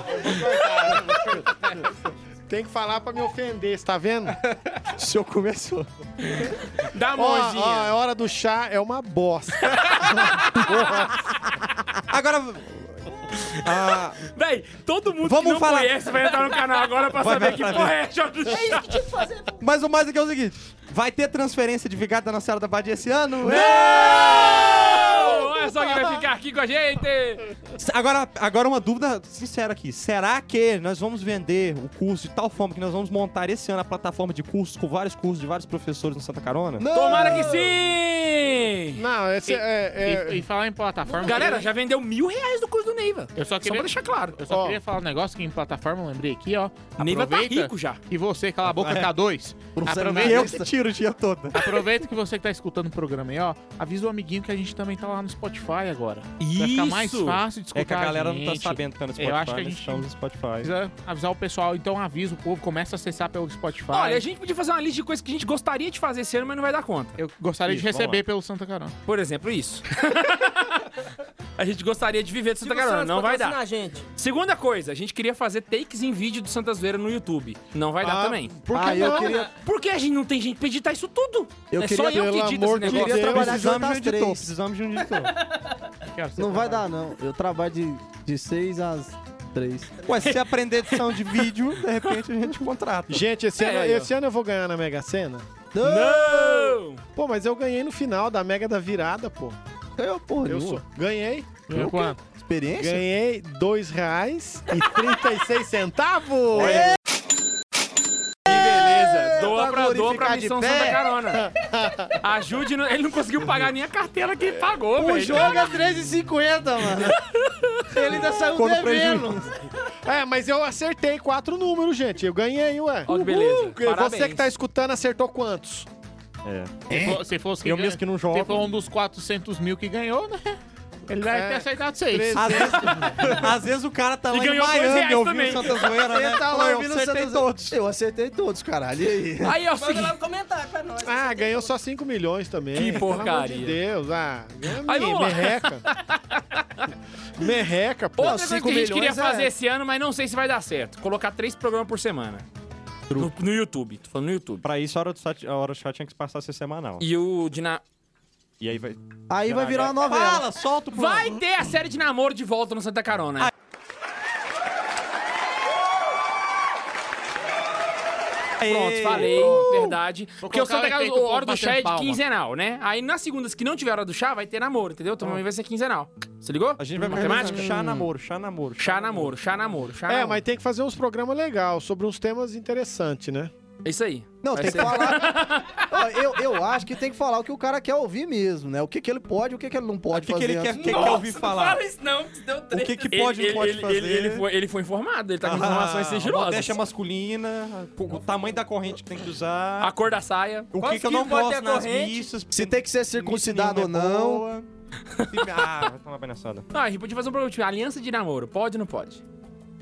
Speaker 7: Tem que falar pra me ofender, você tá vendo?
Speaker 9: O show começou.
Speaker 1: Dá a
Speaker 7: Ó,
Speaker 1: mãozinha.
Speaker 7: ó, a hora do chá é uma bosta.
Speaker 2: Agora. Ah,
Speaker 1: Véi, todo mundo que
Speaker 2: Vamos
Speaker 1: não
Speaker 2: falar-
Speaker 1: conhece vai entrar no canal agora pra
Speaker 2: Vai,
Speaker 1: saber
Speaker 2: vai,
Speaker 1: que
Speaker 2: vai,
Speaker 1: porra é Jorge do Chá.
Speaker 2: mas o mais aqui é o seguinte: vai ter transferência de Vigário da Nossa Senhora da Badia esse ano? É.
Speaker 1: Ô, Olha só quem vai ficar aqui com a gente.
Speaker 2: S- Agora, agora uma dúvida sincera aqui. Será que nós vamos vender o curso de tal forma que nós vamos montar esse ano a plataforma de cursos com vários cursos de vários professores no Santa Carona?
Speaker 1: Tomara que sim.
Speaker 7: Não, esse é. é-
Speaker 4: E, e falar em plataforma.
Speaker 1: Galera,
Speaker 4: eu-
Speaker 1: já vendeu mil reais do curso do Neiva.
Speaker 4: eu só queria
Speaker 1: deixar claro.
Speaker 4: Eu só
Speaker 7: Ó.
Speaker 4: queria falar um negócio que em plataforma eu lembrei aqui, ó.
Speaker 1: O Neiva tá
Speaker 4: Aproveita
Speaker 1: rico já.
Speaker 4: E você, cala a boca, K2.
Speaker 2: E eu
Speaker 4: Aproveita,
Speaker 2: que tiro o dia todo.
Speaker 4: aproveita que você que tá escutando o programa aí, ó. Avisa o amiguinho que a gente também tá lá no Spotify agora. Vai ficar mais fácil de escutar.
Speaker 2: É que a galera não tá
Speaker 4: gente.
Speaker 2: sabendo que tá no Spotify.
Speaker 4: Eu acho que a
Speaker 2: nós
Speaker 4: gente-
Speaker 2: estamos no Spotify.
Speaker 4: Precisa avisar o pessoal, então avisa o povo, começa a acessar pelo Spotify.
Speaker 1: Olha, a gente podia fazer uma lista de coisas que a gente gostaria de fazer esse ano, mas não vai dar conta.
Speaker 4: eu gostaria de
Speaker 2: Isso, vamos
Speaker 4: receber pelo Santa Carona.
Speaker 1: Por exemplo, isso. a gente gostaria de viver de Santa
Speaker 3: Silvio
Speaker 1: Carona,
Speaker 3: Santos
Speaker 1: não vai
Speaker 3: patrocina
Speaker 1: dar.
Speaker 3: a gente.
Speaker 1: Segunda coisa, a gente queria fazer takes em vídeo do Santa Zoeira no YouTube. Não vai dar
Speaker 7: ah,
Speaker 1: também.
Speaker 7: Por que
Speaker 6: Ah, eu
Speaker 7: não?
Speaker 6: queria.
Speaker 1: Por que a gente não tem gente pra editar isso tudo?
Speaker 6: Eu
Speaker 1: é
Speaker 6: queria-
Speaker 1: só eu que
Speaker 7: pelo
Speaker 1: edito esse
Speaker 7: amor de
Speaker 1: negócio.
Speaker 7: Deus.
Speaker 6: Queria trabalhar de
Speaker 2: Precisamos de um
Speaker 6: 8 às
Speaker 2: editor,
Speaker 6: 3.
Speaker 2: precisamos de um editor.
Speaker 4: Quero ser
Speaker 2: tá
Speaker 6: Não vai
Speaker 4: trabalhado.
Speaker 6: dar, não. Eu trabalho de, de 6 às 3.
Speaker 2: Ué, se você aprender edição de vídeo, de repente a gente contrata.
Speaker 7: Gente, esse,
Speaker 1: É,
Speaker 7: ano,
Speaker 1: aí, ó.
Speaker 7: esse ano eu vou ganhar na Mega Sena?
Speaker 1: Não!
Speaker 7: Pô, mas eu ganhei no final da Mega da Virada, pô.
Speaker 6: Eu, porra,
Speaker 7: Eu sou. Ganhei.
Speaker 4: Ganhou quanto?
Speaker 6: Experiência?
Speaker 7: Ganhei dois reais e 36 centavos.
Speaker 1: Que beleza! Doa
Speaker 7: pra
Speaker 1: pra doa pra
Speaker 7: É glorificar de
Speaker 1: missão
Speaker 7: pé.
Speaker 1: Santa Carona. Ajude, no- ele não conseguiu pagar nem a carteira que ele pagou,
Speaker 6: O
Speaker 1: velho.
Speaker 6: jogo é 13,50, mano. Ele ainda saiu
Speaker 2: Ficou no
Speaker 6: devendo.
Speaker 7: É, mas eu acertei quatro números, gente. Eu ganhei, ué.
Speaker 1: Ó, que beleza.
Speaker 7: Uhul. Você
Speaker 1: Parabéns.
Speaker 7: que tá escutando acertou quantos?
Speaker 4: Se for- Se fosse
Speaker 2: É? Eu mesmo que não
Speaker 4: Se
Speaker 2: jogo.
Speaker 4: for um dos 400 mil que ganhou, né? Ele vai
Speaker 7: É,
Speaker 4: ter aceitado seis.
Speaker 2: Às vezes, às vezes o cara tá
Speaker 1: E
Speaker 2: lá em
Speaker 1: ganhou dois
Speaker 2: Miami
Speaker 1: reais
Speaker 2: ouvindo
Speaker 1: também.
Speaker 2: Santa Zoeira, né?
Speaker 6: Você tá
Speaker 2: Fala,
Speaker 6: lá
Speaker 2: eu
Speaker 6: ouvindo
Speaker 2: acertei
Speaker 6: Santa Zo-
Speaker 2: todos.
Speaker 6: Eu acertei todos, caralho. E aí?
Speaker 1: Aí é o
Speaker 3: Manda lá
Speaker 1: seguinte.
Speaker 3: no comentário pra nós.
Speaker 7: Ah, ganhou só 5 milhões também.
Speaker 1: Que
Speaker 7: Pelo amor
Speaker 1: porcaria.
Speaker 7: de Deus, ah.
Speaker 1: Aí, vamos
Speaker 7: Ganha me-
Speaker 1: lá.
Speaker 7: merreca. merreca, pô.
Speaker 1: Outra coisa que
Speaker 6: cinco
Speaker 1: a gente queria
Speaker 6: milhões é-
Speaker 1: fazer esse ano, mas não sei se vai dar certo. Colocar três programas por semana. No, no YouTube. Tô falando no YouTube.
Speaker 2: Pra isso, a hora do chat, a hora do chat tinha que passar a ser semanal.
Speaker 1: E o Dina...
Speaker 2: E aí vai...
Speaker 6: Aí vai virar uma novela.
Speaker 2: Fala, solta o plano.
Speaker 1: Vai ter a série de namoro de volta no Santa Carona. Pronto, falei, verdade. Porque o
Speaker 4: colocar
Speaker 1: Santa
Speaker 4: o efeito
Speaker 1: Casa,
Speaker 4: do
Speaker 1: o
Speaker 4: povo
Speaker 1: Hora do Chá
Speaker 4: batendo
Speaker 1: é de
Speaker 4: palma.
Speaker 1: quinzenal, né? Aí nas segundas que não tiver Hora do Chá, vai ter namoro, entendeu? Também vai ser quinzenal. Se ligou?
Speaker 2: A gente vai
Speaker 1: Hum. Matemática?
Speaker 2: matemática? Chá namoro, chá namoro.
Speaker 1: Chá, namoro, chá, namoro, chá,
Speaker 7: É,
Speaker 1: namoro.
Speaker 7: mas tem que fazer uns programas legais sobre uns temas interessantes, né?
Speaker 1: É isso aí.
Speaker 6: Não,
Speaker 1: Vai
Speaker 6: tem
Speaker 1: ser-
Speaker 6: que falar. Ó, eu, eu acho que tem que falar o que o cara quer ouvir mesmo, né? O que, que ele pode, o que, que ele não
Speaker 2: O
Speaker 6: pode
Speaker 2: que, que
Speaker 6: fazer.
Speaker 2: ele quer, que que
Speaker 1: Nossa,
Speaker 2: ouvir falar?
Speaker 1: fala isso não, que deu
Speaker 2: O
Speaker 1: treta.
Speaker 2: que, que pode e
Speaker 1: ele,
Speaker 2: não pode
Speaker 1: ele,
Speaker 2: fazer?
Speaker 1: Ele, ele foi, ele foi informado, ele tá com informações
Speaker 2: Ah,
Speaker 1: sigilosas.
Speaker 2: Modéstia masculina, o o tamanho da corrente que tem que usar.
Speaker 1: A cor da saia.
Speaker 2: O que,
Speaker 3: Quantos
Speaker 2: que eu não
Speaker 3: quilos pode
Speaker 2: gosto
Speaker 3: ter
Speaker 2: nas
Speaker 3: corrente?
Speaker 2: missas.
Speaker 6: Se tem que ser circuncidado ou
Speaker 2: missa nenhuma é
Speaker 6: não.
Speaker 2: boa. Se- Ah, vai tomar banhaçada.
Speaker 1: Ah, a gente podia fazer um programa tipo, aliança de namoro. Pode ou não pode?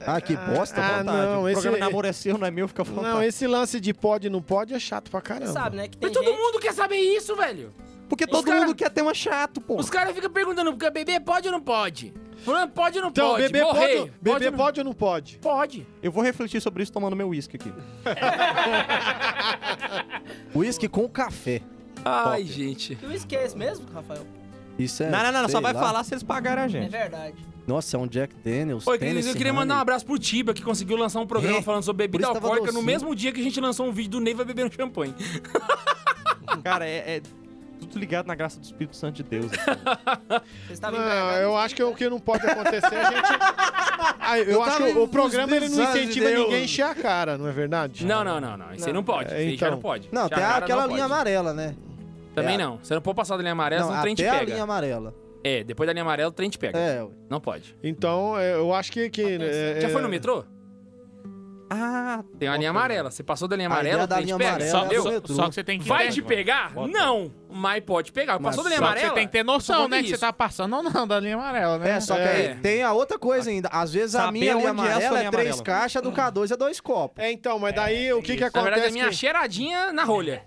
Speaker 6: Ah, que bosta,
Speaker 7: ah,
Speaker 6: mano.
Speaker 7: não,
Speaker 2: o
Speaker 7: esse-
Speaker 2: programa namoro é seu, não é meu, fica falando.
Speaker 7: Não, esse lance de pode e não pode é chato pra caramba.
Speaker 3: Você sabe, né? Que tem
Speaker 1: Mas todo
Speaker 3: gente-
Speaker 1: mundo quer saber isso, velho.
Speaker 2: Porque todo
Speaker 1: cara-
Speaker 2: mundo quer ter uma chato, pô.
Speaker 1: Os caras ficam perguntando, porque bebê pode ou não pode? Fulano pode ou não
Speaker 7: Então,
Speaker 1: pode?
Speaker 7: bebê,
Speaker 1: Morrer,
Speaker 7: pode, bebê
Speaker 1: ou
Speaker 7: pode,
Speaker 1: não-
Speaker 7: ou não pode?
Speaker 1: Pode.
Speaker 2: Eu vou refletir sobre isso tomando meu uísque aqui.
Speaker 6: Whisky com café.
Speaker 1: Ai, gente.
Speaker 3: Eu esqueço mesmo, Rafael.
Speaker 6: Isso é.
Speaker 2: não, não, não, não,
Speaker 6: sei
Speaker 2: só vai
Speaker 6: lá.
Speaker 2: falar se eles pagarem a
Speaker 3: É
Speaker 2: gente.
Speaker 3: verdade.
Speaker 6: Nossa, é um Jack Daniels.
Speaker 1: Oi, Cris, eu
Speaker 6: Tennessee
Speaker 1: queria mandar um
Speaker 6: Honey.
Speaker 1: abraço pro Tiba, que conseguiu lançar um programa
Speaker 6: É,
Speaker 1: falando sobre
Speaker 6: por
Speaker 1: bebida
Speaker 6: isso tava
Speaker 1: alcoólica no
Speaker 6: docinho.
Speaker 1: mesmo dia que a gente lançou um vídeo do Neiva bebendo champanhe.
Speaker 2: Cara, é, é- tudo ligado na graça do Espírito Santo de Deus. assim.
Speaker 3: Vocês estavam
Speaker 7: Não,
Speaker 3: empregados.
Speaker 7: eu acho que o que não pode acontecer é a gente. Ah, eu
Speaker 6: Eu
Speaker 7: acho
Speaker 6: tava
Speaker 7: que o- o
Speaker 6: nos
Speaker 7: programa ele não
Speaker 6: desastres de
Speaker 7: incentiva
Speaker 6: Deus.
Speaker 7: ninguém a encher a cara, não é verdade?
Speaker 1: Não, não, não, não. Isso aí não pode.
Speaker 7: É,
Speaker 1: Isso aí já
Speaker 7: então.
Speaker 1: não pode.
Speaker 6: Não,
Speaker 1: Já
Speaker 6: tem
Speaker 1: cara,
Speaker 6: aquela
Speaker 1: não
Speaker 6: linha
Speaker 1: pode.
Speaker 6: amarela, né?
Speaker 1: Também
Speaker 6: é.
Speaker 1: não. Você não pode passar da linha amarela, senão o trem te
Speaker 6: até a
Speaker 1: pega.
Speaker 6: linha amarela.
Speaker 1: É, depois da linha amarela o trem te pega.
Speaker 6: É, ué.
Speaker 1: Não pode.
Speaker 7: Então, é, eu acho que. que é,
Speaker 1: Já
Speaker 7: é-
Speaker 1: foi no metrô?
Speaker 2: ah,
Speaker 1: Tem uma linha amarela. Você passou da linha
Speaker 6: A
Speaker 1: amarela,
Speaker 6: ideia
Speaker 1: o
Speaker 6: da
Speaker 1: trem
Speaker 6: linha
Speaker 1: te pega.
Speaker 6: amarela
Speaker 4: Só,
Speaker 6: é a do
Speaker 1: entendeu?
Speaker 6: metrô.
Speaker 4: só que você tem que
Speaker 1: Vai
Speaker 4: ter...
Speaker 1: te pegar?
Speaker 2: Bota.
Speaker 1: Não, mas pode pegar.
Speaker 6: Mas
Speaker 1: Passou da linha
Speaker 4: Só que
Speaker 1: amarela?
Speaker 4: você tem que ter
Speaker 1: só
Speaker 4: noção,
Speaker 1: tem
Speaker 4: né? Que você
Speaker 1: isso.
Speaker 4: tá passando ou não da linha amarela, né?
Speaker 6: É, só que
Speaker 1: É.
Speaker 6: aí tem a outra coisa ainda. Às vezes a
Speaker 2: Saber
Speaker 6: minha
Speaker 2: onde
Speaker 6: linha
Speaker 2: é a sua
Speaker 6: amarela é
Speaker 2: linha
Speaker 6: três
Speaker 2: amarela.
Speaker 6: caixas, do K2 é dois copos.
Speaker 7: É, então, mas daí o que, que
Speaker 1: Na verdade,
Speaker 7: acontece?
Speaker 1: é minha
Speaker 7: que-
Speaker 1: cheiradinha na rolha.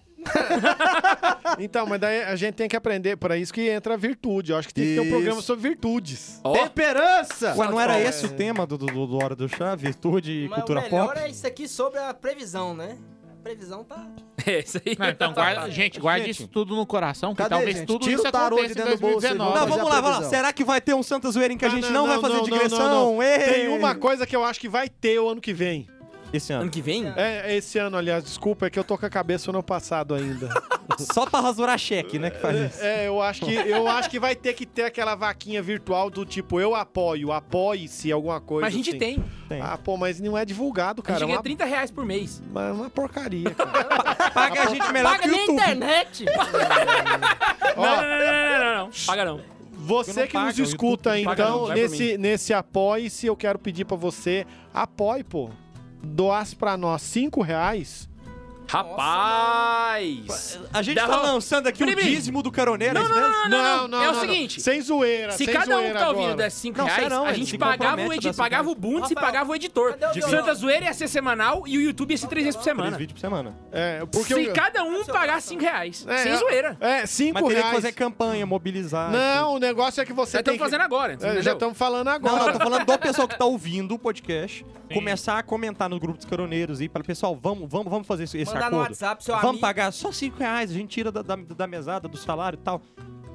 Speaker 7: Então, mas daí a gente tem que aprender. Para isso que entra a virtude. Eu acho que tem que ter um
Speaker 6: Isso.
Speaker 7: programa sobre virtudes.
Speaker 1: Ó,
Speaker 6: Temperança!
Speaker 2: Ué, não era esse o tema do, do, do, do Hora do Chá? Virtude e
Speaker 3: Mas
Speaker 2: cultura
Speaker 3: o melhor
Speaker 2: pop?
Speaker 3: é isso aqui sobre a previsão, né? A previsão tá...
Speaker 1: é isso aí.
Speaker 4: Não, então, guarda, gente, guarda
Speaker 2: Gente.
Speaker 4: isso tudo no coração, que
Speaker 6: Cadê,
Speaker 4: talvez
Speaker 6: gente?
Speaker 4: tudo
Speaker 6: Tira
Speaker 4: isso
Speaker 6: o tarô de
Speaker 4: aconteça em
Speaker 6: dentro do bolso e
Speaker 4: 2019.
Speaker 6: vamos-
Speaker 2: Não,
Speaker 6: Mas
Speaker 2: vamos
Speaker 6: é a
Speaker 2: lá, vamos lá.
Speaker 6: previsão.
Speaker 2: Será que vai ter um Santa Zoeira em que a
Speaker 7: Ah,
Speaker 2: gente
Speaker 7: não,
Speaker 2: não,
Speaker 7: não,
Speaker 2: vai fazer
Speaker 7: não, não, não,
Speaker 2: digressão?
Speaker 7: não.
Speaker 2: Ei!
Speaker 7: Tem uma coisa que eu acho que vai ter o ano que vem.
Speaker 2: Esse ano.
Speaker 1: Ano que vem?
Speaker 7: É, esse ano, aliás, desculpa, é que eu tô com a cabeça no ano passado ainda.
Speaker 2: Só pra rasurar cheque, né, que faz isso.
Speaker 7: É, eu acho que eu acho que vai ter que ter aquela vaquinha virtual do tipo eu apoio, apoie-se alguma coisa.
Speaker 1: Mas a gente
Speaker 7: assim.
Speaker 1: tem.
Speaker 7: Ah, pô, mas não é divulgado,
Speaker 1: A
Speaker 7: cara.
Speaker 1: gente
Speaker 7: É
Speaker 1: ganha
Speaker 7: uma,
Speaker 1: 30 reais por mês.
Speaker 7: mas é uma porcaria. Cara.
Speaker 2: Paga a gente melhor
Speaker 3: Paga
Speaker 2: É que o
Speaker 3: minha
Speaker 2: YouTube.
Speaker 3: internet!
Speaker 1: Não, não, não, não, não, não, não. Paga não.
Speaker 7: Você
Speaker 2: não
Speaker 7: que
Speaker 2: paga, é
Speaker 7: nos
Speaker 2: o YouTube
Speaker 7: escuta,
Speaker 1: não paga não,
Speaker 7: então,
Speaker 1: vai por
Speaker 7: nesse, nesse apoie-se, eu quero pedir pra você, apoie, pô. Doasse pra nós cinco reais.
Speaker 1: Rapaz!
Speaker 2: A gente
Speaker 1: Dá
Speaker 2: tá
Speaker 1: ro-
Speaker 2: lançando aqui o
Speaker 1: Primeiro.
Speaker 2: dízimo do Caroneiro,
Speaker 1: Não,
Speaker 2: isso
Speaker 1: não,
Speaker 2: mesmo?
Speaker 1: não, não, não, É o seguinte.
Speaker 7: Sem zoeira,
Speaker 1: Se
Speaker 7: sem
Speaker 1: cada um que
Speaker 7: zoeira
Speaker 1: tá
Speaker 7: agora.
Speaker 1: ouvindo desse 5
Speaker 2: Não,
Speaker 1: reais,
Speaker 2: serão,
Speaker 1: a
Speaker 2: eles
Speaker 1: gente
Speaker 2: se
Speaker 1: pagava o,
Speaker 2: comprometem a
Speaker 1: edi,
Speaker 2: dar
Speaker 1: pagava o Bundes e
Speaker 3: Rafael,
Speaker 1: pagava o editor.
Speaker 3: cadê o
Speaker 1: O
Speaker 3: violão?
Speaker 1: Santa Zoeira ia ser semanal e o YouTube ia ser três vezes por
Speaker 2: Três
Speaker 1: semana.
Speaker 2: vídeos por semana.
Speaker 7: É, porque
Speaker 1: Se
Speaker 7: eu-
Speaker 1: cada um pagar 5 reais.
Speaker 7: É,
Speaker 1: sem zoeira.
Speaker 7: É, cinco
Speaker 2: Mas teria que
Speaker 7: reais.
Speaker 2: fazer então. campanha, mobilizar.
Speaker 7: Não, o negócio é que você
Speaker 1: Já
Speaker 7: tem
Speaker 1: estamos
Speaker 7: que...
Speaker 1: fazendo agora.
Speaker 7: É,
Speaker 1: entendeu?
Speaker 7: já estamos falando
Speaker 2: Não,
Speaker 7: agora.
Speaker 2: não, tô falando do pessoal que tá ouvindo o podcast, começar a comentar no grupo dos caroneiros e para pessoal, vamos, vamos, vamos fazer esse, esse
Speaker 3: Mandar no
Speaker 2: acordo.
Speaker 3: WhatsApp, seu
Speaker 2: Vamos
Speaker 3: amigo.
Speaker 2: pagar só 5 reais, a gente tira da, da, da mesada, do salário e tal.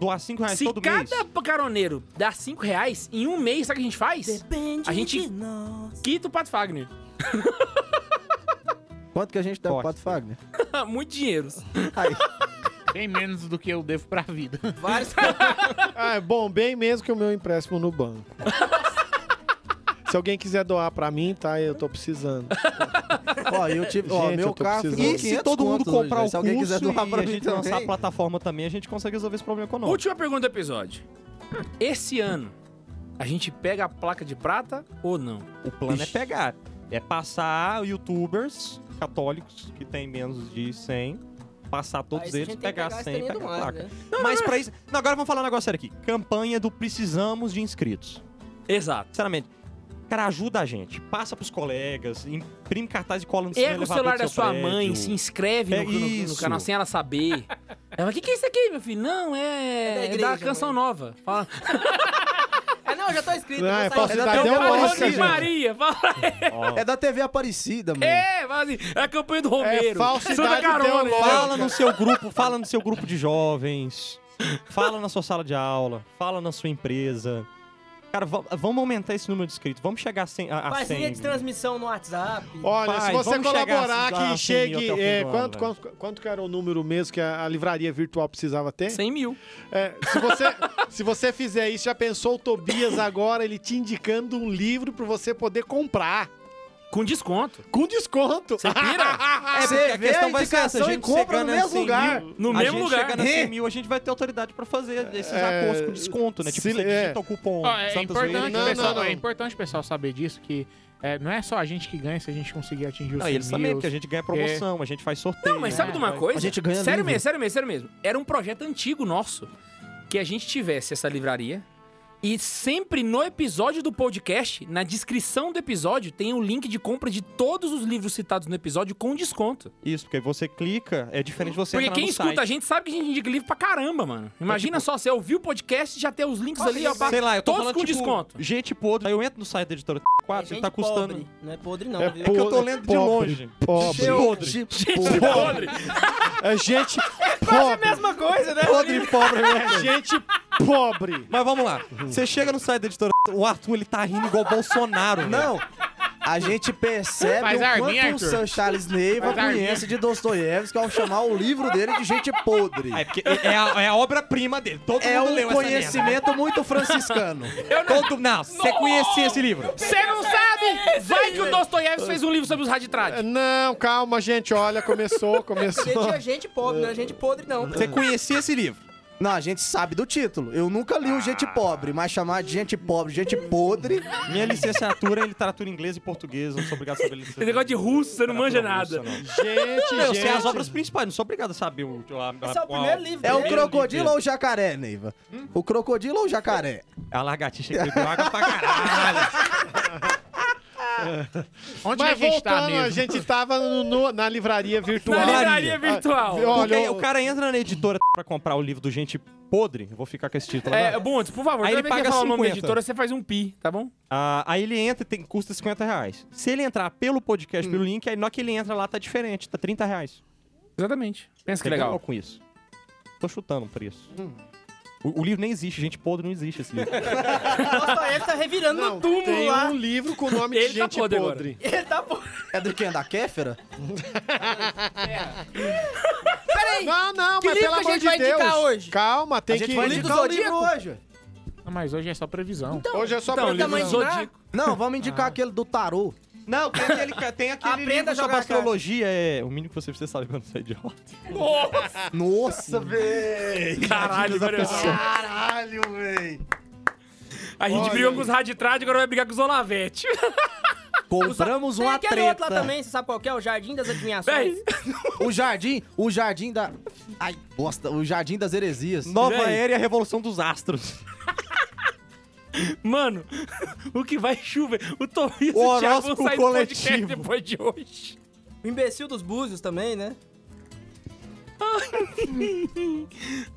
Speaker 2: Doar 5 reais
Speaker 1: Se
Speaker 2: Ah, todo mês.
Speaker 1: cada caroneiro dá 5 reais, em um mês, sabe o que a gente faz?
Speaker 10: Depende
Speaker 1: A gente
Speaker 10: de nós.
Speaker 1: Quita o Pato Fagner.
Speaker 6: Quanto que a gente dá pro
Speaker 2: Bosta.
Speaker 6: Pato Fagner?
Speaker 1: Muito dinheiro.
Speaker 4: Tem menos do que eu devo pra vida.
Speaker 3: Vários...
Speaker 7: Ah, é bom, bem mesmo que o meu empréstimo no banco. Se alguém quiser doar pra mim, tá? Eu tô precisando.
Speaker 6: ó, eu tive. ó,
Speaker 7: Gente, eu
Speaker 6: meu
Speaker 7: tô
Speaker 6: carro
Speaker 7: precisando.
Speaker 6: ficou
Speaker 2: E se
Speaker 6: 500
Speaker 2: todo mundo
Speaker 6: conto hoje,
Speaker 2: comprar
Speaker 6: velho.
Speaker 2: o
Speaker 6: Se
Speaker 2: curso
Speaker 6: alguém quiser doar pra
Speaker 2: e a
Speaker 6: mim
Speaker 2: gente lançar a
Speaker 6: também.
Speaker 2: plataforma também, a gente consegue resolver esse problema econômico.
Speaker 1: Última pergunta do episódio. Esse ano, a gente pega a placa de prata ou não?
Speaker 2: O plano é pegar. É passar youtubers católicos que tem menos de 100, passar todos
Speaker 3: Aí a gente
Speaker 2: eles,
Speaker 3: tem que
Speaker 2: pegar
Speaker 3: a
Speaker 2: 100 e
Speaker 3: estrelinha
Speaker 2: pegar a
Speaker 3: do mar,
Speaker 2: placa.
Speaker 3: né?
Speaker 2: Mas pra isso... Não, agora vamos falar um negócio sério aqui. Campanha do precisamos de inscritos.
Speaker 1: Exato.
Speaker 2: Sinceramente. Cara, ajuda a gente. Passa pros colegas, imprime cartaz e cola no cima
Speaker 1: Pega o
Speaker 2: elevador
Speaker 1: celular
Speaker 2: do
Speaker 1: da
Speaker 2: seu
Speaker 1: sua
Speaker 2: prédio.
Speaker 1: mãe, se inscreve
Speaker 2: É
Speaker 1: no, no- no
Speaker 2: isso.
Speaker 1: canal sem ela saber. Ela fala, o que, que é isso aqui, meu filho? Não,
Speaker 3: É da
Speaker 1: é, é da,
Speaker 3: igreja,
Speaker 1: canção nova. Fala,
Speaker 3: Ah, não, eu já tô inscrito.
Speaker 7: Não,
Speaker 3: eu vou
Speaker 7: é
Speaker 3: sair.
Speaker 7: falsidade,
Speaker 6: Ainda
Speaker 7: é
Speaker 6: tem
Speaker 7: uma
Speaker 6: um
Speaker 1: fala
Speaker 6: Nossa,
Speaker 1: Rodrigo
Speaker 6: gente.
Speaker 1: Maria, fala.
Speaker 2: Ó,
Speaker 6: É da TV Aparecida, mano.
Speaker 1: É, fala assim, é a campanha do Romero.
Speaker 7: É falsidade
Speaker 1: Santa Carona.
Speaker 7: teológica.
Speaker 2: Fala no seu grupo, fala no seu grupo de jovens, fala na sua sala de aula, fala na sua empresa. Cara, va- vamos aumentar esse número de inscritos, vamos chegar a 100. A, É a
Speaker 3: Faz linha
Speaker 2: 100.
Speaker 3: de transmissão no WhatsApp.
Speaker 7: Olha,
Speaker 2: Pai,
Speaker 7: se você
Speaker 2: vamos chegar
Speaker 7: colaborar
Speaker 2: a- a
Speaker 7: que
Speaker 2: 100 mil
Speaker 7: chegue.
Speaker 2: até o fim
Speaker 7: é,
Speaker 2: do ano, né?
Speaker 7: quanto,
Speaker 2: velho.
Speaker 7: quanto, quanto que era o número mesmo que a, a livraria virtual precisava ter?
Speaker 1: 100 mil.
Speaker 7: É, se, você, se você fizer isso, já pensou o Tobias agora, ele te indicando um livro pra você poder comprar.
Speaker 1: Com desconto.
Speaker 7: Com desconto.
Speaker 1: Você pira?
Speaker 2: É, porque a
Speaker 6: Ah, Você vê
Speaker 2: questão
Speaker 6: a
Speaker 2: vai ser essa,
Speaker 6: indicação
Speaker 2: a
Speaker 6: e
Speaker 2: gente
Speaker 6: compra
Speaker 2: chegando a
Speaker 6: no mesmo
Speaker 2: 100
Speaker 6: lugar.
Speaker 2: mil,
Speaker 1: No
Speaker 2: a
Speaker 1: mesmo
Speaker 2: gente
Speaker 1: lugar.
Speaker 2: chegando a 100 mil, a gente vai ter autoridade pra fazer esses acordos com desconto, né? Tipo,
Speaker 7: se-
Speaker 2: você
Speaker 7: é.
Speaker 2: digita o cupom
Speaker 4: Ó, é,
Speaker 2: Santa Zoeira
Speaker 4: importante,
Speaker 2: e-
Speaker 7: Não,
Speaker 4: o
Speaker 7: não,
Speaker 4: pessoal,
Speaker 7: não.
Speaker 4: é importante o pessoal saber disso, que é, não é só a gente que ganha se a gente conseguir atingir os
Speaker 2: Não,
Speaker 4: 100
Speaker 2: eles também,
Speaker 4: mil.
Speaker 2: porque a gente ganha promoção, a gente faz sorteio.
Speaker 1: É.
Speaker 2: né?
Speaker 1: Não, mas sabe de uma
Speaker 4: É,
Speaker 1: coisa?
Speaker 6: a gente ganha
Speaker 1: sério
Speaker 6: livro.
Speaker 1: mesmo, sério mesmo, sério mesmo. Era um projeto antigo nosso que a gente tivesse essa livraria e sempre no episódio do podcast, na descrição do episódio, tem o link de compra de todos os livros citados no episódio com desconto.
Speaker 2: Isso, porque você clica, é diferente de você
Speaker 1: Porque
Speaker 2: entrar
Speaker 1: quem
Speaker 2: no
Speaker 1: escuta
Speaker 2: site.
Speaker 1: a gente sabe que a gente indica livro pra caramba, mano. Imagina só, você ouviu o podcast e já tem os links ali, ó. pra-
Speaker 2: Sei lá, eu tô
Speaker 1: todos
Speaker 2: falando
Speaker 1: com
Speaker 2: tipo,
Speaker 1: desconto.
Speaker 2: gente podre. Aí eu entro no site da editora
Speaker 3: É
Speaker 2: 4, ele
Speaker 3: gente
Speaker 2: tá custando.
Speaker 3: Pobre. Não é podre, não,
Speaker 7: É
Speaker 3: viu?
Speaker 2: É que eu tô
Speaker 7: Pobre,
Speaker 2: lendo de
Speaker 7: pobre.
Speaker 2: longe.
Speaker 7: Pobre.
Speaker 6: Podre. Tipo,
Speaker 1: Gente podre!
Speaker 7: É gente
Speaker 3: Quase a
Speaker 7: pobre.
Speaker 3: mesma coisa, né?
Speaker 2: Podre pobre, né?
Speaker 7: É gente pobre.
Speaker 2: Mas vamos lá. Você chega no site da editora. O Arthur, ele tá rindo igual o Bolsonaro.
Speaker 6: Não, A gente percebe
Speaker 4: Faz
Speaker 6: o
Speaker 4: arminha,
Speaker 6: quanto o
Speaker 4: Arthur.
Speaker 6: Sam Charles Neiva
Speaker 4: Faz arminha.
Speaker 6: conhece de Dostoiévski ao chamar o livro dele de gente podre.
Speaker 2: É, porque é é a, é a obra-prima dele. Todo
Speaker 6: É
Speaker 2: mundo
Speaker 6: um
Speaker 2: leu essa merda.
Speaker 6: conhecimento muito franciscano.
Speaker 2: Todo... Não, você conhecia esse livro.
Speaker 1: Você não sabe? Vai que o Dostoiévski fez um livro sobre os
Speaker 2: É,
Speaker 1: raditrades.
Speaker 7: Não, calma, gente. Olha, começou,
Speaker 3: Porque
Speaker 7: começou.
Speaker 3: tinha é gente pobre, não era gente podre, não.
Speaker 2: Você conhecia esse livro.
Speaker 6: Não, a gente sabe do título. Eu nunca li o Gente Pobre, mas chamar de gente pobre, gente podre.
Speaker 2: Minha licenciatura é em literatura inglesa e portuguesa. Não sou obrigado a saber
Speaker 1: Esse
Speaker 2: licenciatura.
Speaker 1: negócio de russo, você
Speaker 2: é
Speaker 1: não manja
Speaker 2: Literatura
Speaker 1: nada.
Speaker 2: russa, não.
Speaker 7: Gente,
Speaker 2: Não, eu sei
Speaker 7: gente.
Speaker 2: as obras principais. Não sou obrigado a saber o... A, a,
Speaker 3: Esse é o primeiro livro
Speaker 6: É o
Speaker 3: dele.
Speaker 6: crocodilo ou o jacaré, Neiva? O crocodilo ou o jacaré?
Speaker 2: A lagartixa que bebeu água pra caralho.
Speaker 4: Onde
Speaker 7: Mas
Speaker 4: que a gente tá
Speaker 7: voltando,
Speaker 4: mesmo?
Speaker 7: a gente tava no- no- na livraria virtual.
Speaker 1: Na livraria virtual.
Speaker 7: Ah,
Speaker 2: Porque
Speaker 7: Olha,
Speaker 2: o cara entra na editora pra comprar o livro do Gente Podre. Eu vou ficar com esse título
Speaker 1: É,
Speaker 2: agora.
Speaker 1: Bundes, por favor,
Speaker 2: Aí
Speaker 1: toda
Speaker 2: ele
Speaker 1: vez que eu
Speaker 2: paga
Speaker 1: falar o nome da
Speaker 2: 50.
Speaker 1: editora, você faz um pi, tá bom?
Speaker 2: Ah, aí ele entra e tem, custa 50 reais. Se ele entrar pelo podcast,
Speaker 1: Hum.
Speaker 2: pelo link, aí na hora que ele entra lá tá diferente, tá 30 reais.
Speaker 1: Exatamente. Pensa que
Speaker 2: Tem
Speaker 1: legal. Hum.
Speaker 2: com isso. Tô chutando o preço. O, o livro nem existe, gente podre não existe esse livro.
Speaker 3: Dostoiévski tá revirando
Speaker 7: não,
Speaker 3: no túmulo
Speaker 7: tem
Speaker 3: lá.
Speaker 7: um livro com o nome
Speaker 1: Ele
Speaker 7: de
Speaker 1: tá
Speaker 7: gente
Speaker 1: podre agora.
Speaker 7: podre.
Speaker 3: Ele tá podre.
Speaker 6: É do quem? Da Kéfera?
Speaker 3: Peraí,
Speaker 7: Não, Ah, não,
Speaker 3: Que
Speaker 7: mas
Speaker 3: livro
Speaker 7: pelo
Speaker 3: que a
Speaker 7: amor
Speaker 3: gente
Speaker 7: de
Speaker 3: vai
Speaker 7: Deus.
Speaker 3: indicar hoje?
Speaker 7: Calma, tem
Speaker 6: A gente
Speaker 7: que.
Speaker 6: vai
Speaker 3: Livro
Speaker 6: indicar É o
Speaker 3: do Zodíaco?
Speaker 6: livro hoje.
Speaker 4: Não, mas hoje é só previsão.
Speaker 7: Hoje é só
Speaker 1: Então,
Speaker 7: pra
Speaker 1: livro do
Speaker 3: tamanho de
Speaker 1: Zodíaco.
Speaker 6: Não, vamos indicar aquele do tarô.
Speaker 2: não, tem aquele, tem aquele
Speaker 3: Aprenda a
Speaker 2: livro sobre
Speaker 3: jogar
Speaker 2: astrologia. É, o mínimo que você precisa saber quando você é idiota.
Speaker 6: Nossa, véi!
Speaker 1: Caralho, olha só.
Speaker 6: Caralho, véi!
Speaker 1: A gente
Speaker 7: Olha
Speaker 1: brigou
Speaker 7: aí.
Speaker 1: com os raditrades, agora vai brigar com os Olavete.
Speaker 6: Compramos
Speaker 2: um
Speaker 3: tem
Speaker 6: uma
Speaker 3: aquele outro lá
Speaker 6: treta.
Speaker 3: também, você sabe qual que é? O Jardim das Adivinhações.
Speaker 1: Véi,
Speaker 6: O jardim, o jardim da... Ai, bosta. O jardim das heresias.
Speaker 2: Nova
Speaker 1: Véi.
Speaker 2: Era e a Revolução dos Astros.
Speaker 1: mano, o que vai chover? O Tobias
Speaker 2: O
Speaker 1: e o Thiago vão
Speaker 2: horóscopo
Speaker 1: sair do podcast
Speaker 2: coletivo.
Speaker 1: depois de hoje.
Speaker 3: O imbecil dos búzios também, né?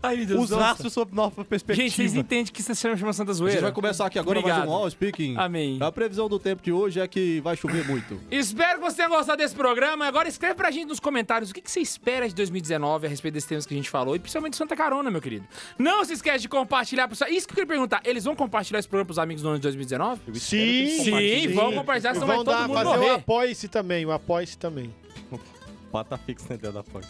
Speaker 1: Ai, meu Deus
Speaker 2: Os
Speaker 1: nossa.
Speaker 2: astros sob nova perspectiva.
Speaker 1: Gente, vocês entendem que isso se chama Santa
Speaker 6: A
Speaker 1: Zoeira?
Speaker 6: gente vai começar aqui agora mais
Speaker 1: Obrigado.
Speaker 6: um All Speaking.
Speaker 1: Amém.
Speaker 6: A previsão do tempo de hoje é que vai chover muito.
Speaker 1: Espero que você tenha gostado desse programa. Agora escreve pra gente nos comentários o que que você espera de 2019 a respeito desses temas que a gente falou, e principalmente Santa Carona, meu querido. Não se esquece de compartilhar. Pro... seu- Isso que eu queria perguntar. Eles vão compartilhar esse programa pros amigos no ano de 2019?
Speaker 7: Sim,
Speaker 1: Sim, vão compartilhar, senão vai
Speaker 7: Vão
Speaker 1: todo
Speaker 7: dar,
Speaker 1: mundo
Speaker 7: fazer
Speaker 1: morrer.
Speaker 7: o apoie-se também, o apoie-se também.
Speaker 2: Bata fixo na ideia da porta.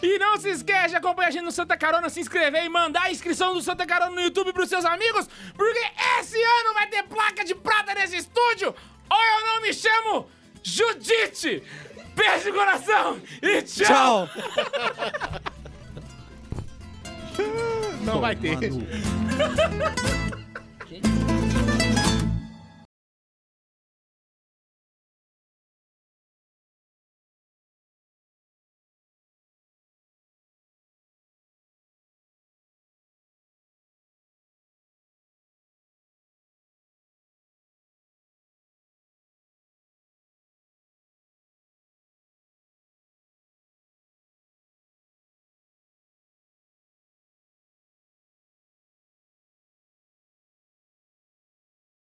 Speaker 1: E não se esquece de acompanhar a gente no Santa Carona, se inscrever e mandar a inscrição do Santa Carona no YouTube pros seus amigos, porque esse ano vai ter placa de prata nesse estúdio, ou eu não me chamo Judite! Beijo no coração e tchau.
Speaker 2: Tchau!
Speaker 4: Não vai ter.
Speaker 6: Manu.